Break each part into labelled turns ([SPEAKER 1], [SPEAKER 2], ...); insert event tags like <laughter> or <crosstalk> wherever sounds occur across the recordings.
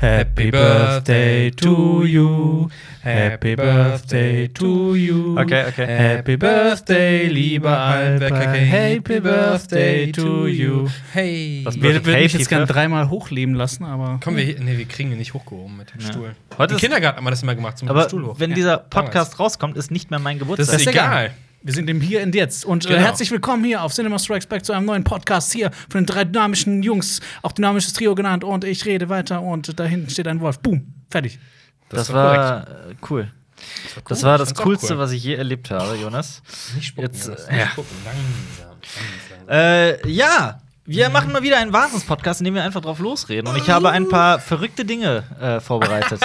[SPEAKER 1] Happy birthday to you. Happy birthday to you.
[SPEAKER 2] Okay, okay.
[SPEAKER 1] Happy birthday, lieber Albert. Happy birthday to you.
[SPEAKER 3] Hey.
[SPEAKER 2] Das
[SPEAKER 1] Wir würden mich
[SPEAKER 2] Hey,
[SPEAKER 1] jetzt gern
[SPEAKER 2] Peter.
[SPEAKER 1] dreimal hochleben lassen, aber.
[SPEAKER 3] Kommen wir hier, nee, wir kriegen ihn nicht hochgehoben mit dem
[SPEAKER 2] Ja.
[SPEAKER 3] Stuhl.
[SPEAKER 2] Heute
[SPEAKER 3] Im
[SPEAKER 2] ist-
[SPEAKER 3] Kindergarten haben wir das immer gemacht, so mit
[SPEAKER 2] Aber
[SPEAKER 3] dem Stuhl hoch.
[SPEAKER 2] wenn
[SPEAKER 3] Ja.
[SPEAKER 2] dieser
[SPEAKER 3] Damals.
[SPEAKER 2] Podcast rauskommt, ist nicht mehr mein Geburtstag.
[SPEAKER 3] Das ist egal.
[SPEAKER 1] Wir sind im Hier und Jetzt. Und äh,
[SPEAKER 3] Genau.
[SPEAKER 1] herzlich willkommen hier auf Cinema Strikes Back zu einem neuen Podcast hier von den drei dynamischen Jungs, auch dynamisches Trio genannt. Und ich rede weiter und da hinten steht ein Wolf. Boom. Fertig.
[SPEAKER 2] Das,
[SPEAKER 3] ist doch
[SPEAKER 2] war äh, cool. Das war das
[SPEAKER 3] fand's auch
[SPEAKER 2] Coolste,
[SPEAKER 3] cool.
[SPEAKER 2] was ich je erlebt habe, Jonas.
[SPEAKER 3] Nicht spucken.
[SPEAKER 2] Jetzt,
[SPEAKER 3] Jonas,
[SPEAKER 2] äh,
[SPEAKER 3] nicht
[SPEAKER 2] ja.
[SPEAKER 3] spucken. Langsam. langsam.
[SPEAKER 2] Äh, ja, wir machen mal wieder einen Wahnsinns-Podcast, in dem wir einfach drauf losreden. Und ich habe ein paar verrückte Dinge äh, vorbereitet.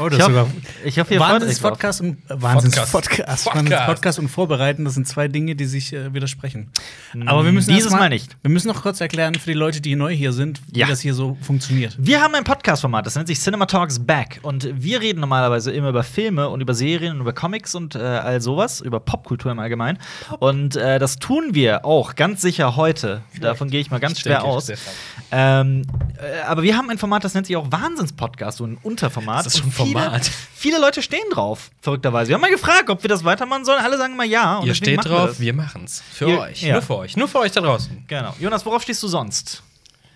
[SPEAKER 1] Oh,
[SPEAKER 2] ich hoffe, ich hoffe, ihr freut euch drauf.
[SPEAKER 1] Wahnsinns-Podcast und äh, Wahnsinns-Podcast.
[SPEAKER 3] Podcast.
[SPEAKER 1] Wahnsinns-Podcast und Vorbereiten, das sind zwei Dinge, die sich äh, widersprechen. Aber wir müssen
[SPEAKER 2] Hm, Dieses
[SPEAKER 1] erst
[SPEAKER 2] Mal nicht.
[SPEAKER 1] Wir müssen noch kurz erklären für die Leute, die neu hier sind,
[SPEAKER 2] Ja.
[SPEAKER 1] wie das hier so funktioniert.
[SPEAKER 2] Wir haben ein Podcast-Format, das nennt sich Cinema Talks Back. Und wir reden normalerweise immer über Filme und über Serien und über Comics und äh, all sowas, über Popkultur im Allgemeinen. Und äh, das tun wir auch ganz sicher heute. Davon gehe ich mal ganz
[SPEAKER 3] Ich
[SPEAKER 2] schwer
[SPEAKER 3] denke,
[SPEAKER 2] aus.
[SPEAKER 3] sehr stark.
[SPEAKER 2] Ähm, äh, aber wir haben ein Format, das nennt sich auch Wahnsinns-Podcast, so ein Unterformat.
[SPEAKER 3] Das ist schon
[SPEAKER 2] Und
[SPEAKER 3] Format.
[SPEAKER 2] Viele, viele Leute stehen drauf, verrückterweise. Wir haben mal gefragt, ob wir das weitermachen sollen. Alle sagen mal ja. und
[SPEAKER 3] Ihr
[SPEAKER 2] deswegen
[SPEAKER 3] steht
[SPEAKER 2] machen wir
[SPEAKER 3] drauf,
[SPEAKER 2] das.
[SPEAKER 3] wir machen's. Für
[SPEAKER 2] Ihr-
[SPEAKER 3] euch.
[SPEAKER 2] ja.
[SPEAKER 3] Nur für euch. Nur für euch da draußen.
[SPEAKER 2] Genau. Jonas, worauf stehst du sonst?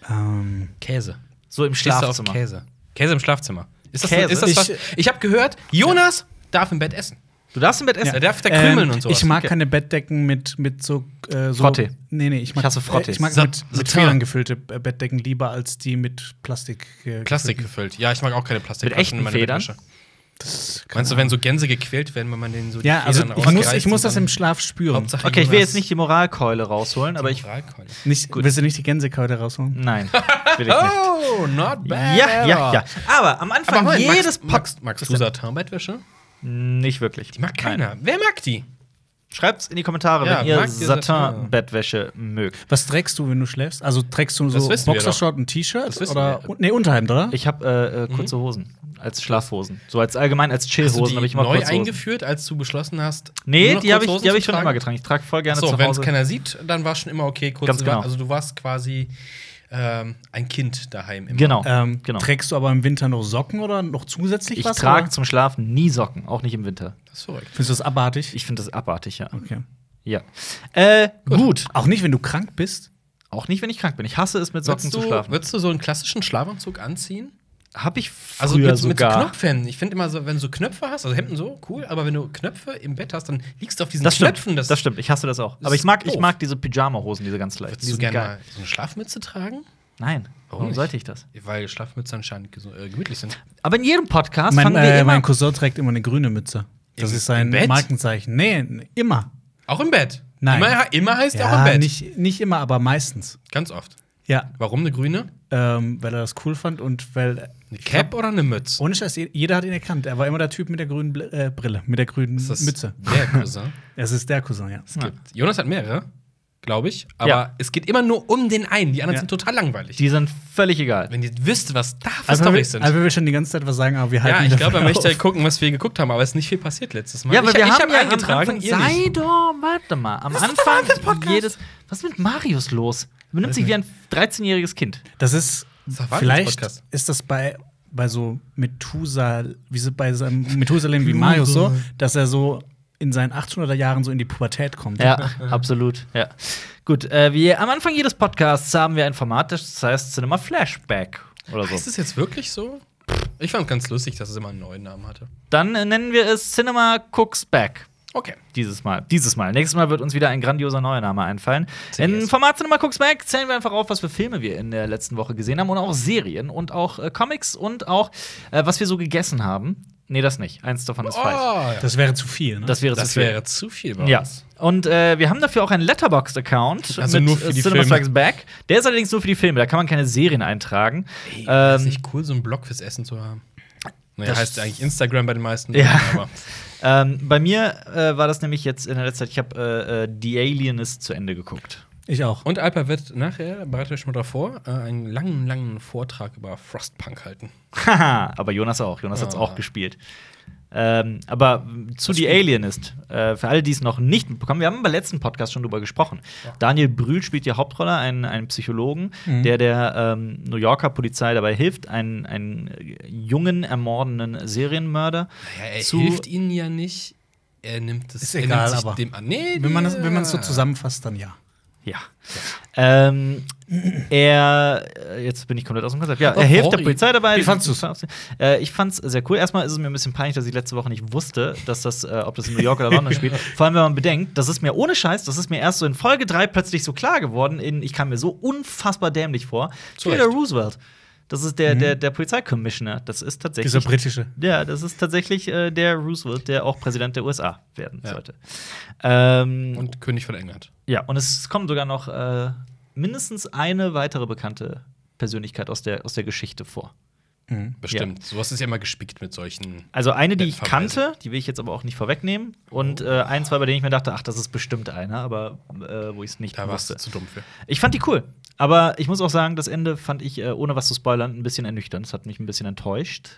[SPEAKER 1] Ähm,
[SPEAKER 3] Käse.
[SPEAKER 2] So im
[SPEAKER 3] Stehst du auf
[SPEAKER 2] Schlafzimmer.
[SPEAKER 3] Käse? Käse im Schlafzimmer. Ist das,
[SPEAKER 2] Käse?
[SPEAKER 3] Ist das was?
[SPEAKER 1] Ich-
[SPEAKER 3] Ich habe gehört, Jonas darf im Bett essen.
[SPEAKER 2] Du darfst im Bett essen.
[SPEAKER 3] Er darf da krümeln und sowas.
[SPEAKER 1] Ähm, Ich mag
[SPEAKER 2] Okay.
[SPEAKER 1] keine Bettdecken mit, mit so, äh, so.
[SPEAKER 2] Frotte.
[SPEAKER 1] Nee, nee, ich mag.
[SPEAKER 2] Ich hasse Frotte.
[SPEAKER 1] äh, Ich mag
[SPEAKER 3] Sa-
[SPEAKER 1] mit, mit
[SPEAKER 3] Satin.
[SPEAKER 1] Federn gefüllte äh, Bettdecken lieber als die mit Plastik. äh,
[SPEAKER 3] Plastik
[SPEAKER 1] gefüllten.
[SPEAKER 3] gefüllt. Ja, ich mag auch keine Plastik.
[SPEAKER 2] Mhm. Mit echten Federn?
[SPEAKER 1] Das kann-
[SPEAKER 3] Meinst du, wenn so Gänse gequält werden, wenn man denen so die
[SPEAKER 1] Ja, also
[SPEAKER 3] Federn
[SPEAKER 1] ich muss,
[SPEAKER 3] rausreißt
[SPEAKER 1] ich muss
[SPEAKER 3] und
[SPEAKER 1] das
[SPEAKER 3] dann-
[SPEAKER 1] im Schlaf spüren.
[SPEAKER 3] Hauptsache
[SPEAKER 2] Okay, ich will
[SPEAKER 3] Jonas-
[SPEAKER 2] jetzt nicht die Moralkeule rausholen, aber ich.
[SPEAKER 3] Moralkeule.
[SPEAKER 1] Nicht,
[SPEAKER 2] Gut.
[SPEAKER 1] willst du nicht die Gänsekeule rausholen?
[SPEAKER 3] <laughs>
[SPEAKER 2] Nein, will ich nicht.
[SPEAKER 3] Oh, not bad.
[SPEAKER 2] Ja, ja, ja. Aber am Anfang
[SPEAKER 3] Aber
[SPEAKER 2] jedes
[SPEAKER 3] jedes
[SPEAKER 2] Podcast.
[SPEAKER 3] magst, magst du Satin-Bettwäsche?
[SPEAKER 2] Nicht wirklich.
[SPEAKER 3] Die mag keiner. Wer mag die?
[SPEAKER 2] Schreibt's in die Kommentare,
[SPEAKER 3] Ja,
[SPEAKER 2] wenn ihr
[SPEAKER 3] mag ihr Satin?
[SPEAKER 2] Satin-Bettwäsche mögt.
[SPEAKER 1] Was trägst du, wenn du schläfst? Also trägst du so
[SPEAKER 3] Das wissen wir
[SPEAKER 1] Boxershort und
[SPEAKER 3] Das
[SPEAKER 1] T-Shirt
[SPEAKER 3] wissen
[SPEAKER 1] oder
[SPEAKER 3] wir.
[SPEAKER 1] nee Unterhemd, oder?
[SPEAKER 2] Ich habe äh, äh, kurze Hosen als Schlafhosen. So als allgemein
[SPEAKER 3] Mhm.
[SPEAKER 2] als
[SPEAKER 3] Hast du
[SPEAKER 2] Chillhosen
[SPEAKER 3] die
[SPEAKER 2] habe ich immer
[SPEAKER 3] neu
[SPEAKER 2] kurze Hosen.
[SPEAKER 3] eingeführt, als du beschlossen hast?
[SPEAKER 2] Nee,
[SPEAKER 3] nur noch
[SPEAKER 2] die habe ich,
[SPEAKER 3] Kurzhosen
[SPEAKER 2] die hab
[SPEAKER 3] zu
[SPEAKER 2] ich schon
[SPEAKER 3] tragen?
[SPEAKER 2] immer getragen. Ich trage voll gerne
[SPEAKER 3] So,
[SPEAKER 2] zu
[SPEAKER 3] wenn es
[SPEAKER 2] Hause.
[SPEAKER 3] keiner sieht, dann war schon immer okay. Kurz
[SPEAKER 2] Ganz genau.
[SPEAKER 3] Also du warst quasi ähm, ein Kind daheim immer.
[SPEAKER 2] Genau,
[SPEAKER 1] Ähm,
[SPEAKER 2] genau.
[SPEAKER 1] Trägst du aber im Winter noch Socken oder noch zusätzlich
[SPEAKER 2] Ich
[SPEAKER 1] was?
[SPEAKER 2] trage
[SPEAKER 1] oder?
[SPEAKER 2] zum Schlafen nie Socken, auch nicht im Winter.
[SPEAKER 3] Das ist verrückt.
[SPEAKER 1] Findest du das abartig?
[SPEAKER 2] Ich finde das abartig, ja.
[SPEAKER 1] okay.
[SPEAKER 2] Ja. Äh, gut.
[SPEAKER 1] Auch nicht, wenn du krank bist.
[SPEAKER 2] Auch nicht, wenn ich krank bin. Ich hasse es, mit Socken
[SPEAKER 3] Würdest
[SPEAKER 2] zu
[SPEAKER 3] du,
[SPEAKER 2] schlafen.
[SPEAKER 3] würdest du so einen klassischen Schlafanzug anziehen?
[SPEAKER 2] Habe ich
[SPEAKER 3] Also
[SPEAKER 2] früher
[SPEAKER 3] mit, so- mit so
[SPEAKER 2] sogar.
[SPEAKER 3] Knöpfen. Ich finde immer so, wenn du so Knöpfe hast, also Hemden so, cool, aber wenn du Knöpfe im Bett hast, dann liegst du auf diesen
[SPEAKER 2] Das stimmt.
[SPEAKER 3] Knöpfen.
[SPEAKER 2] das stimmt. Ich hasse das auch. Aber
[SPEAKER 3] ist
[SPEAKER 2] ich mag, ich
[SPEAKER 3] doof.
[SPEAKER 2] mag diese Pyjama-Hosen, diese ganz leicht.
[SPEAKER 3] Würdest du gerne mal so eine Schlafmütze tragen?
[SPEAKER 2] Nein. Warum,
[SPEAKER 3] nicht?
[SPEAKER 2] sollte ich das?
[SPEAKER 3] Weil Schlafmützen anscheinend ges- äh, gemütlich sind.
[SPEAKER 2] Aber in jedem Podcast
[SPEAKER 1] Mein,
[SPEAKER 2] fangen wir
[SPEAKER 1] äh,
[SPEAKER 2] immer.
[SPEAKER 1] mein Cousin trägt immer eine grüne Mütze. Das
[SPEAKER 3] Im-
[SPEAKER 1] ist sein
[SPEAKER 3] im Bett?
[SPEAKER 1] Markenzeichen. Nee, n- immer.
[SPEAKER 3] Auch im Bett.
[SPEAKER 1] Nein.
[SPEAKER 3] Immer, immer heißt ja, auch im Bett.
[SPEAKER 1] Nicht, nicht immer, aber meistens.
[SPEAKER 3] Ganz oft.
[SPEAKER 1] Ja,
[SPEAKER 3] Warum eine grüne?
[SPEAKER 1] ähm, weil er das cool fand und weil.
[SPEAKER 3] Eine Cap oder eine Mütze?
[SPEAKER 1] Ohne Scheiß, je- jeder hat ihn erkannt. Er war immer der Typ mit der grünen Bl äh, Brille, mit der grünen
[SPEAKER 3] Ist das
[SPEAKER 1] Mütze.
[SPEAKER 3] Der Cousin.
[SPEAKER 1] Es ist der Cousin, ja.
[SPEAKER 2] <laughs> Ja.
[SPEAKER 3] gibt. Jonas hat mehrere, glaube ich. Aber
[SPEAKER 2] Ja.
[SPEAKER 3] es geht immer nur um den einen. Die anderen
[SPEAKER 1] Ja.
[SPEAKER 3] sind total langweilig.
[SPEAKER 2] Die sind völlig egal.
[SPEAKER 3] Wenn ihr wisst, was da für
[SPEAKER 1] Also, wir,
[SPEAKER 3] Storys sind.
[SPEAKER 1] also, wir will schon die ganze Zeit was sagen, aber wir halten
[SPEAKER 3] ja, ich
[SPEAKER 1] Halt ihn
[SPEAKER 3] glaube, er
[SPEAKER 1] davon
[SPEAKER 3] möchte
[SPEAKER 1] auf.
[SPEAKER 3] gucken, was wir geguckt haben, aber es ist nicht viel passiert letztes Mal.
[SPEAKER 2] Ja, aber
[SPEAKER 3] ich,
[SPEAKER 2] wir
[SPEAKER 3] ich
[SPEAKER 2] haben
[SPEAKER 3] hab
[SPEAKER 2] ja am
[SPEAKER 3] eingetragen,
[SPEAKER 2] Anfang,
[SPEAKER 3] ihr nicht.
[SPEAKER 2] sei doch, warte mal, am Anfang jedes, was ist mit Marius los? Er benimmt sich wie ein 13-jähriges Kind.
[SPEAKER 1] Das ist.
[SPEAKER 3] ist doch
[SPEAKER 1] vielleicht
[SPEAKER 3] Wahnsinns-Podcast.
[SPEAKER 1] ist das bei, bei so Methusal, wie so bei seinem Methusalem wie Marius so, dass er so in seinen 800er Jahren so in die Pubertät kommt.
[SPEAKER 2] Ja, <laughs> absolut, ja. Gut, äh, wie am Anfang jedes Podcasts haben wir ein Format, das heißt Cinema Flashback oder
[SPEAKER 3] Ist
[SPEAKER 2] so.
[SPEAKER 3] es jetzt wirklich so? Ich fand ganz lustig, dass es immer einen neuen Namen hatte.
[SPEAKER 2] Dann äh, nennen wir es Cinema Cooks Back.
[SPEAKER 3] Okay.
[SPEAKER 2] Dieses Mal. Dieses Mal. Nächstes Mal wird uns wieder ein grandioser neuer Name einfallen. In Format Cinema Cooks Back zählen wir einfach auf, was für Filme wir in der letzten Woche gesehen haben und auch Serien und auch äh, Comics und auch äh, was wir so gegessen haben. Nee, das nicht. Eins davon ist
[SPEAKER 3] Oh,
[SPEAKER 2] falsch.
[SPEAKER 3] ja. das,
[SPEAKER 1] Das wäre zu viel, ne?
[SPEAKER 2] Das wäre zu viel.
[SPEAKER 3] wäre zu viel bei
[SPEAKER 2] ja.
[SPEAKER 3] uns.
[SPEAKER 2] Und äh, wir haben dafür auch einen Letterboxd-Account
[SPEAKER 3] Also nur für
[SPEAKER 2] äh,
[SPEAKER 3] die
[SPEAKER 2] Cinema
[SPEAKER 3] Filme.
[SPEAKER 2] Strikes Back. Der ist allerdings nur für die Filme, da kann man keine Serien eintragen.
[SPEAKER 3] Ey,
[SPEAKER 2] Ähm,
[SPEAKER 3] ist nicht cool, so einen Blog fürs Essen zu haben. Naja,
[SPEAKER 2] Das-
[SPEAKER 3] heißt eigentlich Instagram bei den meisten.
[SPEAKER 2] Ja.
[SPEAKER 3] Aber
[SPEAKER 2] ähm, bei mir äh, war das nämlich jetzt in der letzten Zeit, ich habe äh, äh, The Alienist zu Ende geguckt.
[SPEAKER 1] Ich auch.
[SPEAKER 3] Und Alper wird nachher, bereitet euch schon mal drauf vor, äh, einen langen, langen Vortrag über Frostpunk halten.
[SPEAKER 2] <laughs> Haha, aber Jonas auch. Jonas hat's
[SPEAKER 3] Ah.
[SPEAKER 2] auch gespielt. Ähm, aber zu The Alienist, äh, für alle, die es noch nicht mitbekommen, wir haben beim letzten Podcast schon drüber gesprochen. Daniel Brühl spielt die Hauptrolle, einen, einen Psychologen, der der ähm, New Yorker Polizei dabei hilft, einen, einen äh, jungen, ermordenden Serienmörder
[SPEAKER 3] Ja, er
[SPEAKER 2] zu
[SPEAKER 3] hilft ihnen ja nicht. Er nimmt es
[SPEAKER 1] Ist
[SPEAKER 3] er
[SPEAKER 1] egal,
[SPEAKER 3] nimmt sich
[SPEAKER 1] aber
[SPEAKER 3] dem an. Nee,
[SPEAKER 1] Wenn man das,
[SPEAKER 3] ja.
[SPEAKER 1] wenn man es so zusammenfasst, dann ja.
[SPEAKER 2] Ja. Ähm, er, äh, jetzt bin ich komplett aus dem Konzept. Ja, er
[SPEAKER 3] Doch,
[SPEAKER 2] hilft der
[SPEAKER 3] Rory.
[SPEAKER 2] Polizei dabei.
[SPEAKER 1] Wie fandst du's?
[SPEAKER 2] Äh, ich fand's sehr cool. Erstmal ist es mir ein bisschen peinlich, dass ich letzte Woche nicht wusste, dass das, äh, ob das in New York oder London spielt. Vor allem, wenn man bedenkt, das ist mir ohne Scheiß, das ist mir erst so in Folge 3 plötzlich so klar geworden. In, ich kam mir so unfassbar dämlich vor.
[SPEAKER 3] Zu
[SPEAKER 2] Theodore
[SPEAKER 3] Recht.
[SPEAKER 2] Roosevelt. Das ist der, der, der Polizeikommissioner. Das ist tatsächlich.
[SPEAKER 1] Dieser britische.
[SPEAKER 2] Ja, das ist tatsächlich äh, der Roosevelt, der auch Präsident der USA werden
[SPEAKER 3] Ja.
[SPEAKER 2] sollte. Ähm,
[SPEAKER 3] Und König von England.
[SPEAKER 2] ja, und es kommt sogar noch äh, mindestens eine weitere bekannte Persönlichkeit aus der, aus der Geschichte vor.
[SPEAKER 3] Bestimmt. Sowas ist ja immer gespickt mit solchen.
[SPEAKER 2] Also eine, die ich
[SPEAKER 3] Verweise.
[SPEAKER 2] kannte, die will ich jetzt aber auch nicht vorwegnehmen. Und äh,
[SPEAKER 3] Oh.
[SPEAKER 2] ein, zwei, bei denen ich mir dachte, ach, das ist bestimmt einer, aber äh, wo ich es nicht
[SPEAKER 3] Da warst du
[SPEAKER 2] wusste.
[SPEAKER 3] zu dumm für.
[SPEAKER 2] Ich fand die cool. Aber ich muss auch sagen, das Ende fand ich, äh, ohne was zu spoilern, ein bisschen ernüchternd. Es hat mich ein bisschen enttäuscht.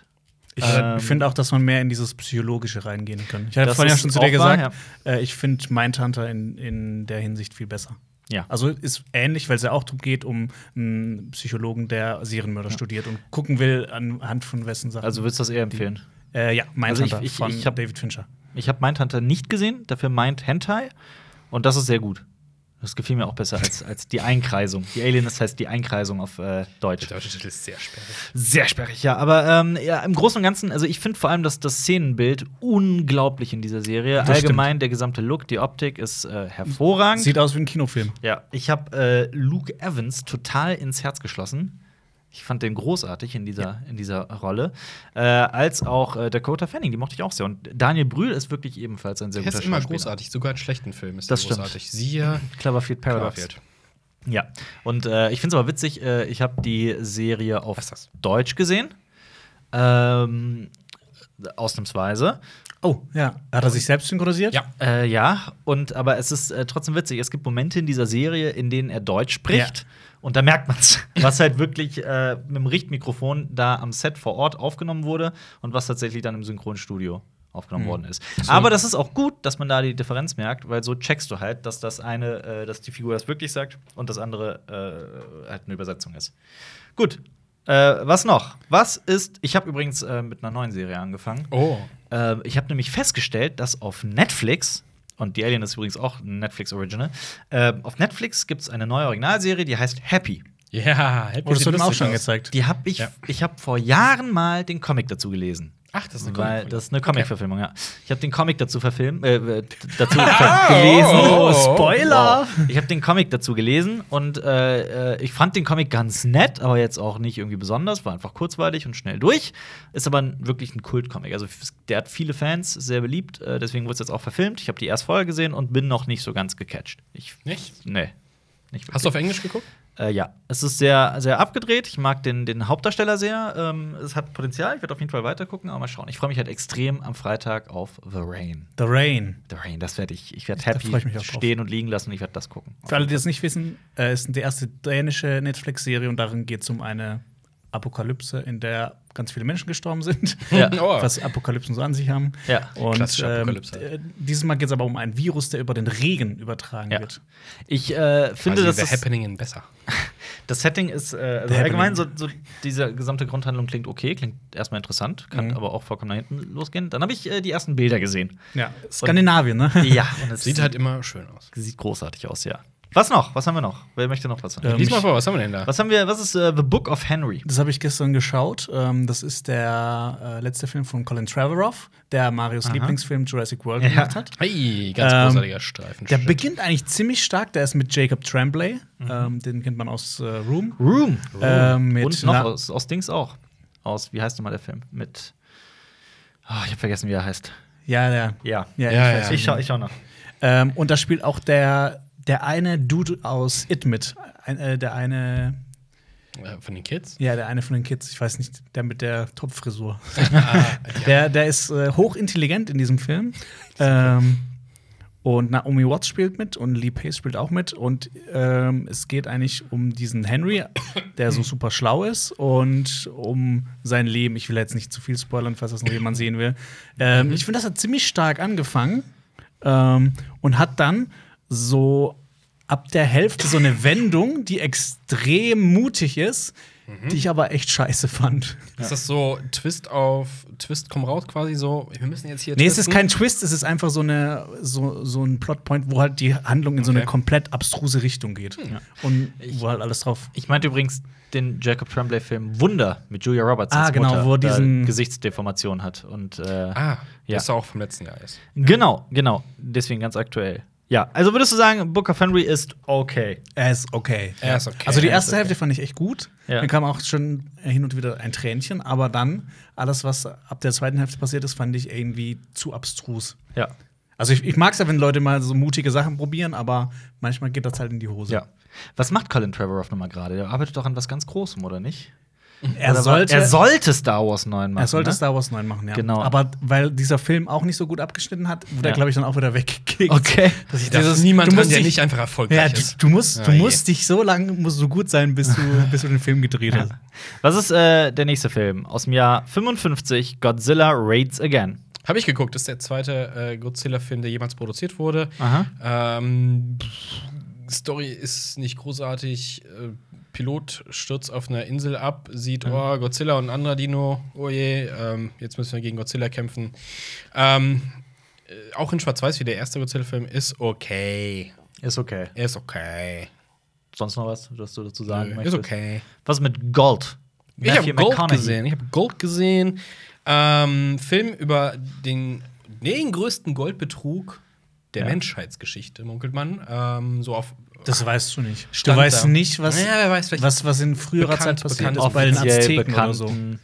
[SPEAKER 1] Ich
[SPEAKER 2] Ähm,
[SPEAKER 1] finde auch, dass man mehr in dieses Psychologische reingehen kann. Ich hatte
[SPEAKER 2] Das
[SPEAKER 1] vorhin ja
[SPEAKER 2] ist
[SPEAKER 1] schon zu dir
[SPEAKER 2] auch wahr,
[SPEAKER 1] gesagt, äh, ich finde Mindhunter in, in der Hinsicht viel besser.
[SPEAKER 2] Ja.
[SPEAKER 1] Also ist ähnlich, weil es ja auch darum geht, um einen Psychologen, der Serienmörder studiert und gucken will, anhand von wessen Sachen.
[SPEAKER 2] Also würdest du das eher empfehlen?
[SPEAKER 1] äh, ja, Mindhunter
[SPEAKER 2] ich- ich-
[SPEAKER 1] von
[SPEAKER 2] ich hab-
[SPEAKER 1] David Fincher.
[SPEAKER 2] Ich habe Mindhunter nicht gesehen, dafür Mind Hentai. Und das ist sehr gut. Das gefiel mir auch besser als, als die Einkreisung. Die Alienist heißt die Einkreisung auf äh, Deutsch.
[SPEAKER 3] Der deutsche Titel ist sehr sperrig.
[SPEAKER 2] Sehr sperrig, ja. Aber ähm, ja, im Großen und Ganzen, also ich finde vor allem das, das Szenenbild unglaublich in dieser Serie.
[SPEAKER 1] Das
[SPEAKER 2] Allgemein der gesamte Look, die Optik ist äh, hervorragend.
[SPEAKER 1] Sieht aus wie ein Kinofilm.
[SPEAKER 2] ja, ich habe äh, Luke Evans total ins Herz geschlossen. Ich fand den großartig in dieser, in dieser Rolle. Äh, als auch äh, Dakota Fanning, die mochte ich auch sehr. Und Daniel Brühl ist wirklich ebenfalls ein sehr
[SPEAKER 3] Er
[SPEAKER 2] guter
[SPEAKER 3] ist immer
[SPEAKER 2] Schauspieler.
[SPEAKER 3] großartig, sogar in schlechten Filmen ist
[SPEAKER 2] Das
[SPEAKER 3] er
[SPEAKER 2] stimmt.
[SPEAKER 3] großartig. Siehe
[SPEAKER 2] Cloverfield Paradox.
[SPEAKER 3] Cloverfield.
[SPEAKER 2] Ja, und äh, ich finde es aber witzig, äh, ich habe die Serie auf
[SPEAKER 3] Was ist das?
[SPEAKER 2] Deutsch gesehen. Ähm, ausnahmsweise.
[SPEAKER 1] Oh, ja. Hat er sich selbst synchronisiert?
[SPEAKER 3] Ja.
[SPEAKER 2] Äh, ja, und aber es ist äh, trotzdem witzig. Es gibt Momente in dieser Serie, in denen er Deutsch spricht.
[SPEAKER 1] Ja.
[SPEAKER 2] Und da merkt man's, <laughs> was halt wirklich äh, mit dem Richtmikrofon da am Set vor Ort aufgenommen wurde und was tatsächlich dann im Synchronstudio aufgenommen worden ist. Aber das ist auch gut, dass man da die Differenz merkt, weil so checkst du halt, dass das eine, äh, dass die Figur das wirklich sagt und das andere äh, halt eine Übersetzung ist. Gut. Äh, was noch? Was ist? Ich habe übrigens äh, mit einer neuen Serie angefangen.
[SPEAKER 3] Oh.
[SPEAKER 2] Ähm, ich habe nämlich festgestellt, dass auf Netflix, und The Alien ist übrigens auch ein Netflix-Original, ähm, auf Netflix gibt es eine neue Originalserie, die heißt Happy.
[SPEAKER 3] Ja, Happy
[SPEAKER 1] Wurdest du
[SPEAKER 3] sieht
[SPEAKER 1] dem auch
[SPEAKER 3] lustig
[SPEAKER 1] schon
[SPEAKER 3] aus.
[SPEAKER 1] gezeigt?
[SPEAKER 2] Die habe ich,
[SPEAKER 3] Ja.
[SPEAKER 2] ich habe vor Jahren mal den Comic dazu gelesen.
[SPEAKER 3] Ach, das ist eine
[SPEAKER 2] Weil
[SPEAKER 3] Comic-Folge.
[SPEAKER 2] das ist eine Comic-Verfilmung, ja. Ich habe den Comic dazu verfilmt, äh, äh,
[SPEAKER 3] <laughs>
[SPEAKER 2] dazu ver- gelesen.
[SPEAKER 3] Oh,
[SPEAKER 1] Spoiler!
[SPEAKER 2] Wow. Ich habe den Comic dazu gelesen und äh, äh, ich fand den Comic ganz nett, aber jetzt auch nicht irgendwie besonders. War einfach kurzweilig und schnell durch. Ist aber ein, wirklich ein Kult-Comic. Also f- der hat viele Fans, sehr beliebt. Äh, deswegen wurde es jetzt auch verfilmt. Ich habe die erst vorher gesehen und bin noch nicht so ganz gecatcht. Ich,
[SPEAKER 3] Nicht?
[SPEAKER 2] nee. Nicht
[SPEAKER 3] Hast du auf Englisch geguckt?
[SPEAKER 2] äh, ja, es ist sehr, sehr abgedreht. Ich mag den, den Hauptdarsteller sehr. Ähm, es hat Potenzial. Ich werde auf jeden Fall weitergucken, aber mal schauen. Ich freue mich halt extrem am Freitag auf The Rain.
[SPEAKER 1] The Rain.
[SPEAKER 2] The Rain, das werde ich. Ich werde
[SPEAKER 1] Da
[SPEAKER 2] happy
[SPEAKER 1] freu ich mich auch drauf.
[SPEAKER 2] stehen und liegen lassen und ich werde das gucken.
[SPEAKER 1] Für alle, die das nicht wissen, äh, ist die erste dänische Netflix-Serie und darin geht es um eine Apokalypse, in der ganz viele Menschen gestorben sind. <laughs>
[SPEAKER 2] Ja.
[SPEAKER 3] Oh.
[SPEAKER 1] Was Apokalypsen so an sich haben.
[SPEAKER 2] Ja.
[SPEAKER 1] Und
[SPEAKER 3] Klassische
[SPEAKER 1] ähm,
[SPEAKER 3] Apokalypse.
[SPEAKER 1] äh, dieses Mal geht es aber um ein Virus, der über den Regen übertragen
[SPEAKER 2] Ja.
[SPEAKER 1] wird.
[SPEAKER 2] Ich äh, finde, dass
[SPEAKER 3] Also, The
[SPEAKER 2] das,
[SPEAKER 3] Happening in besser.
[SPEAKER 2] das Setting ist äh, also
[SPEAKER 1] The
[SPEAKER 2] allgemein so,
[SPEAKER 1] Happening.
[SPEAKER 2] so diese gesamte Grundhandlung klingt okay, klingt erstmal interessant,
[SPEAKER 1] Mhm.
[SPEAKER 2] kann aber auch vollkommen nach hinten losgehen. Dann habe ich äh, die ersten
[SPEAKER 1] <laughs>
[SPEAKER 2] Bilder gesehen.
[SPEAKER 1] Ja. Skandinavien, ne?
[SPEAKER 2] ja, und es
[SPEAKER 3] Sieht halt immer schön aus.
[SPEAKER 2] sieht großartig aus, ja. Was noch? Was haben wir noch? Wer möchte noch was sagen?
[SPEAKER 1] Ähm,
[SPEAKER 3] Lies mal
[SPEAKER 1] ich-
[SPEAKER 3] vor, was haben wir denn da?
[SPEAKER 2] Was haben wir? Was ist äh, The Book of Henry?
[SPEAKER 1] Das habe ich gestern geschaut. Ähm, das ist der äh, letzte Film von Colin Trevorrow, der Marios Lieblingsfilm Jurassic World
[SPEAKER 2] Ja.
[SPEAKER 1] gemacht hat.
[SPEAKER 3] Hey, ganz
[SPEAKER 1] Ähm,
[SPEAKER 3] großartiger Streifen.
[SPEAKER 1] Der
[SPEAKER 3] Shit.
[SPEAKER 1] beginnt eigentlich ziemlich stark. Der ist mit Jacob Tremblay. Ähm, den kennt man aus äh, Room.
[SPEAKER 2] Mhm. Room.
[SPEAKER 1] Ähm, mit
[SPEAKER 2] und noch
[SPEAKER 1] Na-
[SPEAKER 2] aus, aus Dings auch. Aus, wie heißt nochmal der Film? Mit. Ah, ich habe vergessen, wie er heißt.
[SPEAKER 1] Ja, ja.
[SPEAKER 2] Ja.
[SPEAKER 1] Ja,
[SPEAKER 3] Ja,
[SPEAKER 1] ich weiß.
[SPEAKER 3] ja.
[SPEAKER 2] Ich schau, ich schau nach.
[SPEAKER 1] Ähm, und da spielt auch der, der eine Dude aus It mit. Ein, äh, der eine,
[SPEAKER 3] Äh, Von den Kids?
[SPEAKER 1] ja, der eine von den Kids. Ich weiß nicht, der mit der Topfrisur.
[SPEAKER 3] ah,
[SPEAKER 1] <laughs> Der, der ist äh, hochintelligent in diesem Film. Ähm, Und Naomi Watts spielt mit und Lee Pace spielt auch mit. Und ähm, es geht eigentlich um diesen Henry, der so super schlau ist und um sein Leben. Ich will jetzt nicht zu viel spoilern, falls das noch jemand sehen will. Ähm, ich finde, das hat ziemlich stark angefangen ähm, und hat dann so ab der Hälfte so eine Wendung, die extrem mutig ist, die ich aber echt scheiße fand.
[SPEAKER 3] Ist das so Twist auf Twist komm raus quasi so? Wir müssen jetzt hier.
[SPEAKER 1] Nee, es ist
[SPEAKER 3] twisten?
[SPEAKER 1] kein Twist, es ist einfach so, eine, so, so ein Plotpoint, wo halt die Handlung in so eine
[SPEAKER 3] Okay.
[SPEAKER 1] komplett abstruse Richtung geht. Und wo halt alles drauf.
[SPEAKER 2] Hm. Ich meinte übrigens den Jacob Tremblay-Film Wunder mit Julia Roberts
[SPEAKER 1] Ah, genau, wo er
[SPEAKER 2] da
[SPEAKER 1] diesen-
[SPEAKER 2] Gesichtsdeformation hat. Und, äh,
[SPEAKER 3] Ah,
[SPEAKER 2] Ja.
[SPEAKER 3] das ist auch vom letzten Jahr ist.
[SPEAKER 2] Genau, genau. Deswegen ganz aktuell. Ja, also würdest du sagen, Book of Henry ist okay.
[SPEAKER 1] Er ist okay.
[SPEAKER 3] Er ist okay.
[SPEAKER 1] Also die
[SPEAKER 3] Er ist
[SPEAKER 1] erste Hälfte fand ich echt gut.
[SPEAKER 2] Ja.
[SPEAKER 1] Dann kam auch schon hin und wieder ein Tränchen, aber dann alles, was ab der zweiten Hälfte passiert ist, fand ich irgendwie zu abstrus.
[SPEAKER 2] Ja.
[SPEAKER 1] Also ich, ich mag es ja, wenn Leute mal so mutige Sachen probieren, aber manchmal geht das halt in die Hose.
[SPEAKER 2] Ja. Was macht Colin Trevorrow nochmal gerade? Der arbeitet doch an was ganz Großem, oder nicht?
[SPEAKER 1] Er
[SPEAKER 2] oder
[SPEAKER 1] sollte,
[SPEAKER 2] er sollte Star Wars 9 machen.
[SPEAKER 1] Er sollte
[SPEAKER 2] ne?
[SPEAKER 1] Star Wars 9 machen, ja.
[SPEAKER 2] Genau.
[SPEAKER 1] Aber weil dieser Film auch nicht so gut abgeschnitten hat, wurde
[SPEAKER 2] Ja.
[SPEAKER 1] er, glaube ich, dann auch wieder <laughs> weggekickt.
[SPEAKER 2] Okay.
[SPEAKER 1] Dass ich
[SPEAKER 3] Das
[SPEAKER 1] dieses,
[SPEAKER 3] ist niemand
[SPEAKER 1] du
[SPEAKER 3] dran,
[SPEAKER 1] musst
[SPEAKER 3] der
[SPEAKER 1] dich-
[SPEAKER 3] nicht einfach
[SPEAKER 1] Ja,
[SPEAKER 3] erfolgreich
[SPEAKER 1] du,
[SPEAKER 3] ist.
[SPEAKER 1] du musst, du
[SPEAKER 3] Ja, je.
[SPEAKER 1] musst dich so lange, musst so gut sein,
[SPEAKER 3] <laughs>
[SPEAKER 1] bis du, bis du den Film gedreht hast.
[SPEAKER 2] Was ist äh, der nächste Film? Aus dem Jahr 55, Godzilla Raids Again.
[SPEAKER 3] Habe ich geguckt, das ist der zweite äh, Godzilla-Film, der jemals produziert wurde.
[SPEAKER 2] Aha.
[SPEAKER 3] Ähm, pff, Story ist nicht großartig. Äh, Pilot stürzt auf einer Insel ab, sieht, oh, Godzilla und ein anderer Dino, oh je, ähm, jetzt müssen wir gegen Godzilla kämpfen. Ähm, äh, auch in Schwarz-Weiß wie der erste Godzilla-Film ist okay.
[SPEAKER 2] Ist okay.
[SPEAKER 3] Er ist okay.
[SPEAKER 2] Sonst noch was, was du dazu sagen
[SPEAKER 3] Nö, Ist
[SPEAKER 2] möchtest?
[SPEAKER 3] okay.
[SPEAKER 2] Was mit Gold?
[SPEAKER 3] Ich habe
[SPEAKER 2] Matthew
[SPEAKER 3] Gold
[SPEAKER 2] McConaughey.
[SPEAKER 3] gesehen. Ich habe Gold gesehen. Ähm, Film über den, den größten Goldbetrug der
[SPEAKER 2] Ja.
[SPEAKER 3] Menschheitsgeschichte, munkelt man. Ähm, so auf
[SPEAKER 1] Das weißt du nicht.
[SPEAKER 3] Stand
[SPEAKER 1] du weißt
[SPEAKER 3] da.
[SPEAKER 1] nicht, was,
[SPEAKER 3] Ja, wer weiß, vielleicht
[SPEAKER 1] was, was in früherer
[SPEAKER 3] bekannt-
[SPEAKER 1] Zeit passiert
[SPEAKER 3] bekannt-
[SPEAKER 1] ist bei den
[SPEAKER 2] Offiziell
[SPEAKER 1] Azteken oder so.
[SPEAKER 2] bekannten-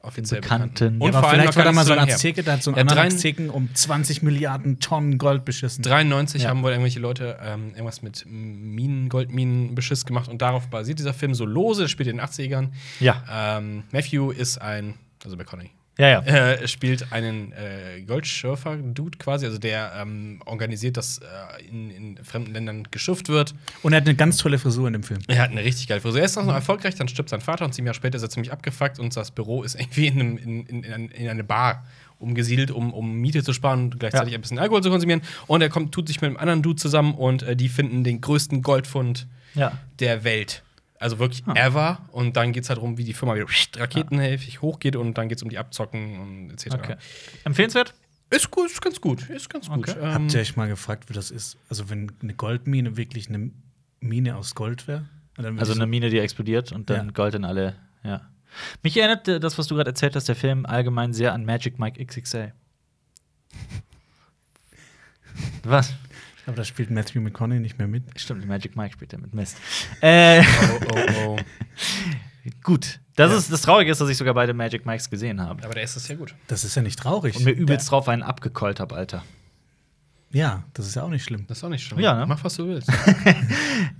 [SPEAKER 3] offiziell
[SPEAKER 2] Bekannten.
[SPEAKER 3] bekannt.
[SPEAKER 2] Und
[SPEAKER 1] aber
[SPEAKER 3] vor allem
[SPEAKER 1] vielleicht
[SPEAKER 3] noch
[SPEAKER 1] war da
[SPEAKER 3] gar
[SPEAKER 1] mal
[SPEAKER 3] nicht
[SPEAKER 1] so ein
[SPEAKER 3] lange her.
[SPEAKER 1] Azteke, der hat so einen
[SPEAKER 3] Ja,
[SPEAKER 1] anderen
[SPEAKER 3] drein-
[SPEAKER 1] Azteken um 20 Milliarden Tonnen Gold beschissen.
[SPEAKER 3] 93
[SPEAKER 2] Ja.
[SPEAKER 3] haben wohl irgendwelche Leute ähm, irgendwas mit Minen, Goldminen, Beschiss gemacht und darauf basiert dieser Film so lose, das spielt in den 80ern.
[SPEAKER 2] Ja,
[SPEAKER 3] Ähm, Matthew ist ein, also McConaughey,
[SPEAKER 2] ja, ja.
[SPEAKER 3] äh, spielt einen äh, Goldschürfer-Dude quasi, also der ähm, organisiert, dass äh, in, in fremden Ländern geschürft wird.
[SPEAKER 1] Und er hat eine ganz tolle Frisur in dem Film.
[SPEAKER 3] Er hat eine richtig geile Frisur. Er ist noch
[SPEAKER 2] Mhm.
[SPEAKER 3] erfolgreich, dann stirbt sein Vater und sieben Jahre später ist er ziemlich abgefuckt und das Büro ist irgendwie in, einem, in, in, in, in eine Bar umgesiedelt, um, um Miete zu sparen und gleichzeitig
[SPEAKER 2] Ja.
[SPEAKER 3] ein bisschen Alkohol zu konsumieren. Und er kommt, tut sich mit einem anderen Dude zusammen und äh, die finden den größten Goldfund
[SPEAKER 2] ja.
[SPEAKER 3] der Welt. Also wirklich
[SPEAKER 2] Ah.
[SPEAKER 3] ever. Und dann geht es halt darum, wie die Firma wieder raketenhäfig hochgeht und dann geht es um die Abzocken und etc.
[SPEAKER 2] Okay. Empfehlenswert?
[SPEAKER 3] Ist, gut, ist ganz gut. Ist ganz gut.
[SPEAKER 2] Okay.
[SPEAKER 3] Ähm,
[SPEAKER 1] Habt ihr euch mal gefragt, wie das ist? Also, wenn eine Goldmine wirklich eine Mine aus Gold wäre? dann würd
[SPEAKER 2] Also
[SPEAKER 1] ich-
[SPEAKER 2] eine Mine, die explodiert und dann
[SPEAKER 1] Ja.
[SPEAKER 2] Gold in alle. Ja. Mich erinnert äh, das, was du gerade erzählt hast, der Film allgemein sehr an Magic Mike XXL. was?
[SPEAKER 1] Aber da spielt Matthew McConaughey nicht mehr mit.
[SPEAKER 2] Stimmt, Magic Mike spielt damit Mist. Äh,
[SPEAKER 3] oh, oh, oh.
[SPEAKER 2] gut. Das, ist, das Traurige ist, dass ich sogar beide Magic Mikes gesehen habe.
[SPEAKER 3] Aber der ist das ja gut.
[SPEAKER 1] Das ist ja nicht traurig.
[SPEAKER 2] Und mir übelst drauf einen abgekeult habe, Alter.
[SPEAKER 1] Ja, das ist ja auch nicht schlimm.
[SPEAKER 3] Das ist auch nicht schlimm.
[SPEAKER 2] Ja, ne?
[SPEAKER 3] Mach, was du willst.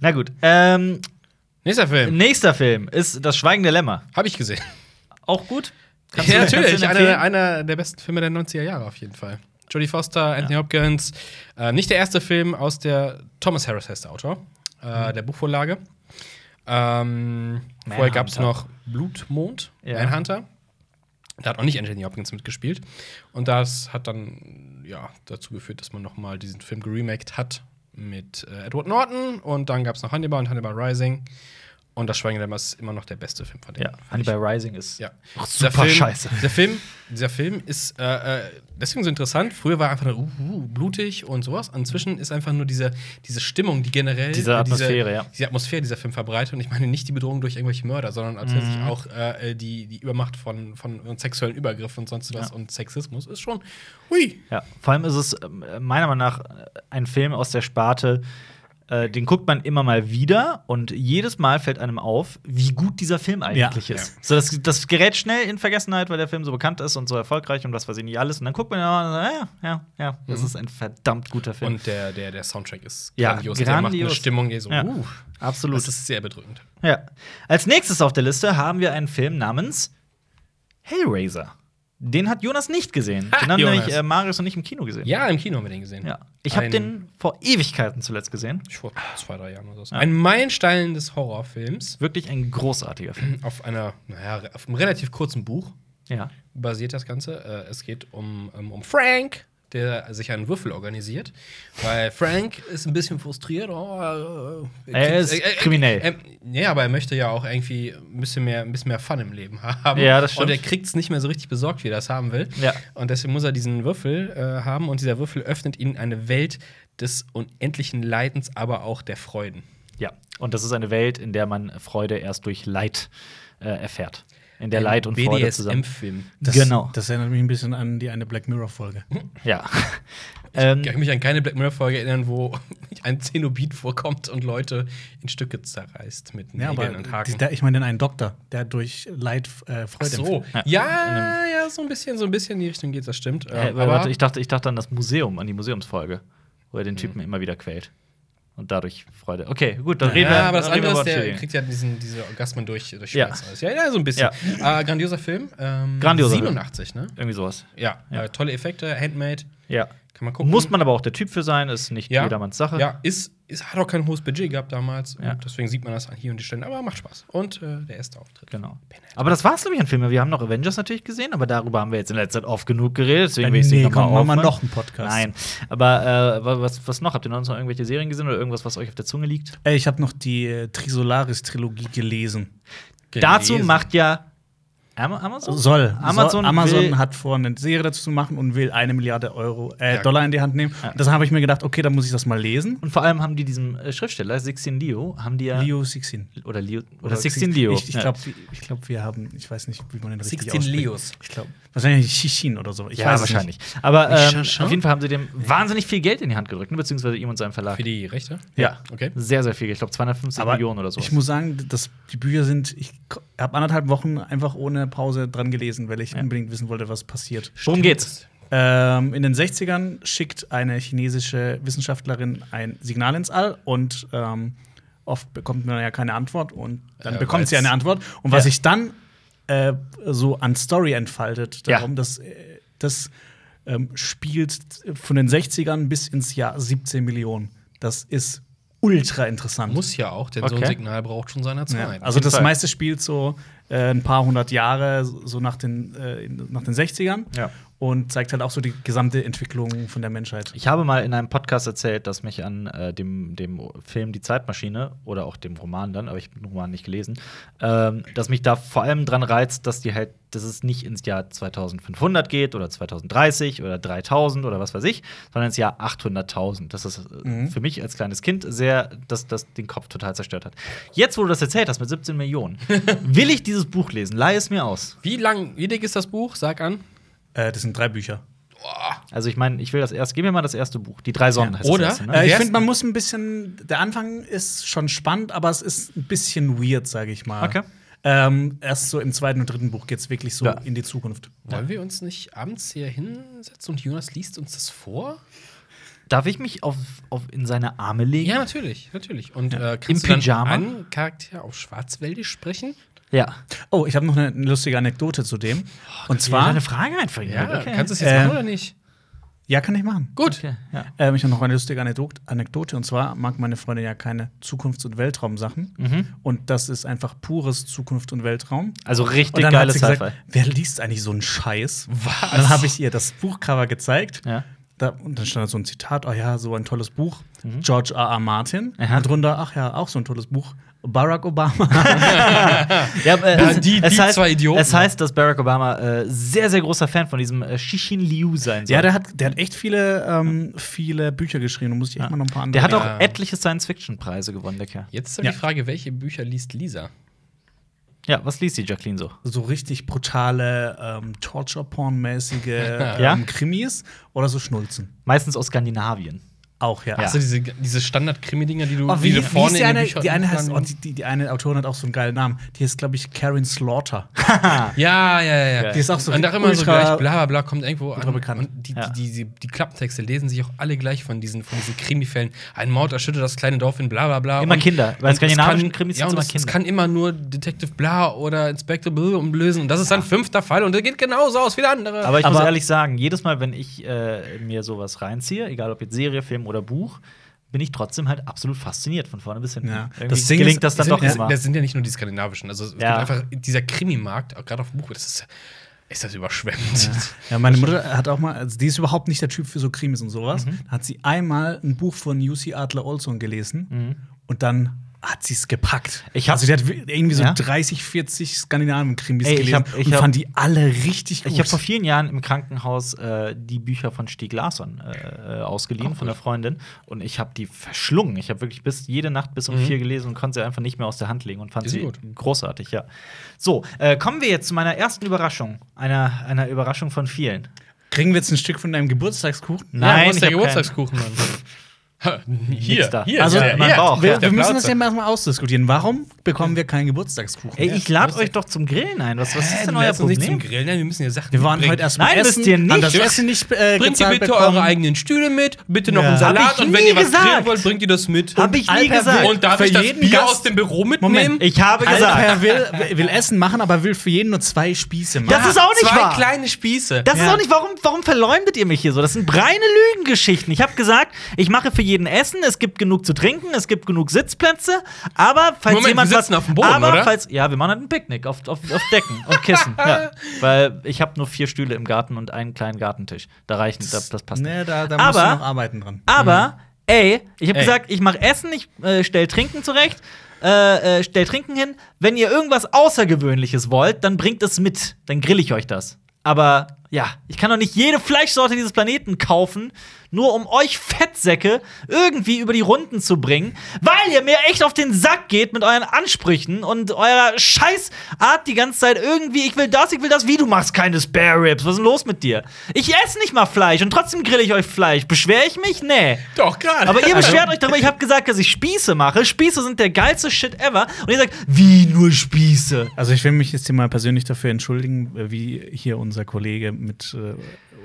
[SPEAKER 2] Na gut. Ähm,
[SPEAKER 3] Nächster Film.
[SPEAKER 2] nächster Film ist Das Schweigen der Lämmer.
[SPEAKER 3] Habe ich gesehen.
[SPEAKER 2] Auch gut?
[SPEAKER 3] ja, natürlich.
[SPEAKER 2] kannst du ihn
[SPEAKER 3] Einer,
[SPEAKER 2] empfehlen?
[SPEAKER 3] einer der besten Filme der 90er Jahre auf jeden Fall. Jodie Foster, Anthony Hopkins. Äh, nicht der erste Film aus der Thomas Harris heißt der Autor, äh, der Buchvorlage. Ähm, vorher gab es noch
[SPEAKER 2] Mhm. Manhunter.
[SPEAKER 3] Blutmond,
[SPEAKER 2] Ja.
[SPEAKER 3] Manhunter. Da hat auch nicht Anthony Hopkins mitgespielt. Und das hat dann ja, dazu geführt, dass man nochmal diesen Film geremaked hat mit äh, Edward Norton. Und dann gab es noch Hannibal und Hannibal Rising. Und das Schweigen der Lämmer ist immer noch der beste Film von dem.
[SPEAKER 2] Ja, Hannibal Rising ist
[SPEAKER 3] Ja.
[SPEAKER 2] auch
[SPEAKER 3] Dieser
[SPEAKER 2] super
[SPEAKER 3] Film,
[SPEAKER 2] scheiße.
[SPEAKER 3] Dieser Film, dieser Film ist äh, äh, deswegen so interessant. Früher war einfach nur uh, uh, blutig und sowas. Inzwischen ist einfach nur diese, diese Stimmung, die generell.
[SPEAKER 2] Diese
[SPEAKER 3] äh,
[SPEAKER 2] Atmosphäre, ja.
[SPEAKER 3] Diese Atmosphäre, die dieser Film verbreitet. Und ich meine nicht die Bedrohung durch irgendwelche Mörder, sondern tatsächlich
[SPEAKER 2] Mhm.
[SPEAKER 3] auch äh, äh, die, die Übermacht von, von sexuellen Übergriffen und sonst was.
[SPEAKER 2] Ja.
[SPEAKER 3] Und Sexismus ist schon. Hui!
[SPEAKER 2] Ja, vor allem ist es äh, meiner Meinung nach äh, ein Film aus der Sparte, äh, den guckt man immer mal wieder und jedes Mal fällt einem auf, wie gut dieser Film eigentlich
[SPEAKER 1] Ja.
[SPEAKER 2] ist. So, das, das gerät schnell in Vergessenheit, weil der Film so bekannt ist und so erfolgreich und was weiß ich nicht alles. Und dann guckt man ja, und sagt, ja, ja, ja, das ist ein verdammt guter Film.
[SPEAKER 3] Mhm. Und der, der, der Soundtrack ist
[SPEAKER 2] Ja,
[SPEAKER 3] grandios. Der macht eine
[SPEAKER 2] grandios.
[SPEAKER 3] Stimmung, die so.
[SPEAKER 2] Ja.
[SPEAKER 3] Uh,
[SPEAKER 2] Absolut.
[SPEAKER 3] das ist sehr bedrückend.
[SPEAKER 2] ja. Als nächstes auf der Liste haben wir einen Film namens Hellraiser. Den hat Jonas nicht gesehen.
[SPEAKER 3] Ha,
[SPEAKER 2] den haben
[SPEAKER 3] Jonas.
[SPEAKER 2] nämlich äh, Marius und ich im Kino gesehen.
[SPEAKER 3] Ja, im Kino haben wir den gesehen.
[SPEAKER 2] Ja. Ich habe
[SPEAKER 3] Ein-
[SPEAKER 2] den vor Ewigkeiten zuletzt gesehen.
[SPEAKER 3] Ich vor zwei, drei Jahren oder so.
[SPEAKER 2] Ja.
[SPEAKER 3] Ein Meilenstein des Horrorfilms
[SPEAKER 2] Wirklich ein großartiger Film.
[SPEAKER 3] auf einer, naja, auf einem relativ kurzen Buch
[SPEAKER 2] Ja.
[SPEAKER 3] basiert das Ganze. Äh, es geht um, ähm, um Frank, der sich einen Würfel organisiert, weil Frank ist ein bisschen frustriert. Oh, äh,
[SPEAKER 2] Er ist kriminell.
[SPEAKER 3] Äh, nee, aber er möchte ja auch irgendwie ein bisschen mehr, ein bisschen mehr Fun im Leben <laughs> haben.
[SPEAKER 2] Ja, das stimmt.
[SPEAKER 3] Und er kriegt es nicht mehr so richtig besorgt, wie er das haben will.
[SPEAKER 2] Ja.
[SPEAKER 3] Und deswegen muss er diesen Würfel äh, haben und dieser Würfel öffnet ihm eine Welt des unendlichen Leidens, aber auch der Freuden.
[SPEAKER 2] Ja. Und das ist eine Welt, in der man Freude erst durch Leid äh, erfährt. In der Leid und Freude zusammen.
[SPEAKER 3] BDSM-Film.
[SPEAKER 1] Das,
[SPEAKER 2] Genau.
[SPEAKER 1] Das erinnert mich ein bisschen an die eine Black
[SPEAKER 2] <laughs>
[SPEAKER 1] Mirror-Folge.
[SPEAKER 2] Ja. ähm,
[SPEAKER 3] Ich kann mich an keine Black Mirror-Folge erinnern, wo <laughs> ein Zenobit vorkommt und Leute in Stücke zerreißt mit
[SPEAKER 1] Ja,
[SPEAKER 3] Nägeln
[SPEAKER 1] aber
[SPEAKER 3] und
[SPEAKER 1] die,
[SPEAKER 3] Haken.
[SPEAKER 1] der, ich meine, den einen Doktor, der durch Leid äh,
[SPEAKER 3] Ach
[SPEAKER 1] Freude
[SPEAKER 3] so.
[SPEAKER 1] empfindet.
[SPEAKER 2] Ja.
[SPEAKER 3] Ja, ja, so ein bisschen, so ein bisschen in die Richtung geht, das stimmt.
[SPEAKER 2] Äh,
[SPEAKER 3] Ähm,
[SPEAKER 2] warte, ich dachte, ich dachte an das Museum, an die Museumsfolge, wo er den Typen immer wieder quält. Und dadurch Freude. Okay, gut, dann reden wir.
[SPEAKER 3] ja, aber das
[SPEAKER 2] dann reden
[SPEAKER 3] andere ist,
[SPEAKER 2] wir
[SPEAKER 3] der
[SPEAKER 2] über Schädel.
[SPEAKER 3] kriegt ja diesen, diese Orgasmen durch, durch
[SPEAKER 2] Ja.
[SPEAKER 3] Schmerzen. alles. Ja. ja, so ein bisschen. Äh, grandioser Film. Ähm,
[SPEAKER 2] Grandioser Film.
[SPEAKER 3] 87, ne?
[SPEAKER 2] Irgendwie sowas.
[SPEAKER 3] Ja,
[SPEAKER 2] Ja.
[SPEAKER 3] Äh, tolle Effekte, handmade.
[SPEAKER 2] Ja.
[SPEAKER 3] Kann man gucken.
[SPEAKER 2] Muss man aber auch der Typ für sein, ist nicht
[SPEAKER 3] ja.
[SPEAKER 2] jedermanns Sache.
[SPEAKER 3] Ja, ist, ist, hat auch kein hohes Budget gehabt damals.
[SPEAKER 2] Ja.
[SPEAKER 3] Und deswegen sieht man das an hier und die Stellen. Aber macht Spaß. Und äh, der erste Auftritt.
[SPEAKER 2] Genau. Aber das war's nämlich an Filmen. Wir haben noch Avengers natürlich gesehen, aber darüber haben wir jetzt in letzter Zeit oft genug geredet. Deswegen will ich
[SPEAKER 1] nee,
[SPEAKER 2] nicht
[SPEAKER 1] komm,
[SPEAKER 2] nochmal
[SPEAKER 1] machen wir noch einen Podcast.
[SPEAKER 2] Nein. Aber äh, wa- was, was noch? Habt ihr noch irgendwelche Serien gesehen oder irgendwas, was euch auf der Zunge liegt?
[SPEAKER 1] Ey, ich habe noch die äh, Trisolaris-Trilogie gelesen.
[SPEAKER 2] Dazu
[SPEAKER 3] Gelesen.
[SPEAKER 2] macht ja Ama- Amazon.
[SPEAKER 1] Soll.
[SPEAKER 2] Amazon
[SPEAKER 1] Soll, Amazon
[SPEAKER 2] will-
[SPEAKER 1] hat vor, eine Serie dazu zu machen und will eine Milliarde Euro, äh,
[SPEAKER 3] Ja.
[SPEAKER 1] Dollar in die Hand nehmen. Und Deshalb habe ich mir gedacht, okay, dann muss ich das mal lesen.
[SPEAKER 2] Und vor allem haben die diesem äh, Schriftsteller, Sixteen Leo, haben die ja.
[SPEAKER 1] Leo 16.
[SPEAKER 2] Oder Leo. Oder Sixteen Leo.
[SPEAKER 1] Ich, ich
[SPEAKER 2] Ja.
[SPEAKER 1] glaube, ich glaub, wir haben, ich weiß nicht, wie man den richtig
[SPEAKER 3] 16
[SPEAKER 1] ausspricht.
[SPEAKER 3] Leos.
[SPEAKER 1] Ich glaube, wahrscheinlich Shishin oder so. Ich
[SPEAKER 2] ja,
[SPEAKER 1] weiß es
[SPEAKER 2] wahrscheinlich. Aber
[SPEAKER 3] Ich schau,
[SPEAKER 2] ähm,
[SPEAKER 3] schau.
[SPEAKER 2] auf jeden Fall haben sie dem wahnsinnig viel Geld in die Hand gedrückt, ne, beziehungsweise ihm und seinem Verlag.
[SPEAKER 3] Für die Rechte?
[SPEAKER 2] Ja.
[SPEAKER 3] Okay.
[SPEAKER 1] Hm.
[SPEAKER 2] Sehr, sehr viel. Ich glaube, 250
[SPEAKER 1] Aber
[SPEAKER 2] Millionen oder so.
[SPEAKER 1] Ich muss sagen, dass die Bücher sind, ich habe anderthalb Wochen einfach ohne Pause dran gelesen, weil ich unbedingt wissen wollte, was passiert.
[SPEAKER 2] Worum geht's?
[SPEAKER 1] Ähm, in den 60ern schickt eine chinesische Wissenschaftlerin ein Signal ins All und ähm, oft bekommt man ja keine Antwort und dann
[SPEAKER 3] Äh,
[SPEAKER 1] bekommt sie
[SPEAKER 3] weil's-
[SPEAKER 1] eine Antwort. Und was
[SPEAKER 2] Ja.
[SPEAKER 1] sich dann äh, so an Story entfaltet,
[SPEAKER 2] Ja.
[SPEAKER 1] darum, dass äh, das ähm, spielt von den 60ern bis ins Jahr 17 Millionen. Das ist ultra interessant.
[SPEAKER 3] Muss ja auch, denn so ein
[SPEAKER 2] Okay.
[SPEAKER 3] Signal braucht schon seiner
[SPEAKER 1] Ja,
[SPEAKER 3] Zeit.
[SPEAKER 1] also
[SPEAKER 2] jeden
[SPEAKER 1] das
[SPEAKER 2] Fall.
[SPEAKER 1] meiste spielt so äh, ein paar hundert Jahre, so nach den, äh, nach den 60ern.
[SPEAKER 2] Ja.
[SPEAKER 1] Und zeigt halt auch so die gesamte Entwicklung von der Menschheit.
[SPEAKER 2] Ich habe mal in einem Podcast erzählt, dass mich an äh, dem, dem Film Die Zeitmaschine oder auch dem Roman dann, aber ich habe den Roman nicht gelesen, ähm, dass mich da vor allem dran reizt, dass die halt, dass es nicht ins Jahr 2500 geht oder 2030 oder 3000 oder was weiß ich, sondern ins Jahr 800.000. Das ist äh, für mich als kleines Kind sehr, dass das den Kopf total zerstört hat. Jetzt, wo du das erzählt hast mit 17 Millionen, will ich dieses Buch lesen. Leih es mir aus.
[SPEAKER 3] Wie lang, wie dick ist das Buch? Sag an.
[SPEAKER 1] Äh, das sind drei Bücher.
[SPEAKER 2] Also ich meine, ich will das erst, gib mir mal das erste Buch. Die drei Sonnen heißt
[SPEAKER 3] Oder-
[SPEAKER 2] das erste, ne?
[SPEAKER 1] Äh, ich
[SPEAKER 3] Wär's-
[SPEAKER 1] finde, man muss ein bisschen. Der Anfang ist schon spannend, aber es ist ein bisschen weird, sage ich mal.
[SPEAKER 2] Okay.
[SPEAKER 1] Ähm, erst so im zweiten und dritten Buch geht es wirklich so
[SPEAKER 2] Ja.
[SPEAKER 1] in die Zukunft.
[SPEAKER 3] Wollen wir uns nicht abends hier hinsetzen und Jonas liest uns das vor?
[SPEAKER 2] Darf ich mich auf, auf in seine Arme legen?
[SPEAKER 3] Ja, natürlich, natürlich. Und äh,
[SPEAKER 2] Im
[SPEAKER 3] kannst du dann
[SPEAKER 2] Pyjama?
[SPEAKER 3] einen Charakter auf Schwarzwäldisch sprechen?
[SPEAKER 2] Ja.
[SPEAKER 1] Oh, ich habe noch eine lustige Anekdote zu dem. Und
[SPEAKER 2] War
[SPEAKER 1] zwar.
[SPEAKER 2] Oh, eine Frage einfach.
[SPEAKER 3] Ja,
[SPEAKER 2] okay.
[SPEAKER 3] kannst du es jetzt
[SPEAKER 1] Äh,
[SPEAKER 3] machen oder nicht?
[SPEAKER 1] Ja, kann ich machen.
[SPEAKER 3] Gut.
[SPEAKER 2] Okay, ja.
[SPEAKER 1] Ähm, ich habe noch eine lustige Anekdot- Anekdote. Und zwar mag meine Freundin ja keine Zukunfts- und Weltraumsachen.
[SPEAKER 2] Mhm.
[SPEAKER 1] Und das ist einfach pures Zukunft- und Weltraum.
[SPEAKER 2] Also richtig
[SPEAKER 1] Und dann hat
[SPEAKER 2] geiles
[SPEAKER 1] sie
[SPEAKER 2] Sci-Fi.
[SPEAKER 1] gesagt, wer liest eigentlich so einen Scheiß? Was? Dann habe ich ihr das Buchcover gezeigt.
[SPEAKER 2] Ja.
[SPEAKER 1] Da, und dann stand da so ein Zitat, oh ja, so ein tolles Buch.
[SPEAKER 2] Mhm.
[SPEAKER 1] George R. R. Martin. Und drunter, ach ja, auch so ein tolles Buch. Barack
[SPEAKER 2] <laughs>
[SPEAKER 1] Obama.
[SPEAKER 2] Ja, äh,
[SPEAKER 3] die-
[SPEAKER 2] es
[SPEAKER 3] die
[SPEAKER 2] heißt,
[SPEAKER 3] zwei Idioten.
[SPEAKER 2] Es heißt, dass Barack Obama äh, sehr, sehr großer Fan von diesem äh, Shishin Liu sein soll.
[SPEAKER 1] ja, der hat, der hat echt viele, ähm, viele Bücher geschrieben. Da muss ich echt mal noch ein paar andere.
[SPEAKER 2] Der hat auch
[SPEAKER 3] Ja.
[SPEAKER 2] etliche Science-Fiction-Preise gewonnen, der Kerl.
[SPEAKER 3] Jetzt ist aber die
[SPEAKER 1] Ja.
[SPEAKER 3] Frage, welche Bücher liest Lisa?
[SPEAKER 2] Ja, was liest die Jacqueline so?
[SPEAKER 1] so richtig brutale, ähm, Torture-Porn-mäßige ähm,
[SPEAKER 2] <laughs> Ja?
[SPEAKER 1] Krimis oder so Schnulzen.
[SPEAKER 2] Meistens aus Skandinavien.
[SPEAKER 1] Auch, ja.
[SPEAKER 3] Hast du diese, diese Standard-Krimi-Dinger, die du,
[SPEAKER 1] Oh,
[SPEAKER 3] die
[SPEAKER 1] wie, wie
[SPEAKER 3] du
[SPEAKER 1] hieß die
[SPEAKER 3] in den
[SPEAKER 1] eine?
[SPEAKER 3] Büchern
[SPEAKER 1] Die eine, heißt, oh,
[SPEAKER 3] lagen?
[SPEAKER 1] die, die, die eine Autorin hat auch so einen geilen Namen. Die ist, glaube ich, Karen Slaughter.
[SPEAKER 3] Ja, ja, ja, ja.
[SPEAKER 1] Die ist auch so
[SPEAKER 3] und nach immer so
[SPEAKER 1] ultra-
[SPEAKER 3] gleich, bla bla bla, kommt irgendwo an.
[SPEAKER 1] bekannt.
[SPEAKER 3] Und die,
[SPEAKER 2] Ja.
[SPEAKER 3] die, die, die, die Klappentexte lesen sich auch alle gleich von diesen, von diesen Krimi-Fällen. Ein Mord erschüttert das kleine Dorf in bla bla bla.
[SPEAKER 2] Immer
[SPEAKER 3] Und-
[SPEAKER 2] Kinder, weil
[SPEAKER 3] und
[SPEAKER 2] skandinavischen
[SPEAKER 3] es kann-
[SPEAKER 2] Krimis
[SPEAKER 3] ja,
[SPEAKER 2] sind's
[SPEAKER 3] und
[SPEAKER 2] immer
[SPEAKER 3] es, es
[SPEAKER 2] Kinder.
[SPEAKER 3] kann immer nur Detective bla oder Inspector bla und lösen. Und das ist dann fünfter Fall und der geht genauso aus wie der andere.
[SPEAKER 2] Aber ich muss
[SPEAKER 1] Aber-
[SPEAKER 2] ehrlich sagen, jedes Mal, wenn ich äh, mir sowas reinziehe, egal ob jetzt Serie, Film oder Buch, bin ich trotzdem halt absolut fasziniert von vorne bis hinten.
[SPEAKER 1] Ja.
[SPEAKER 2] Irgendwie
[SPEAKER 1] Das Ding
[SPEAKER 2] gelingt
[SPEAKER 1] ist,
[SPEAKER 2] das dann
[SPEAKER 3] sind,
[SPEAKER 2] doch
[SPEAKER 3] das,
[SPEAKER 2] immer.
[SPEAKER 3] das sind ja nicht nur die skandinavischen. Also es es
[SPEAKER 2] Ja.
[SPEAKER 3] gibt einfach dieser Krimi-Markt, auch gerade auf dem Buch, das ist, ist das überschwemmend.
[SPEAKER 1] Ja, meine Mutter hat auch mal, also die ist überhaupt nicht der Typ für so Krimis und sowas.
[SPEAKER 2] Mhm.
[SPEAKER 1] Da hat sie einmal ein Buch von UC Adler Olson gelesen und dann hat sie es gepackt.
[SPEAKER 2] Mhm. Ich hab-
[SPEAKER 1] also die hat wi- irgendwie so
[SPEAKER 2] Ja?
[SPEAKER 1] 30, 40 Skandinavien-Krimis
[SPEAKER 2] Ey, ich
[SPEAKER 1] gelesen
[SPEAKER 2] hab- ich
[SPEAKER 1] und
[SPEAKER 2] hab-
[SPEAKER 1] fand die alle richtig gut.
[SPEAKER 2] Ich habe vor vielen Jahren im Krankenhaus äh, die Bücher von Stieg Larsson äh, äh, ausgeliehen von der Freundin und ich habe die verschlungen. Ich habe wirklich bis jede Nacht bis um vier gelesen und konnte sie einfach nicht mehr aus der Hand legen und fand
[SPEAKER 3] Mhm. Die
[SPEAKER 2] sie
[SPEAKER 3] sind gut.
[SPEAKER 2] großartig, ja. So, äh, kommen wir jetzt zu meiner ersten Überraschung, einer, einer Überraschung von vielen.
[SPEAKER 1] Kriegen wir jetzt ein Stück von deinem Geburtstagskuchen?
[SPEAKER 3] ja, wo ist der
[SPEAKER 2] ich hab keinen.
[SPEAKER 3] Geburtstagskuchen,
[SPEAKER 2] <laughs>
[SPEAKER 3] Mann? Ha, hier,
[SPEAKER 2] Nix da.
[SPEAKER 3] hier,
[SPEAKER 1] Also,
[SPEAKER 3] ist
[SPEAKER 2] mein
[SPEAKER 3] hier,
[SPEAKER 2] Bauch,
[SPEAKER 3] hier
[SPEAKER 1] wir
[SPEAKER 2] ja.
[SPEAKER 3] ist der
[SPEAKER 1] wir müssen das
[SPEAKER 3] Plauze.
[SPEAKER 1] ja mal erstmal ausdiskutieren. Warum bekommen wir keinen Geburtstagskuchen?
[SPEAKER 2] Ey, ich lade euch doch zum Grillen ein. Was, was ist denn
[SPEAKER 3] Äh, du
[SPEAKER 2] euer
[SPEAKER 3] lädst uns
[SPEAKER 2] Problem?
[SPEAKER 3] nicht zum Grillen, nein, ne? wir müssen hier Sachen
[SPEAKER 1] wir waren
[SPEAKER 3] mitbringen.
[SPEAKER 1] heute erstmal
[SPEAKER 2] Nein,
[SPEAKER 1] essen,
[SPEAKER 2] wisst ihr nicht.
[SPEAKER 1] haben das Essen nicht äh,
[SPEAKER 3] Bringt ihr
[SPEAKER 1] gezahlt
[SPEAKER 3] bitte
[SPEAKER 1] bekommen.
[SPEAKER 3] eure eigenen Stühle mit, bitte noch
[SPEAKER 1] Ja.
[SPEAKER 3] einen
[SPEAKER 2] Hab
[SPEAKER 3] Salat
[SPEAKER 2] ich
[SPEAKER 3] und wenn
[SPEAKER 2] nie
[SPEAKER 3] ihr was
[SPEAKER 2] gesagt.
[SPEAKER 3] grillen wollt, bringt ihr das mit.
[SPEAKER 2] Hab ich nie
[SPEAKER 1] Alper
[SPEAKER 2] gesagt.
[SPEAKER 1] will-
[SPEAKER 3] und darf
[SPEAKER 1] für
[SPEAKER 3] ich das
[SPEAKER 1] jeden
[SPEAKER 3] Bier
[SPEAKER 1] Gast-
[SPEAKER 3] aus dem Büro mitnehmen?
[SPEAKER 1] Moment,
[SPEAKER 2] Ich habe gesagt.
[SPEAKER 1] Alper will, will Essen machen, aber will für jeden nur zwei Spieße machen. Ah.
[SPEAKER 2] Das ist auch nicht
[SPEAKER 3] Zwei
[SPEAKER 2] wahr.
[SPEAKER 3] kleine Spieße.
[SPEAKER 2] Das ist
[SPEAKER 1] Ja.
[SPEAKER 2] auch nicht, warum, warum verleumdet ihr mich hier so? Das sind reine Lügengeschichten. Ich habe gesagt, ich mache für jeden Essen, es gibt genug zu trinken, es gibt genug Sitzplätze, aber falls
[SPEAKER 3] Moment,
[SPEAKER 2] jemand
[SPEAKER 3] wir
[SPEAKER 2] was,
[SPEAKER 3] sitzen auf dem Boden,
[SPEAKER 2] aber
[SPEAKER 3] oder?
[SPEAKER 2] falls ja, wir machen halt ein Picknick auf, auf, auf Decken und Kissen,
[SPEAKER 3] <laughs>
[SPEAKER 2] ja. weil ich habe nur vier Stühle im Garten und einen kleinen Gartentisch. Da reicht das, das passt. nicht.
[SPEAKER 1] Nee, Ne, da, da musst
[SPEAKER 2] Aber-
[SPEAKER 1] du noch arbeiten dran.
[SPEAKER 2] Aber ey, ich habe
[SPEAKER 3] Ey.
[SPEAKER 2] gesagt, ich mache Essen, ich äh, stell Trinken zurecht, äh, äh, stell Trinken hin. Wenn ihr irgendwas Außergewöhnliches wollt, dann bringt es mit, dann grill ich euch das. Aber ja, ich kann doch nicht jede Fleischsorte dieses Planeten kaufen, nur um euch Fettsäcke irgendwie über die Runden zu bringen, weil ihr mir echt auf den Sack geht mit euren Ansprüchen und eurer Scheißart die ganze Zeit irgendwie, ich will das, ich will das, wie du machst keine Spare Ribs. Was ist denn los mit dir? Ich esse nicht mal Fleisch und trotzdem grill ich euch Fleisch. Beschwere ich mich? Nee.
[SPEAKER 3] Doch, Also, gerade.
[SPEAKER 2] Aber
[SPEAKER 3] <laughs>
[SPEAKER 2] ihr beschwert euch darüber, ich habe gesagt, dass ich Spieße mache. Spieße sind der geilste Shit ever. Und ihr sagt, wie nur Spieße?
[SPEAKER 1] Also ich will mich jetzt hier mal persönlich dafür entschuldigen, äh, wie hier unser Kollege mit äh,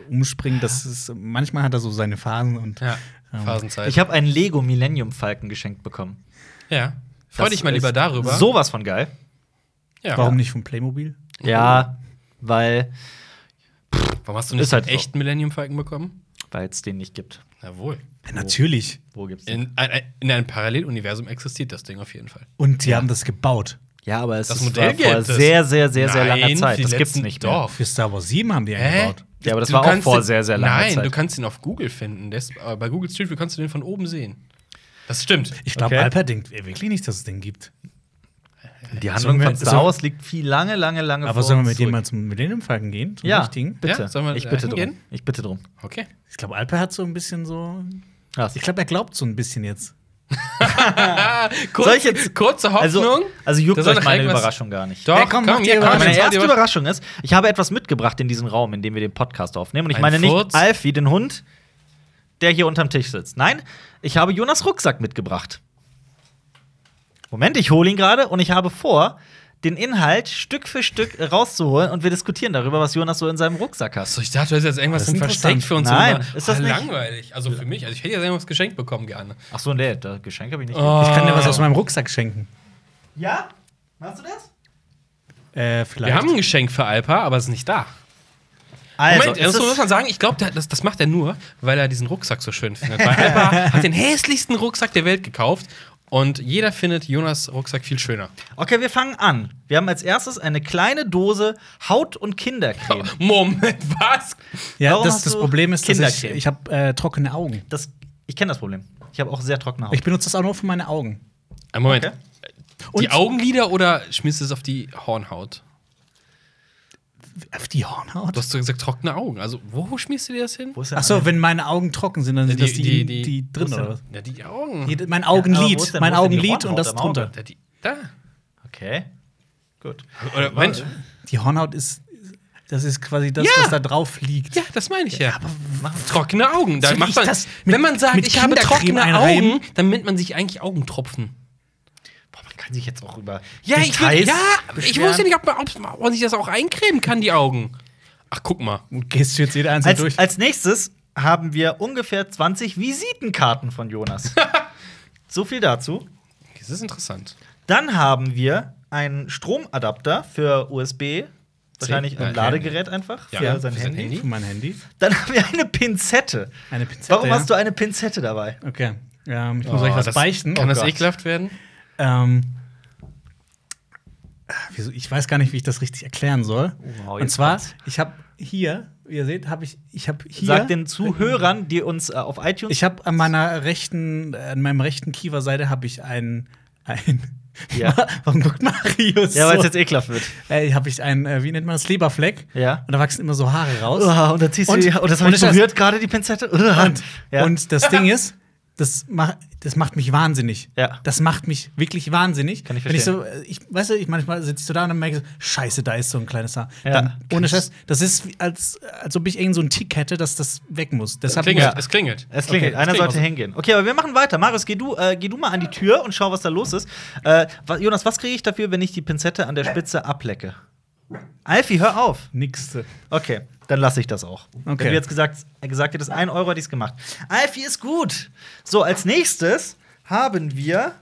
[SPEAKER 1] umspringt. Das ist, manchmal hat er so seine Phasen und
[SPEAKER 3] Ja, Phasenzeit.
[SPEAKER 2] Ich habe einen Lego Millennium Falken geschenkt bekommen.
[SPEAKER 3] ja. Freu
[SPEAKER 2] Das
[SPEAKER 3] dich mal
[SPEAKER 2] ist
[SPEAKER 3] lieber darüber.
[SPEAKER 2] Sowas von geil.
[SPEAKER 3] ja.
[SPEAKER 1] warum nicht vom Playmobil?
[SPEAKER 2] Ja, weil
[SPEAKER 3] Warum hast du
[SPEAKER 2] Ist
[SPEAKER 3] nicht
[SPEAKER 2] halt
[SPEAKER 3] einen
[SPEAKER 2] so.
[SPEAKER 3] echten Millennium Falcon bekommen?
[SPEAKER 2] es den nicht gibt.
[SPEAKER 3] Jawohl.
[SPEAKER 2] Oh.
[SPEAKER 1] Ja, natürlich.
[SPEAKER 2] Wo gibt's den?
[SPEAKER 3] In, ein- ein- in einem Paralleluniversum existiert das Ding auf jeden Fall.
[SPEAKER 1] Und die haben das gebaut.
[SPEAKER 2] Ja, aber es
[SPEAKER 3] Das
[SPEAKER 2] ist
[SPEAKER 3] Modell
[SPEAKER 2] war vor
[SPEAKER 3] gibt es.
[SPEAKER 2] sehr, sehr, sehr, sehr langer
[SPEAKER 3] Nein,
[SPEAKER 2] Zeit.
[SPEAKER 3] die
[SPEAKER 2] Das gibt's
[SPEAKER 3] letzten-
[SPEAKER 2] nicht mehr.
[SPEAKER 3] Doch.
[SPEAKER 1] Für Star Wars 7 haben die
[SPEAKER 3] Hä?
[SPEAKER 1] eingebaut.
[SPEAKER 2] Ja, aber das war auch
[SPEAKER 3] kannst
[SPEAKER 2] vor
[SPEAKER 3] den-
[SPEAKER 2] sehr, sehr langer
[SPEAKER 3] Nein,
[SPEAKER 2] Zeit.
[SPEAKER 3] du kannst ihn auf Google finden. Der ist, äh, bei Google Street View kannst du den von oben sehen. Das stimmt.
[SPEAKER 1] Ich glaube,
[SPEAKER 2] Okay.
[SPEAKER 1] Alper denkt wirklich nicht, dass es den gibt.
[SPEAKER 2] Die Handlung von
[SPEAKER 1] Sollen wir-
[SPEAKER 2] Star Wars liegt viel lange, lange, lange
[SPEAKER 1] Aber
[SPEAKER 2] vor
[SPEAKER 1] sollen wir
[SPEAKER 2] uns
[SPEAKER 1] mit
[SPEAKER 2] zurück.
[SPEAKER 1] jemandem zum Millennium-Falken gehen? Zum
[SPEAKER 2] Ja,
[SPEAKER 1] richtigen?
[SPEAKER 2] bitte.
[SPEAKER 3] Ja, sollen wir
[SPEAKER 2] ich
[SPEAKER 3] da
[SPEAKER 2] bitte drum.
[SPEAKER 3] hingehen?
[SPEAKER 2] Ich bitte drum.
[SPEAKER 3] Okay.
[SPEAKER 1] Ich glaube, Alper hat so ein bisschen so.
[SPEAKER 2] Was?
[SPEAKER 1] Ich glaube, er glaubt so ein bisschen jetzt.
[SPEAKER 3] Kurz,
[SPEAKER 2] Soll ich jetzt-
[SPEAKER 3] kurze Hoffnung.
[SPEAKER 2] Also, also juckt
[SPEAKER 3] Da soll
[SPEAKER 2] euch
[SPEAKER 3] doch
[SPEAKER 2] meine
[SPEAKER 3] irgendwas-
[SPEAKER 2] Überraschung gar nicht.
[SPEAKER 3] Doch,
[SPEAKER 1] Ey, komm, mach die
[SPEAKER 3] hier,
[SPEAKER 2] Aber
[SPEAKER 1] Überraschung.
[SPEAKER 2] meine
[SPEAKER 3] jetzt mach die
[SPEAKER 2] erste
[SPEAKER 3] Überraschung.
[SPEAKER 2] Überraschung ist, ich habe etwas mitgebracht in diesen Raum, in dem wir den Podcast aufnehmen. Und ich
[SPEAKER 3] Ein
[SPEAKER 2] meine nicht
[SPEAKER 3] Furz?
[SPEAKER 2] Alfie, den Hund, der hier unterm Tisch sitzt. Nein, ich habe Jonas Rucksack mitgebracht. Moment, ich hole ihn gerade und ich habe vor, den Inhalt Stück für Stück rauszuholen und wir diskutieren darüber, was Jonas so in seinem Rucksack hat.
[SPEAKER 3] Achso, ich dachte, du hättest jetzt irgendwas
[SPEAKER 1] Das ist
[SPEAKER 3] im Versteck
[SPEAKER 1] interessant.
[SPEAKER 3] für uns.
[SPEAKER 2] Nein,
[SPEAKER 3] immer.
[SPEAKER 2] ist das
[SPEAKER 3] Ah,
[SPEAKER 2] nicht?
[SPEAKER 3] langweilig. Also für mich. Also ich hätte jetzt irgendwas geschenkt bekommen gerne.
[SPEAKER 2] Ach so, nee, das Geschenk habe ich nicht.
[SPEAKER 3] Oh.
[SPEAKER 1] Ich kann dir was aus meinem Rucksack schenken.
[SPEAKER 2] Ja? Machst du das?
[SPEAKER 1] Äh, vielleicht.
[SPEAKER 3] Wir haben ein Geschenk für Alpa, aber es ist nicht da.
[SPEAKER 2] Also,
[SPEAKER 3] Moment,
[SPEAKER 2] es
[SPEAKER 3] das muss
[SPEAKER 2] ist,
[SPEAKER 3] man sagen, ich glaube, das, das macht er nur, weil er diesen Rucksack so schön findet. Weil
[SPEAKER 2] <laughs>
[SPEAKER 3] Alpa hat den hässlichsten Rucksack der Welt gekauft und jeder findet Jonas Rucksack viel schöner.
[SPEAKER 2] okay, wir fangen an. Wir haben als erstes eine kleine Dose Haut- und Kindercreme.
[SPEAKER 3] Oh. Moment, was?
[SPEAKER 1] Ja,
[SPEAKER 2] Warum
[SPEAKER 1] das,
[SPEAKER 2] hast
[SPEAKER 1] das
[SPEAKER 2] du
[SPEAKER 1] Problem ist, dass ich,
[SPEAKER 2] Kindercreme?
[SPEAKER 1] ich habe äh, trockene Augen.
[SPEAKER 2] Das, ich kenne das Problem. Ich habe auch sehr trockene Haut.
[SPEAKER 1] Ich benutze das auch nur für meine Augen.
[SPEAKER 3] Ein Äh, Moment.
[SPEAKER 2] Okay.
[SPEAKER 3] Die
[SPEAKER 1] Und-
[SPEAKER 3] Augenlider oder schmierst du es auf die Hornhaut?
[SPEAKER 1] Auf äh, die Hornhaut?
[SPEAKER 3] Du hast doch gesagt trockene Augen. Also, wo schmierst du dir das hin?
[SPEAKER 2] Wo ist der
[SPEAKER 1] Achso,
[SPEAKER 2] andere?
[SPEAKER 1] wenn meine Augen trocken sind, dann sind das die, die, drin oder was?
[SPEAKER 3] Ja, die Augen.
[SPEAKER 1] Hier, mein
[SPEAKER 2] Ja, aber
[SPEAKER 1] Augenlid,
[SPEAKER 2] wo ist denn-
[SPEAKER 1] mein
[SPEAKER 2] wo ist denn die
[SPEAKER 1] Augenlid und
[SPEAKER 2] Hornhaut
[SPEAKER 1] das
[SPEAKER 2] am Auge?
[SPEAKER 1] drunter.
[SPEAKER 3] Ja, die, da.
[SPEAKER 2] Okay. Gut.
[SPEAKER 3] Oder, Moment.
[SPEAKER 1] Die Hornhaut ist Das ist quasi das,
[SPEAKER 3] Ja.
[SPEAKER 1] was da drauf liegt.
[SPEAKER 3] Ja, das meine ich ja. Aber trockene Augen. Da
[SPEAKER 1] Soll
[SPEAKER 3] macht
[SPEAKER 1] ich
[SPEAKER 3] man,
[SPEAKER 1] das
[SPEAKER 3] wenn
[SPEAKER 1] mit-
[SPEAKER 3] man sagt,
[SPEAKER 1] mit
[SPEAKER 3] ich habe
[SPEAKER 1] Kindercreme
[SPEAKER 3] trockene
[SPEAKER 1] einreiben?
[SPEAKER 3] Augen, dann nennt man sich eigentlich Augentropfen.
[SPEAKER 2] Boah, man kann sich jetzt auch über.
[SPEAKER 3] Ja, ich, will,
[SPEAKER 2] Details
[SPEAKER 3] ja ich
[SPEAKER 2] beschweren.
[SPEAKER 3] wusste nicht, ob man, ob man ob man sich das auch eincremen kann, die Augen. Ach, guck mal.
[SPEAKER 1] Und gehst du jetzt jede einzelne
[SPEAKER 2] Als,
[SPEAKER 1] durch?
[SPEAKER 2] als nächstes haben wir ungefähr 20 Visitenkarten von Jonas. so viel dazu.
[SPEAKER 3] Das ist interessant.
[SPEAKER 2] Dann haben wir einen Stromadapter für USB. Wahrscheinlich
[SPEAKER 3] Nein,
[SPEAKER 2] ein Ladegerät einfach
[SPEAKER 3] Ja,
[SPEAKER 2] für sein
[SPEAKER 3] für sein
[SPEAKER 2] Handy.
[SPEAKER 1] Für mein Handy.
[SPEAKER 2] Dann haben wir eine Pinzette.
[SPEAKER 1] Eine Pinzette.
[SPEAKER 2] Warum
[SPEAKER 1] ja?
[SPEAKER 2] hast du eine Pinzette dabei?
[SPEAKER 1] Okay. Ähm, ich muss euch was
[SPEAKER 3] das-
[SPEAKER 1] beichten.
[SPEAKER 3] Kann
[SPEAKER 1] Oh
[SPEAKER 3] das
[SPEAKER 1] Gott.
[SPEAKER 3] ekelhaft werden?
[SPEAKER 1] Ähm, wieso, ich weiß gar nicht, wie ich das richtig erklären soll.
[SPEAKER 2] wow,
[SPEAKER 1] Und
[SPEAKER 2] jetzt
[SPEAKER 1] zwar,
[SPEAKER 2] kommt's.
[SPEAKER 1] ich habe hier, wie ihr seht, habe ich, ich habe hier.
[SPEAKER 2] Sag den Zuhörern, die uns äh, auf iTunes.
[SPEAKER 1] Ich habe an meiner rechten, äh, an meinem rechten Kieferseite habe ich einen, ein.
[SPEAKER 2] Ja.
[SPEAKER 1] <laughs> Warum guckt Marius?
[SPEAKER 2] ja, weil es
[SPEAKER 1] so?
[SPEAKER 2] jetzt ekelhaft wird.
[SPEAKER 1] Äh, habe ich einen, äh, wie nennt man das, Leberfleck.
[SPEAKER 2] Ja.
[SPEAKER 1] Und da wachsen immer so Haare raus.
[SPEAKER 2] Uah, und dann ziehst du
[SPEAKER 1] Und-
[SPEAKER 2] die, oh, das
[SPEAKER 1] und
[SPEAKER 2] habe ich
[SPEAKER 1] das-
[SPEAKER 2] berührt gerade, die Pinzette. Uah.
[SPEAKER 1] Und,
[SPEAKER 2] <laughs> ja.
[SPEAKER 1] und das Ding ist, das, mach, das macht mich wahnsinnig.
[SPEAKER 2] Ja.
[SPEAKER 1] Das macht mich wirklich wahnsinnig.
[SPEAKER 2] Kann ich
[SPEAKER 1] Wenn ich so, äh, ich, weißt du, ich manchmal sitze ich so da und dann merke ich so, scheiße, da ist so ein kleines Haar.
[SPEAKER 2] Ja.
[SPEAKER 1] Dann, ohne Scheiß, das ist wie- als, als ob ich irgend so einen Tick hätte, dass das weg muss. Deshalb
[SPEAKER 3] Klingelt,
[SPEAKER 1] muss-
[SPEAKER 2] Ja.
[SPEAKER 3] es klingelt.
[SPEAKER 2] es
[SPEAKER 1] Okay,
[SPEAKER 2] klingelt,
[SPEAKER 1] es
[SPEAKER 2] einer
[SPEAKER 1] klingelt.
[SPEAKER 2] sollte hingehen. Okay, aber wir machen weiter. Marius, geh du, äh, geh du mal an die Tür und schau, was da los ist. Äh, wa- Jonas, was kriege ich dafür, wenn ich die Pinzette an der Spitze ablecke? Alfie, hör auf.
[SPEAKER 1] nix.
[SPEAKER 2] Okay, dann lasse ich das auch. Okay.
[SPEAKER 1] Okay.
[SPEAKER 2] Wenn du jetzt gesagt, äh, gesagt hättest, 1 Euro hätte ich es gemacht. Alfie ist gut. So, als nächstes haben wir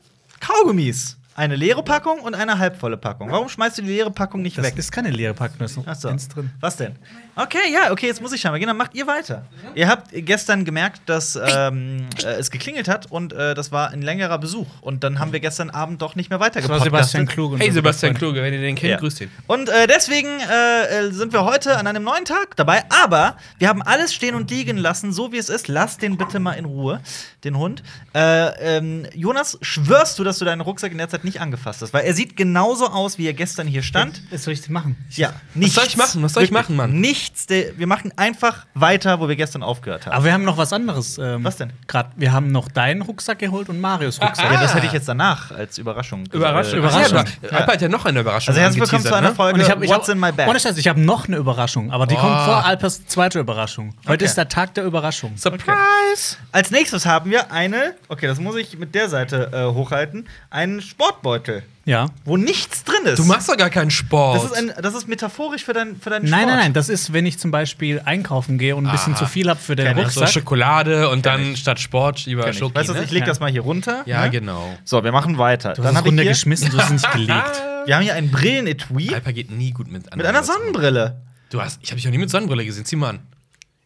[SPEAKER 2] Kaugummis. Eine leere Packung und eine halbvolle Packung. Warum schmeißt du die leere Packung nicht
[SPEAKER 1] Das
[SPEAKER 2] weg?
[SPEAKER 1] ist keine leere Packung, da ist noch
[SPEAKER 2] Ach so.
[SPEAKER 1] eins drin.
[SPEAKER 2] Was denn? Okay, ja, okay, jetzt muss ich scheinbar gehen. Dann macht ihr weiter. Ihr habt gestern gemerkt, dass ähm, äh, es geklingelt hat und äh, das war ein längerer Besuch. Und dann haben wir gestern Abend doch nicht mehr
[SPEAKER 1] Das war
[SPEAKER 2] weitergepodcastet.
[SPEAKER 1] Sebastian Kluge. unser
[SPEAKER 3] Hey, Sebastian
[SPEAKER 1] Freund.
[SPEAKER 3] Kluge, wenn ihr den kennt,
[SPEAKER 2] Ja.
[SPEAKER 3] grüßt ihn.
[SPEAKER 2] Und äh, deswegen äh, äh, sind wir heute an einem neuen Tag dabei. Aber wir haben alles stehen und liegen lassen, so wie es ist. Lass den bitte mal in Ruhe, den Hund. Äh, ähm, Jonas, schwörst du, dass du deinen Rucksack in der Zeit nicht angefasst hast? Weil er sieht genauso aus, wie er gestern hier stand.
[SPEAKER 1] Was soll ich denn machen?
[SPEAKER 2] Ja, nichts.
[SPEAKER 3] soll ich machen? Was soll ich
[SPEAKER 2] Wirklich,
[SPEAKER 3] machen, Mann?
[SPEAKER 2] Nichts. De- Wir machen einfach weiter, wo wir gestern aufgehört haben.
[SPEAKER 1] Aber wir haben noch was anderes. ähm,
[SPEAKER 2] Was denn?
[SPEAKER 1] Grad, wir haben noch deinen Rucksack geholt und Marius Rucksack.
[SPEAKER 2] ja, das hätte ich jetzt danach als Überraschung.
[SPEAKER 3] Ah. Überraschung.
[SPEAKER 2] Äh,
[SPEAKER 1] Überraschung.
[SPEAKER 3] Ja, aber Alper hat ja noch eine Überraschung.
[SPEAKER 2] Also herzlich willkommen
[SPEAKER 3] angeteasert,
[SPEAKER 2] zu einer
[SPEAKER 3] ne?
[SPEAKER 2] Folge
[SPEAKER 1] Und ich hab, ich
[SPEAKER 2] What's
[SPEAKER 1] hab,
[SPEAKER 2] in my bag?
[SPEAKER 1] Ohne Scheiß, ich habe noch eine Überraschung, aber die
[SPEAKER 3] Oh.
[SPEAKER 1] kommt vor Alpers zweite Überraschung. Heute
[SPEAKER 2] Okay.
[SPEAKER 1] ist der Tag der Überraschung.
[SPEAKER 3] Surprise!
[SPEAKER 2] Als nächstes haben wir eine, okay, das muss ich mit der Seite äh, hochhalten, einen Sportbeutel,
[SPEAKER 1] Ja.
[SPEAKER 2] wo nichts drin ist.
[SPEAKER 3] Du machst doch gar keinen Sport.
[SPEAKER 2] das ist, ein, das ist metaphorisch für, dein, für deinen Sport.
[SPEAKER 1] Nein, nein, nein, das ist, wenn ich zum Beispiel einkaufen gehe und ein bisschen
[SPEAKER 3] Ah.
[SPEAKER 1] zu viel habe für den
[SPEAKER 2] Kenn ich.
[SPEAKER 3] so
[SPEAKER 1] Rucksack.
[SPEAKER 3] Schokolade und dann statt Sport lieber
[SPEAKER 2] Weißt du,
[SPEAKER 3] Schoki. ne?
[SPEAKER 2] was, ich leg
[SPEAKER 1] Ja. ne?
[SPEAKER 2] das mal hier runter.
[SPEAKER 3] Ja,
[SPEAKER 2] ne?
[SPEAKER 3] genau.
[SPEAKER 2] So, wir machen weiter.
[SPEAKER 1] du hast es
[SPEAKER 2] hab ich hier,
[SPEAKER 1] runtergeschmissen, du hast es
[SPEAKER 2] <laughs>
[SPEAKER 1] nicht gelegt.
[SPEAKER 2] wir haben hier ein Brillenetui
[SPEAKER 3] Alper geht nie gut mit
[SPEAKER 2] mit einer Sonnenbrille.
[SPEAKER 3] Du hast, ich habe dich noch nie mit Sonnenbrille gesehen. Zieh mal an.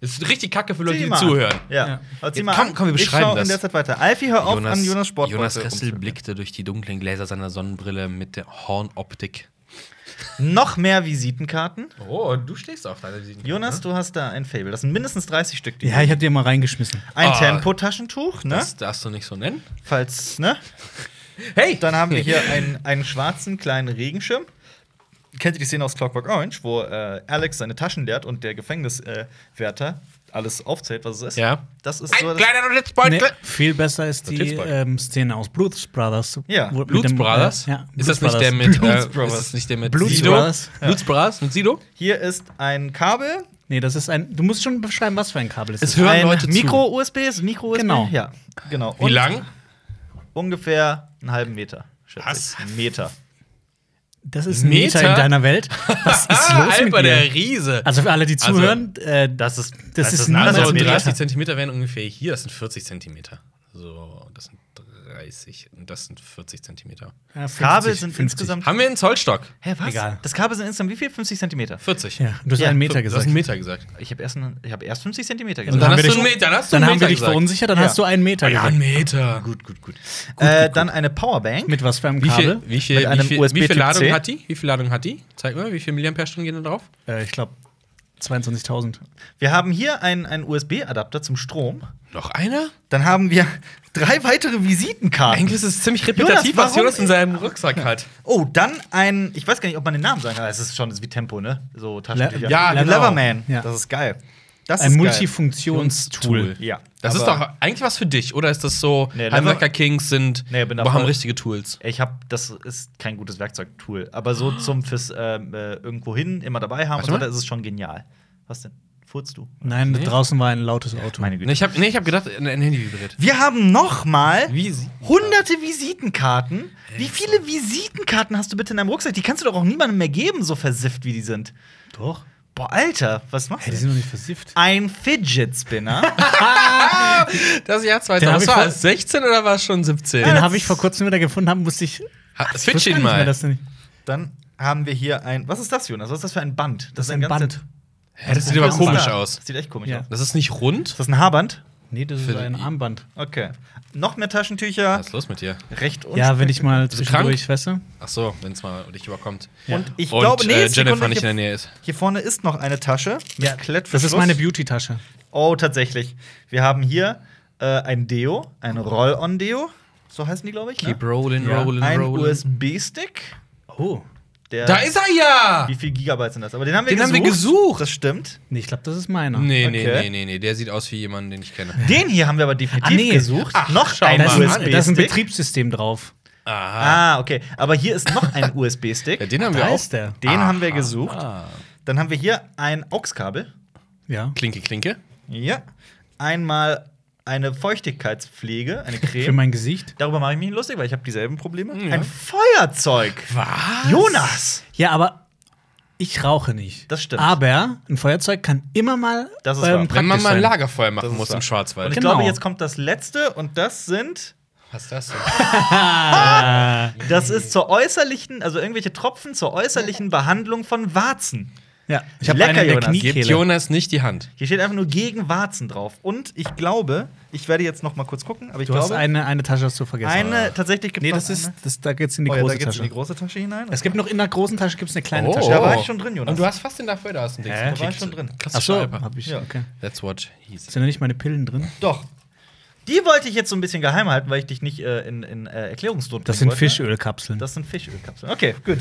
[SPEAKER 3] Das ist richtig kacke für Leute,
[SPEAKER 2] Zieh
[SPEAKER 3] die
[SPEAKER 2] mal.
[SPEAKER 3] zuhören.
[SPEAKER 2] Ja.
[SPEAKER 1] Ja.
[SPEAKER 2] Aber zieh
[SPEAKER 3] Jetzt
[SPEAKER 2] mal
[SPEAKER 3] komm,
[SPEAKER 2] an.
[SPEAKER 3] komm, wir
[SPEAKER 2] ich
[SPEAKER 3] beschreiben
[SPEAKER 2] schau in
[SPEAKER 3] das.
[SPEAKER 2] der Zeit weiter. Alfie, hör auf an Jonas Sportbeutel.
[SPEAKER 3] Jonas Ressel
[SPEAKER 2] rumzuführen.
[SPEAKER 3] blickte durch die dunklen Gläser seiner Sonnenbrille mit der Hornoptik.
[SPEAKER 2] Noch mehr Visitenkarten.
[SPEAKER 3] Oh, du stehst auf deiner ne? Visitenkarte.
[SPEAKER 2] Jonas, du hast da ein Fable. Das sind mindestens 30 Stück. Die
[SPEAKER 1] Ja, ich habe dir mal reingeschmissen.
[SPEAKER 2] Ein
[SPEAKER 3] Oh.
[SPEAKER 2] Tempotaschentuch, ne?
[SPEAKER 3] Das darfst du nicht so nennen.
[SPEAKER 2] Falls, ne?
[SPEAKER 3] Hey!
[SPEAKER 2] Dann haben wir
[SPEAKER 3] <laughs>
[SPEAKER 2] hier einen, einen schwarzen kleinen Regenschirm. Kennt ihr die Szene aus Clockwork Orange, wo äh, Alex seine Taschen leert und der Gefängniswärter äh, Wärter alles aufzählt, was es ist?
[SPEAKER 3] Ja.
[SPEAKER 2] Das ist
[SPEAKER 3] Ein
[SPEAKER 2] so das
[SPEAKER 3] kleiner Notizbeutel.
[SPEAKER 1] Nee, viel besser ist die
[SPEAKER 3] Notizbeutel.
[SPEAKER 1] ähm, Szene aus Blues Brothers.
[SPEAKER 2] Ja.
[SPEAKER 1] Wo- mit
[SPEAKER 3] Blues
[SPEAKER 1] dem, äh,
[SPEAKER 3] Brothers?
[SPEAKER 1] Ja,
[SPEAKER 3] ist das
[SPEAKER 1] Blues
[SPEAKER 3] nicht der
[SPEAKER 1] Brothers.
[SPEAKER 3] mit äh,
[SPEAKER 2] Blues
[SPEAKER 3] ist
[SPEAKER 2] Brothers.
[SPEAKER 3] das nicht der mit
[SPEAKER 1] Blues
[SPEAKER 3] Sido?
[SPEAKER 1] Brothers.
[SPEAKER 3] Blues Brothers mit Sido?
[SPEAKER 2] Hier ist ein Kabel.
[SPEAKER 1] Nee, das ist ein. Du musst schon beschreiben, was für ein Kabel es
[SPEAKER 3] Es
[SPEAKER 1] ist.
[SPEAKER 3] hört- Hören
[SPEAKER 2] ein
[SPEAKER 3] Leute zu.
[SPEAKER 2] Mikro-USB ist ein Mikro-USB.
[SPEAKER 1] Genau.
[SPEAKER 2] Ja, genau.
[SPEAKER 3] Wie lang?
[SPEAKER 2] Ungefähr einen halben Meter. Schätze
[SPEAKER 3] Was?
[SPEAKER 2] Ich. Meter.
[SPEAKER 1] Das ist ein Meter,
[SPEAKER 3] Meter?
[SPEAKER 1] in deiner Welt.
[SPEAKER 3] <laughs>
[SPEAKER 1] Was ist los mit
[SPEAKER 3] Ah, Alper,
[SPEAKER 1] dir?
[SPEAKER 3] der Riese.
[SPEAKER 1] Also für alle, die
[SPEAKER 3] Also-
[SPEAKER 1] zuhören, äh, das ist das,
[SPEAKER 2] das
[SPEAKER 1] ist,
[SPEAKER 2] ist ein
[SPEAKER 1] niemals
[SPEAKER 2] anderes
[SPEAKER 3] Also
[SPEAKER 1] ein Meter.
[SPEAKER 3] 30 Zentimeter wären ungefähr hier, das sind 40 Zentimeter. So, das sind 30 und das sind 40 Zentimeter.
[SPEAKER 1] Ja, 50,
[SPEAKER 2] Kabel sind
[SPEAKER 1] 50.
[SPEAKER 2] insgesamt.
[SPEAKER 3] Haben wir einen Zollstock?
[SPEAKER 2] Hä, was?
[SPEAKER 1] Egal.
[SPEAKER 2] Das Kabel sind insgesamt wie viel? 50 Zentimeter.
[SPEAKER 3] 40.
[SPEAKER 1] Ja, du hast
[SPEAKER 2] Ja,
[SPEAKER 1] einen Meter
[SPEAKER 3] Du hast
[SPEAKER 1] gesagt. Also
[SPEAKER 3] einen Meter gesagt.
[SPEAKER 2] Ich habe erst, einen- ich hab erst 50 Zentimeter
[SPEAKER 3] Und
[SPEAKER 2] gesagt.
[SPEAKER 3] dann hast
[SPEAKER 1] wir
[SPEAKER 3] du
[SPEAKER 1] dich-
[SPEAKER 3] einen Meter, dann hast du
[SPEAKER 1] Dann
[SPEAKER 3] einen
[SPEAKER 1] haben wir
[SPEAKER 3] Meter
[SPEAKER 1] dich
[SPEAKER 3] gesagt. Ah
[SPEAKER 1] verunsichert, dann
[SPEAKER 2] Ja.
[SPEAKER 1] hast du einen Meter
[SPEAKER 3] Ja,
[SPEAKER 1] gesagt.
[SPEAKER 3] einen Meter.
[SPEAKER 2] Gut, gut, gut. äh, dann eine Powerbank.
[SPEAKER 1] Mit was für einem
[SPEAKER 3] Wie
[SPEAKER 1] Kabel?
[SPEAKER 3] viel, wie, viel,
[SPEAKER 2] Mit einem
[SPEAKER 3] wie, viel,
[SPEAKER 2] USB
[SPEAKER 3] wie viel
[SPEAKER 2] Typ
[SPEAKER 3] Ladung
[SPEAKER 2] C?
[SPEAKER 3] hat die? Wie viel Ladung hat die? Zeig mal, wie viel Milliampere-Stunden gehen da drauf?
[SPEAKER 1] Äh, ich glaube 22.000.
[SPEAKER 2] Wir haben hier einen, einen USB-Adapter zum Strom.
[SPEAKER 3] Noch einer?
[SPEAKER 2] Dann haben wir drei weitere Visitenkarten.
[SPEAKER 3] Eigentlich ist es ziemlich repetitiv,
[SPEAKER 2] Jonas,
[SPEAKER 3] was
[SPEAKER 2] warum-
[SPEAKER 3] Jonas in seinem Rucksack hat.
[SPEAKER 2] Oh, dann ein, ich weiß gar nicht, ob man den Namen sagen kann. Es ist schon das ist wie Tempo, ne? So Taschentücher.
[SPEAKER 1] Le- Ja,
[SPEAKER 2] Ein
[SPEAKER 1] genau.
[SPEAKER 2] Leverman.
[SPEAKER 1] Ja.
[SPEAKER 2] Das ist geil.
[SPEAKER 3] Das
[SPEAKER 1] Ein
[SPEAKER 3] ist geil.
[SPEAKER 1] Multifunktionstool.
[SPEAKER 2] Ja.
[SPEAKER 3] Das ist
[SPEAKER 2] Aber
[SPEAKER 3] doch eigentlich was für dich, oder ist das so,
[SPEAKER 2] Nee, Level-
[SPEAKER 3] Handwerker Kings sind,
[SPEAKER 2] Nee, bin da
[SPEAKER 3] wir haben
[SPEAKER 2] voll-
[SPEAKER 3] richtige Tools.
[SPEAKER 2] Ich habe, das ist kein gutes Werkzeugtool, aber so zum fürs ähm, äh, irgendwo hin immer dabei haben,
[SPEAKER 3] Warte
[SPEAKER 2] und so,
[SPEAKER 3] mal.
[SPEAKER 2] da ist es schon genial. Was denn? Furzt du?
[SPEAKER 1] Nein,
[SPEAKER 3] Nee.
[SPEAKER 1] draußen war ein lautes Auto.
[SPEAKER 2] Meine
[SPEAKER 3] Nee,
[SPEAKER 2] Güte.
[SPEAKER 3] ich habe nee, ich hab gedacht, ein ein Handy vibriert.
[SPEAKER 2] Wir haben noch mal
[SPEAKER 3] Wie sie-
[SPEAKER 2] hunderte Visitenkarten. Wie viele Visitenkarten hast du bitte in deinem Rucksack? Die kannst du doch auch niemandem mehr geben, so versifft wie die sind.
[SPEAKER 1] Doch.
[SPEAKER 2] Boah, Alter, was machst
[SPEAKER 1] Hey, die
[SPEAKER 2] du? denn?
[SPEAKER 1] sind noch nicht versifft.
[SPEAKER 2] Ein Fidget Spinner.
[SPEAKER 3] Das Jahr
[SPEAKER 1] Den hab
[SPEAKER 3] 2000.
[SPEAKER 1] ich
[SPEAKER 3] Was war
[SPEAKER 1] vor-
[SPEAKER 3] es? 16 oder war es schon 17?
[SPEAKER 1] Den habe ich vor kurzem wieder gefunden, haben, musste ich.
[SPEAKER 3] Ha-
[SPEAKER 1] Ich
[SPEAKER 3] Switch
[SPEAKER 1] wusste gar
[SPEAKER 3] ihn
[SPEAKER 1] nicht mehr,
[SPEAKER 3] mal.
[SPEAKER 1] dass der nicht-
[SPEAKER 2] Dann haben wir hier ein. Was ist das, Jonas? Was ist das für ein Band?
[SPEAKER 1] Das ist ein
[SPEAKER 2] ganz-
[SPEAKER 1] Band.
[SPEAKER 3] Hä, das sieht
[SPEAKER 1] Ja,
[SPEAKER 3] aber
[SPEAKER 1] das
[SPEAKER 3] komisch
[SPEAKER 2] Ja,
[SPEAKER 3] aus.
[SPEAKER 2] Das sieht echt komisch
[SPEAKER 1] Ja.
[SPEAKER 2] aus.
[SPEAKER 3] Das ist nicht rund?
[SPEAKER 2] Ist das ein Haarband?
[SPEAKER 1] Nee, das ist
[SPEAKER 3] Für
[SPEAKER 1] ein
[SPEAKER 3] die-
[SPEAKER 1] Armband.
[SPEAKER 2] Okay. Noch mehr Taschentücher.
[SPEAKER 3] Was ist los mit dir?
[SPEAKER 2] Recht und
[SPEAKER 1] Ja, wenn ich mal
[SPEAKER 3] du
[SPEAKER 1] zwischendurch, weißt du?
[SPEAKER 3] Ach so, wenn es mal dich überkommt.
[SPEAKER 1] Ja.
[SPEAKER 2] Und ich
[SPEAKER 3] Und,
[SPEAKER 2] glaube, nee,
[SPEAKER 3] äh,
[SPEAKER 2] Sekunde,
[SPEAKER 3] Jennifer nicht in der
[SPEAKER 2] hier,
[SPEAKER 3] Nähe ist.
[SPEAKER 2] hier vorne ist noch eine Tasche mit
[SPEAKER 1] Ja,
[SPEAKER 2] Klettverschluss.
[SPEAKER 1] das ist meine Beauty-Tasche.
[SPEAKER 2] Oh, tatsächlich. Wir haben hier äh, ein Deo, ein Roll-on-Deo. So heißen die, glaube ich. Ne?
[SPEAKER 3] Keep rolling,
[SPEAKER 1] Ja.
[SPEAKER 3] rolling,
[SPEAKER 2] Ein
[SPEAKER 3] rolling.
[SPEAKER 2] USB-Stick.
[SPEAKER 1] Oh.
[SPEAKER 2] Der-
[SPEAKER 3] Da ist er ja!
[SPEAKER 2] Wie viel Gigabyte sind das? Aber den haben wir
[SPEAKER 3] Den haben
[SPEAKER 2] gesucht.
[SPEAKER 3] wir gesucht.
[SPEAKER 2] Das stimmt.
[SPEAKER 1] Nee, ich glaube, das ist meiner.
[SPEAKER 3] Nee, nee,
[SPEAKER 2] Okay.
[SPEAKER 3] nee, nee, nee, der sieht aus wie jemand, den ich kenne.
[SPEAKER 2] Den hier haben wir aber definitiv
[SPEAKER 1] Ah, nee.
[SPEAKER 2] gesucht.
[SPEAKER 1] Ach,
[SPEAKER 2] noch
[SPEAKER 3] schau
[SPEAKER 2] ein
[SPEAKER 1] Da ist,
[SPEAKER 3] mal.
[SPEAKER 1] ein, da ist ein
[SPEAKER 2] USB-Stick.
[SPEAKER 1] Betriebssystem drauf.
[SPEAKER 3] Aha.
[SPEAKER 2] Ah, okay. Aber hier ist noch ein
[SPEAKER 3] Ja,
[SPEAKER 2] USB-Stick.
[SPEAKER 3] den haben wir
[SPEAKER 1] Ah, da
[SPEAKER 3] auch.
[SPEAKER 1] ist der.
[SPEAKER 2] Den haben wir
[SPEAKER 3] Aha.
[SPEAKER 2] gesucht.
[SPEAKER 3] Ah.
[SPEAKER 2] Dann haben wir hier ein AUX-Kabel.
[SPEAKER 1] Ja.
[SPEAKER 3] Klinke, Klinke.
[SPEAKER 2] Ja. Einmal eine Feuchtigkeitspflege, eine
[SPEAKER 1] Für
[SPEAKER 2] Creme.
[SPEAKER 1] mein Gesicht.
[SPEAKER 2] Darüber mache ich mich lustig, weil ich habe dieselben Probleme.
[SPEAKER 3] Ja.
[SPEAKER 2] Ein Feuerzeug.
[SPEAKER 3] Was?
[SPEAKER 2] Jonas!
[SPEAKER 1] Ja, aber ich rauche nicht.
[SPEAKER 2] Das stimmt.
[SPEAKER 1] Aber ein Feuerzeug kann immer mal ähm,
[SPEAKER 2] Das ist wahr.
[SPEAKER 3] Wenn man
[SPEAKER 1] praktisch
[SPEAKER 3] mal ein
[SPEAKER 1] sein.
[SPEAKER 3] Lagerfeuer machen
[SPEAKER 2] ist
[SPEAKER 3] muss
[SPEAKER 2] wahr.
[SPEAKER 3] im
[SPEAKER 2] Und ich
[SPEAKER 3] Schwarzwald.
[SPEAKER 1] Genau.
[SPEAKER 2] glaube, jetzt kommt das letzte und das sind.
[SPEAKER 3] Was ist das denn?
[SPEAKER 2] Das ist zur äußerlichen, also irgendwelche Tropfen zur äußerlichen Behandlung von Warzen.
[SPEAKER 1] Ja, ich habe eine
[SPEAKER 2] Lecker,
[SPEAKER 1] in der
[SPEAKER 2] Jonas.
[SPEAKER 3] Gebt
[SPEAKER 1] Kniekehle.
[SPEAKER 3] Jonas nicht die Hand.
[SPEAKER 2] Hier steht einfach nur gegen Warzen drauf. Und ich glaube, ich werde jetzt noch mal kurz gucken, aber ich
[SPEAKER 1] Du hast
[SPEAKER 2] glaube,
[SPEAKER 1] eine, eine Tasche hast du vergessen.
[SPEAKER 2] eine tatsächlich gibt
[SPEAKER 1] nee, das ist, das, da geht's in die
[SPEAKER 2] oh, ja, da
[SPEAKER 1] große
[SPEAKER 2] geht's
[SPEAKER 1] Tasche.
[SPEAKER 2] in die große Tasche hinein.
[SPEAKER 1] es gibt noch in der großen Tasche gibt's eine kleine
[SPEAKER 3] Oh.
[SPEAKER 1] Tasche.
[SPEAKER 2] Da war ich schon drin, Jonas.
[SPEAKER 3] Und du hast fast den Dafür, da hast du
[SPEAKER 1] Hä?
[SPEAKER 3] einen
[SPEAKER 2] Da war ich schon drin.
[SPEAKER 1] Ach so,
[SPEAKER 3] Klassischer Alper.
[SPEAKER 1] hab ich.
[SPEAKER 2] Ja.
[SPEAKER 1] Okay.
[SPEAKER 3] That's what he said.
[SPEAKER 1] Sind da nicht meine Pillen drin?
[SPEAKER 2] Doch. Die wollte ich jetzt so ein bisschen geheim halten, weil ich dich nicht äh, in, in äh, Erklärungsnot
[SPEAKER 1] Das
[SPEAKER 2] bringen
[SPEAKER 1] sind
[SPEAKER 2] wollte.
[SPEAKER 1] Fischölkapseln.
[SPEAKER 2] Das sind Fischölkapseln. Okay, gut.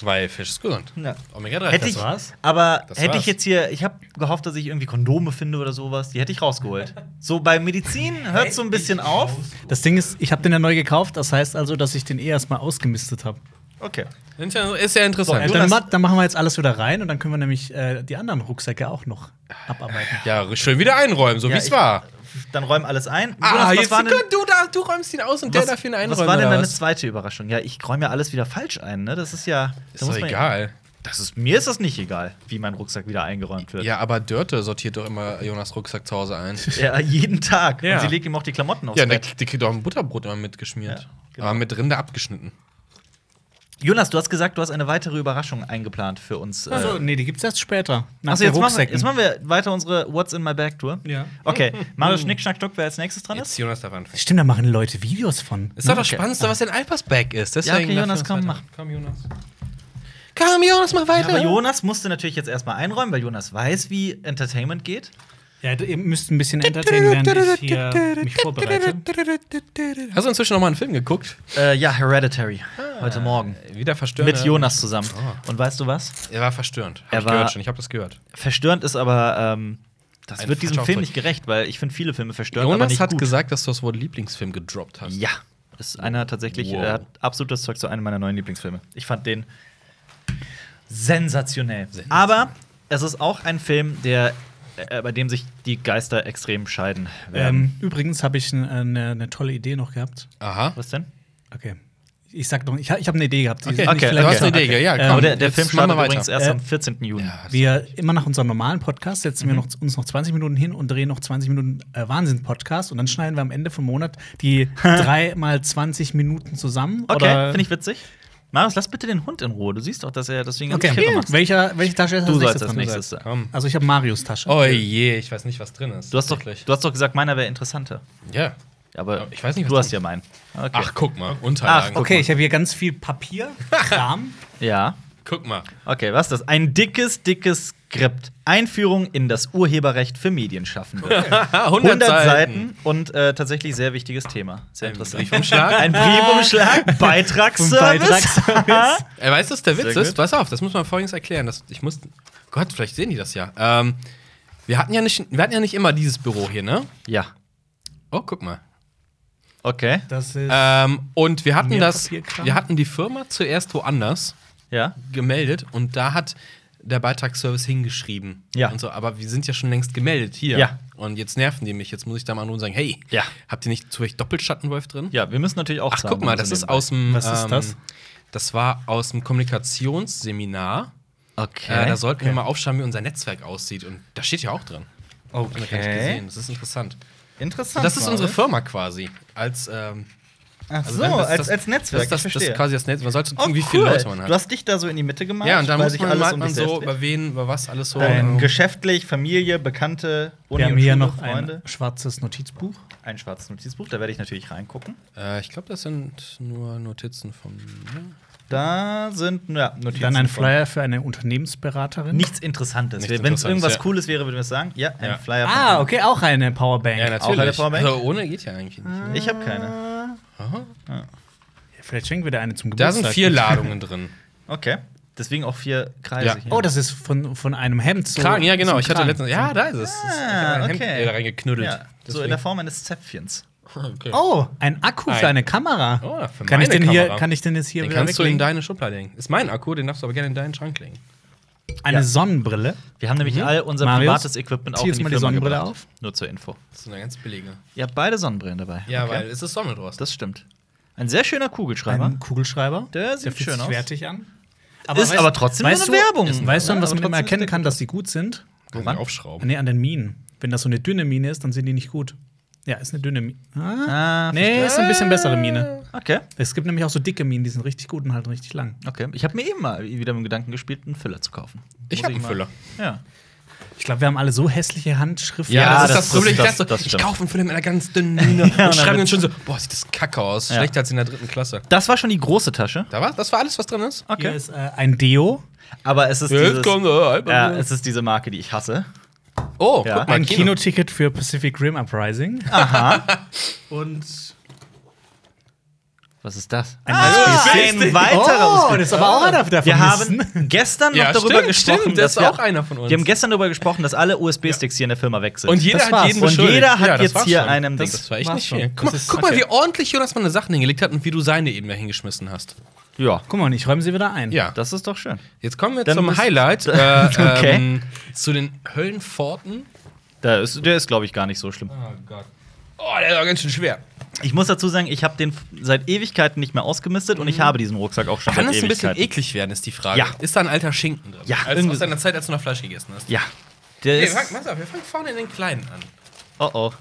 [SPEAKER 3] Weil Fisch ist gesund.
[SPEAKER 2] Ja.
[SPEAKER 3] Omega 3
[SPEAKER 2] Hätte
[SPEAKER 3] das
[SPEAKER 2] ich,
[SPEAKER 3] war's.
[SPEAKER 2] aber
[SPEAKER 3] Das
[SPEAKER 2] hätte ich
[SPEAKER 3] war's.
[SPEAKER 2] jetzt hier, ich habe gehofft, dass ich irgendwie Kondome finde oder sowas, die hätte ich rausgeholt. So
[SPEAKER 3] <laughs>
[SPEAKER 2] bei Medizin hört so ein bisschen auf.
[SPEAKER 1] Das Ding ist, ich habe den ja neu gekauft, das heißt also, dass ich den eh erstmal ausgemistet habe.
[SPEAKER 2] Okay.
[SPEAKER 3] Ist ja- Ist ja interessant.
[SPEAKER 2] So,
[SPEAKER 1] Dann,
[SPEAKER 2] Jonas-
[SPEAKER 1] ma- dann machen wir jetzt alles wieder rein und dann können wir nämlich äh, die anderen Rucksäcke auch noch abarbeiten.
[SPEAKER 3] ja, schön wieder einräumen, so
[SPEAKER 2] Ja,
[SPEAKER 3] wie es
[SPEAKER 2] ich-
[SPEAKER 3] war.
[SPEAKER 2] Dann räum alles ein.
[SPEAKER 3] Ah,
[SPEAKER 2] was
[SPEAKER 3] jetzt
[SPEAKER 2] war denn-
[SPEAKER 3] du, da, du räumst ihn aus und der darf ihn einräumen.
[SPEAKER 2] was war denn
[SPEAKER 3] oder
[SPEAKER 2] deine
[SPEAKER 3] was?
[SPEAKER 2] zweite Überraschung? Ja, ich räume ja alles wieder falsch ein, ne? Das ist ja. da
[SPEAKER 3] Ist doch
[SPEAKER 2] muss man-
[SPEAKER 3] egal.
[SPEAKER 2] Das ist, mir ist das nicht egal, wie mein Rucksack wieder eingeräumt wird.
[SPEAKER 3] Ja, aber Dörte sortiert doch immer Jonas Rucksack zu Hause
[SPEAKER 2] <laughs>
[SPEAKER 3] ein.
[SPEAKER 2] Ja, jeden Tag.
[SPEAKER 1] Ja.
[SPEAKER 2] Und sie legt ihm auch die Klamotten aufs
[SPEAKER 3] ja, ne. und der,
[SPEAKER 2] Bett.
[SPEAKER 3] der kriegt auch ein Butterbrot immer mitgeschmiert.
[SPEAKER 2] Ja, genau.
[SPEAKER 3] Aber mit Rinde abgeschnitten.
[SPEAKER 2] Jonas, du hast gesagt, du hast eine weitere Überraschung eingeplant für uns. äh,
[SPEAKER 1] Achso, nee, die gibt's erst später. Nach
[SPEAKER 2] Achso,
[SPEAKER 1] den
[SPEAKER 2] jetzt machen, wir,
[SPEAKER 1] Rucksäcken.
[SPEAKER 2] jetzt machen wir weiter unsere What's in my bag Tour.
[SPEAKER 1] Ja.
[SPEAKER 2] Okay, Mario Schnick, Schnack, Duck, wer als nächstes dran ist?
[SPEAKER 3] Jetzt Jonas darf anfangen.
[SPEAKER 1] Stimmt, da machen Leute Videos von.
[SPEAKER 3] Ist doch das
[SPEAKER 2] Okay.
[SPEAKER 3] Spannendste, was in Alpers Bag ist.
[SPEAKER 2] Ja, okay,
[SPEAKER 3] darf
[SPEAKER 2] Jonas, komm,
[SPEAKER 3] weiter. Komm, Jonas. Komm, Jonas, mach
[SPEAKER 2] Ja, aber
[SPEAKER 3] weiter.
[SPEAKER 2] Jonas musste natürlich jetzt erstmal einräumen, weil Jonas weiß, wie Entertainment geht.
[SPEAKER 1] Ja, ihr müsst ein bisschen entertainen, während ich hier mich vorbereite.
[SPEAKER 3] Hast du inzwischen noch mal einen Film geguckt?
[SPEAKER 2] Äh, ja, Hereditary. Heute Morgen.
[SPEAKER 3] Wieder verstörend.
[SPEAKER 2] Mit Jonas zusammen. Und weißt du was?
[SPEAKER 3] Er war verstörend. Hab
[SPEAKER 2] Er
[SPEAKER 3] ich
[SPEAKER 2] war-
[SPEAKER 3] gehört schon. Ich habe das gehört.
[SPEAKER 2] Verstörend ist aber, ähm, das
[SPEAKER 3] Ein
[SPEAKER 2] wird diesem
[SPEAKER 3] falscher
[SPEAKER 2] Film
[SPEAKER 3] Ausdruck.
[SPEAKER 2] nicht gerecht, weil ich finde viele Filme verstörend, aber
[SPEAKER 3] Jonas
[SPEAKER 2] nicht
[SPEAKER 3] hat
[SPEAKER 2] gut.
[SPEAKER 3] gesagt, dass du das Wort Lieblingsfilm gedroppt hast.
[SPEAKER 2] Ja, ist einer tatsächlich,
[SPEAKER 3] Wow.
[SPEAKER 2] er hat absolutes Zeug zu einem meiner neuen Lieblingsfilme. Ich fand den sensationell. Aber es ist auch ein Film, der äh, bei dem sich die Geister extrem scheiden werden.
[SPEAKER 1] Ähm, übrigens habe ich eine ne, ne tolle Idee noch gehabt.
[SPEAKER 3] Aha.
[SPEAKER 2] Was denn?
[SPEAKER 1] Okay. Ich sag doch, ich, hab- ich habe eine Idee gehabt. Die
[SPEAKER 3] Okay,
[SPEAKER 1] ist nicht
[SPEAKER 2] okay,
[SPEAKER 1] vielleicht-
[SPEAKER 3] du hast eine
[SPEAKER 2] okay.
[SPEAKER 3] Idee, ja,
[SPEAKER 1] Äh,
[SPEAKER 3] komm.
[SPEAKER 2] Aber der, der
[SPEAKER 3] ähm, jetzt
[SPEAKER 2] Film
[SPEAKER 3] machen wir
[SPEAKER 2] startet übrigens
[SPEAKER 3] weiter.
[SPEAKER 2] erst
[SPEAKER 1] Äh,
[SPEAKER 2] am 14. Juni.
[SPEAKER 3] Ja,
[SPEAKER 1] Wir immer nach unserem normalen Podcast setzen
[SPEAKER 2] Mhm.
[SPEAKER 1] wir noch, uns noch 20 Minuten hin und drehen noch 20 Minuten äh, Wahnsinn-Podcast und dann schneiden wir am Ende vom Monat
[SPEAKER 2] <laughs>
[SPEAKER 1] die 3 mal 20 Minuten zusammen.
[SPEAKER 2] Okay,
[SPEAKER 1] oder-
[SPEAKER 2] finde ich witzig. Marius, lass bitte den Hund in Ruhe. Du siehst doch, dass er deswegen ganz
[SPEAKER 1] Okay,
[SPEAKER 2] Kinder macht.
[SPEAKER 1] Welcher, welche Tasche ist
[SPEAKER 2] Du
[SPEAKER 1] als
[SPEAKER 2] sollst
[SPEAKER 1] nächstes
[SPEAKER 2] als
[SPEAKER 1] dran?
[SPEAKER 2] nächstes sein.
[SPEAKER 3] komm.
[SPEAKER 1] Also ich habe Marius Tasche.
[SPEAKER 3] Oh je, ich weiß nicht, was drin ist.
[SPEAKER 2] Du hast, doch,
[SPEAKER 3] Wirklich.
[SPEAKER 2] du hast doch gesagt, meiner wäre interessanter.
[SPEAKER 3] Ja.
[SPEAKER 2] Aber
[SPEAKER 3] Ja, ich weiß nicht, was
[SPEAKER 2] du hast
[SPEAKER 3] du-
[SPEAKER 2] ja meinen. Okay.
[SPEAKER 3] Ach, guck mal, Unterlagen.
[SPEAKER 2] Ach,
[SPEAKER 1] Okay, ich habe hier ganz viel
[SPEAKER 3] <laughs>
[SPEAKER 1] Papier, Kram.
[SPEAKER 2] Ja.
[SPEAKER 3] Guck mal.
[SPEAKER 2] Okay, was ist das? Ein dickes, dickes Skript. Einführung in das Urheberrecht für Medienschaffende.
[SPEAKER 3] 100,
[SPEAKER 2] 100 Seiten und äh, tatsächlich sehr wichtiges Thema. Sehr
[SPEAKER 3] Ein
[SPEAKER 2] interessant.
[SPEAKER 3] Briefumschlag. <laughs>
[SPEAKER 2] Ein Briefumschlag, Beitragsservice. <laughs>
[SPEAKER 1] Beitragsservice.
[SPEAKER 3] Äh, weißt du, was der Witz
[SPEAKER 2] Sehr
[SPEAKER 3] ist?
[SPEAKER 2] gut.
[SPEAKER 3] Pass auf, das muss man vorhin erklären. Das, ich muss. Gott, vielleicht sehen die das ja. Ähm, Wir hatten ja nicht, wir hatten ja nicht immer dieses Büro hier, ne?
[SPEAKER 4] Ja.
[SPEAKER 3] Oh, guck mal.
[SPEAKER 4] Okay.
[SPEAKER 1] Das ist
[SPEAKER 3] Ähm, und wir hatten
[SPEAKER 1] Mehr
[SPEAKER 3] das,
[SPEAKER 1] Papierkram?
[SPEAKER 3] wir hatten die Firma zuerst woanders
[SPEAKER 4] Ja.
[SPEAKER 3] gemeldet und da hat der Beitragsservice hingeschrieben.
[SPEAKER 4] Ja.
[SPEAKER 3] Und so, aber wir sind ja schon längst gemeldet hier.
[SPEAKER 4] Ja.
[SPEAKER 3] Und jetzt nerven die mich. Jetzt muss ich da mal anrufen und sagen, hey,
[SPEAKER 4] Ja.
[SPEAKER 3] habt ihr nicht zufällig Doppelschattenwolf drin?
[SPEAKER 4] Ja, wir müssen natürlich auch
[SPEAKER 3] Ach, guck mal, das ist aus dem. ähm,
[SPEAKER 1] Was ist das?
[SPEAKER 3] Das war aus dem Kommunikationsseminar.
[SPEAKER 4] Okay.
[SPEAKER 3] Äh, da sollten wir mal aufschreiben, wie unser Netzwerk aussieht. Und da steht ja auch drin. oh, Hab ich gar nicht gesehen. Das ist interessant.
[SPEAKER 4] Interessant.
[SPEAKER 3] Das ist unsere Firma quasi. Als, ähm,
[SPEAKER 2] Ach so,
[SPEAKER 3] wenn das-
[SPEAKER 2] als,
[SPEAKER 3] das-
[SPEAKER 2] als Netzwerk.
[SPEAKER 3] Das, das,
[SPEAKER 2] ich
[SPEAKER 3] das ist
[SPEAKER 2] verstehe.
[SPEAKER 3] quasi das Netzwerk. Man sollte
[SPEAKER 2] Oh,
[SPEAKER 3] gucken, wie viele
[SPEAKER 2] cool.
[SPEAKER 3] Leute man
[SPEAKER 2] Du
[SPEAKER 3] hat.
[SPEAKER 2] hast dich da so in die Mitte gemacht.
[SPEAKER 3] Ja, und dann
[SPEAKER 2] weil
[SPEAKER 3] muss
[SPEAKER 2] sich
[SPEAKER 3] man,
[SPEAKER 2] alles
[SPEAKER 3] merkt
[SPEAKER 2] um
[SPEAKER 3] man
[SPEAKER 2] dich
[SPEAKER 3] so,
[SPEAKER 2] selbst dreht.
[SPEAKER 3] über wen, über was alles so.
[SPEAKER 2] Dein
[SPEAKER 3] ähm,
[SPEAKER 2] geschäftlich, Familie, Bekannte, Uni
[SPEAKER 1] wir haben
[SPEAKER 2] und
[SPEAKER 1] hier
[SPEAKER 2] Schule,
[SPEAKER 1] noch
[SPEAKER 2] Freunde.
[SPEAKER 1] ein schwarzes Notizbuch.
[SPEAKER 2] Ein, schwarzes Notizbuch, da werde ich natürlich reingucken.
[SPEAKER 3] äh, ich glaube, das sind nur Notizen von mir.
[SPEAKER 2] Da sind ja, Notizen.
[SPEAKER 1] Dann ein
[SPEAKER 2] von-
[SPEAKER 1] Flyer für eine Unternehmensberaterin.
[SPEAKER 2] Nichts Interessantes.
[SPEAKER 3] Nichts
[SPEAKER 2] Wenn es
[SPEAKER 3] Interessantes,
[SPEAKER 2] irgendwas
[SPEAKER 3] ja.
[SPEAKER 2] Cooles wäre, würden wir es sagen. Ja, ein
[SPEAKER 3] Ja.
[SPEAKER 2] Flyer. von-
[SPEAKER 1] ah, okay, auch eine Powerbank.
[SPEAKER 3] Ja,
[SPEAKER 2] Auch eine
[SPEAKER 3] natürlich.
[SPEAKER 2] Powerbank?
[SPEAKER 3] Also ohne geht ja eigentlich nicht.
[SPEAKER 2] Ich habe keine.
[SPEAKER 3] Aha.
[SPEAKER 1] Vielleicht schenken wir dir eine zum
[SPEAKER 3] Da
[SPEAKER 1] Geburtstag.
[SPEAKER 3] sind vier Ladungen
[SPEAKER 2] <laughs>
[SPEAKER 3] drin.
[SPEAKER 2] Okay. Deswegen auch vier Kreise
[SPEAKER 3] Ja.
[SPEAKER 2] hier.
[SPEAKER 1] Oh, das ist von, von einem Hemd. So,
[SPEAKER 3] Kragen, ja genau.
[SPEAKER 1] zum
[SPEAKER 3] Ich hatte
[SPEAKER 1] Kragen.
[SPEAKER 3] letztens. Ja, da ist es. Ich hab mein Hemd
[SPEAKER 2] Ah, okay.
[SPEAKER 3] da reingeknüttelt.
[SPEAKER 2] ja. So in der Form eines Zäpfchens.
[SPEAKER 3] Okay.
[SPEAKER 1] Oh, ein Akku für
[SPEAKER 3] Ein-
[SPEAKER 1] eine Kamera.
[SPEAKER 3] Oh, für
[SPEAKER 1] kann ich
[SPEAKER 3] meine
[SPEAKER 1] den hier,
[SPEAKER 3] Kamera.
[SPEAKER 1] kann ich den jetzt hier
[SPEAKER 3] Den
[SPEAKER 1] wieder
[SPEAKER 3] kannst du in
[SPEAKER 1] weglegen?
[SPEAKER 3] deine Schublade legen. Ist mein Akku, den darfst du aber gerne in deinen Schrank legen.
[SPEAKER 1] Eine Sonnenbrille.
[SPEAKER 4] Wir haben nämlich all unser
[SPEAKER 1] Mhm. Marius,
[SPEAKER 4] privates Equipment auch
[SPEAKER 1] zieh
[SPEAKER 4] in
[SPEAKER 1] jetzt
[SPEAKER 4] die,
[SPEAKER 1] mal die
[SPEAKER 4] Firma
[SPEAKER 1] Sonnenbrille
[SPEAKER 4] gebracht.
[SPEAKER 1] auf.
[SPEAKER 4] Nur zur Info.
[SPEAKER 3] Das ist eine ganz billige.
[SPEAKER 4] Ihr habt beide Sonnenbrillen dabei.
[SPEAKER 3] Ja,
[SPEAKER 4] Okay.
[SPEAKER 3] weil es ist Sommeldrost.
[SPEAKER 4] Das stimmt. Ein sehr schöner Kugelschreiber.
[SPEAKER 1] Ein Kugelschreiber.
[SPEAKER 4] Der sieht
[SPEAKER 1] fühlt
[SPEAKER 4] schön
[SPEAKER 1] sich
[SPEAKER 4] aus.
[SPEAKER 1] wertig an.
[SPEAKER 4] Ist aber trotzdem
[SPEAKER 1] weißt
[SPEAKER 4] nur eine
[SPEAKER 1] du-
[SPEAKER 4] Werbung.
[SPEAKER 1] Ist- Weißt du, an
[SPEAKER 4] Ja,
[SPEAKER 1] was
[SPEAKER 4] aber
[SPEAKER 1] man immer
[SPEAKER 4] trotzdem
[SPEAKER 1] erkennen kann, dass die gut sind?
[SPEAKER 3] Kann man aufschrauben.
[SPEAKER 1] Nee, an den Minen. Wenn das so eine dünne Mine ist, dann sind die nicht gut. Ja, ist eine dünne Mine.
[SPEAKER 2] Ah,
[SPEAKER 1] Nee, ist ein bisschen bessere Mine.
[SPEAKER 4] Okay.
[SPEAKER 1] Es gibt nämlich auch so dicke Minen, die sind richtig gut und halt richtig lang.
[SPEAKER 4] Okay. Ich habe mir eben mal wieder mit dem Gedanken gespielt, einen Füller zu kaufen.
[SPEAKER 3] Ich
[SPEAKER 4] Muss
[SPEAKER 3] habe einen
[SPEAKER 4] mal-
[SPEAKER 3] Füller.
[SPEAKER 4] Ja.
[SPEAKER 1] Ich glaube, wir haben alle so hässliche Handschriften.
[SPEAKER 4] Ja,
[SPEAKER 3] das,
[SPEAKER 4] das
[SPEAKER 3] ist das Problem.
[SPEAKER 4] das-
[SPEAKER 3] ich dachte, so,
[SPEAKER 4] das
[SPEAKER 3] ich
[SPEAKER 4] stimmt.
[SPEAKER 3] kaufe einen Film mit einer ganz dünnen Mine und
[SPEAKER 4] dann
[SPEAKER 3] schreibe
[SPEAKER 4] wird's-
[SPEAKER 3] uns schon so, boah, sieht das kacke aus. Schlechter als in der dritten Klasse.
[SPEAKER 4] Das war schon die große Tasche.
[SPEAKER 3] Da war, das war alles, was drin ist?
[SPEAKER 1] Hier ist äh, ein Deo,
[SPEAKER 2] Aber es ist, dieses,
[SPEAKER 3] der
[SPEAKER 2] ja, es ist diese Marke, die ich hasse.
[SPEAKER 3] Oh,
[SPEAKER 2] Ja.
[SPEAKER 3] guck mal,
[SPEAKER 1] ein
[SPEAKER 3] Kino.
[SPEAKER 1] Kinoticket für Pacific Rim Uprising <laughs>
[SPEAKER 2] Und Ah,
[SPEAKER 4] Was ist das?
[SPEAKER 1] ein
[SPEAKER 2] ein weiterer.
[SPEAKER 1] Oh, das ist aber auch einer der
[SPEAKER 2] Wir
[SPEAKER 1] vermissten.
[SPEAKER 2] haben gestern noch
[SPEAKER 3] Ja,
[SPEAKER 2] darüber
[SPEAKER 3] stimmt,
[SPEAKER 2] gesprochen,
[SPEAKER 3] stimmt, das
[SPEAKER 2] dass
[SPEAKER 3] ist
[SPEAKER 2] wir,
[SPEAKER 3] auch einer von uns.
[SPEAKER 2] Wir haben gestern darüber gesprochen, dass alle USB-Sticks hier in der Firma weg sind.
[SPEAKER 3] Und jeder
[SPEAKER 1] Das
[SPEAKER 3] hat
[SPEAKER 1] war's.
[SPEAKER 3] jeden
[SPEAKER 1] Und
[SPEAKER 3] beschuldigt.
[SPEAKER 2] jeder hat
[SPEAKER 3] das
[SPEAKER 2] jetzt
[SPEAKER 3] war's
[SPEAKER 2] hier
[SPEAKER 3] schon.
[SPEAKER 2] einen Ding.
[SPEAKER 3] Das war echt
[SPEAKER 1] War's
[SPEAKER 3] nicht
[SPEAKER 1] schon.
[SPEAKER 3] viel. Guck, mal,
[SPEAKER 1] Das ist-
[SPEAKER 3] guck mal,
[SPEAKER 1] okay.
[SPEAKER 3] wie ordentlich Jonas mal eine Sachen hingelegt hat und wie du seine eben da hingeschmissen hast.
[SPEAKER 4] Ja.
[SPEAKER 1] Guck mal, und ich räume sie wieder ein.
[SPEAKER 3] Ja.
[SPEAKER 4] Das ist doch schön.
[SPEAKER 3] Jetzt kommen wir
[SPEAKER 4] Dann
[SPEAKER 3] zum
[SPEAKER 4] bist-
[SPEAKER 3] Highlight. Äh,
[SPEAKER 4] Okay.
[SPEAKER 3] ähm, zu den Höllenpforten.
[SPEAKER 4] Der ist, der ist glaube ich, gar nicht so schlimm.
[SPEAKER 3] Oh Gott. Oh, der ist auch ganz schön schwer.
[SPEAKER 2] Ich muss dazu sagen, ich habe den f- seit Ewigkeiten nicht mehr ausgemistet und ich habe diesen Rucksack auch schon
[SPEAKER 3] Mhm. Kann
[SPEAKER 2] seit
[SPEAKER 3] es ein bisschen
[SPEAKER 2] Ewigkeiten.
[SPEAKER 3] eklig werden, ist die Frage.
[SPEAKER 2] Ja.
[SPEAKER 3] Ist da ein alter Schinken drin?
[SPEAKER 2] Ja,
[SPEAKER 3] Als,
[SPEAKER 2] irgendwie
[SPEAKER 3] aus deiner Zeit, als du noch Fleisch gegessen hast.
[SPEAKER 2] ja. Der
[SPEAKER 3] Nee,
[SPEAKER 2] ist.
[SPEAKER 3] wir, fangen, pass auf, wir fangen vorne in den Kleinen an.
[SPEAKER 2] Oh oh.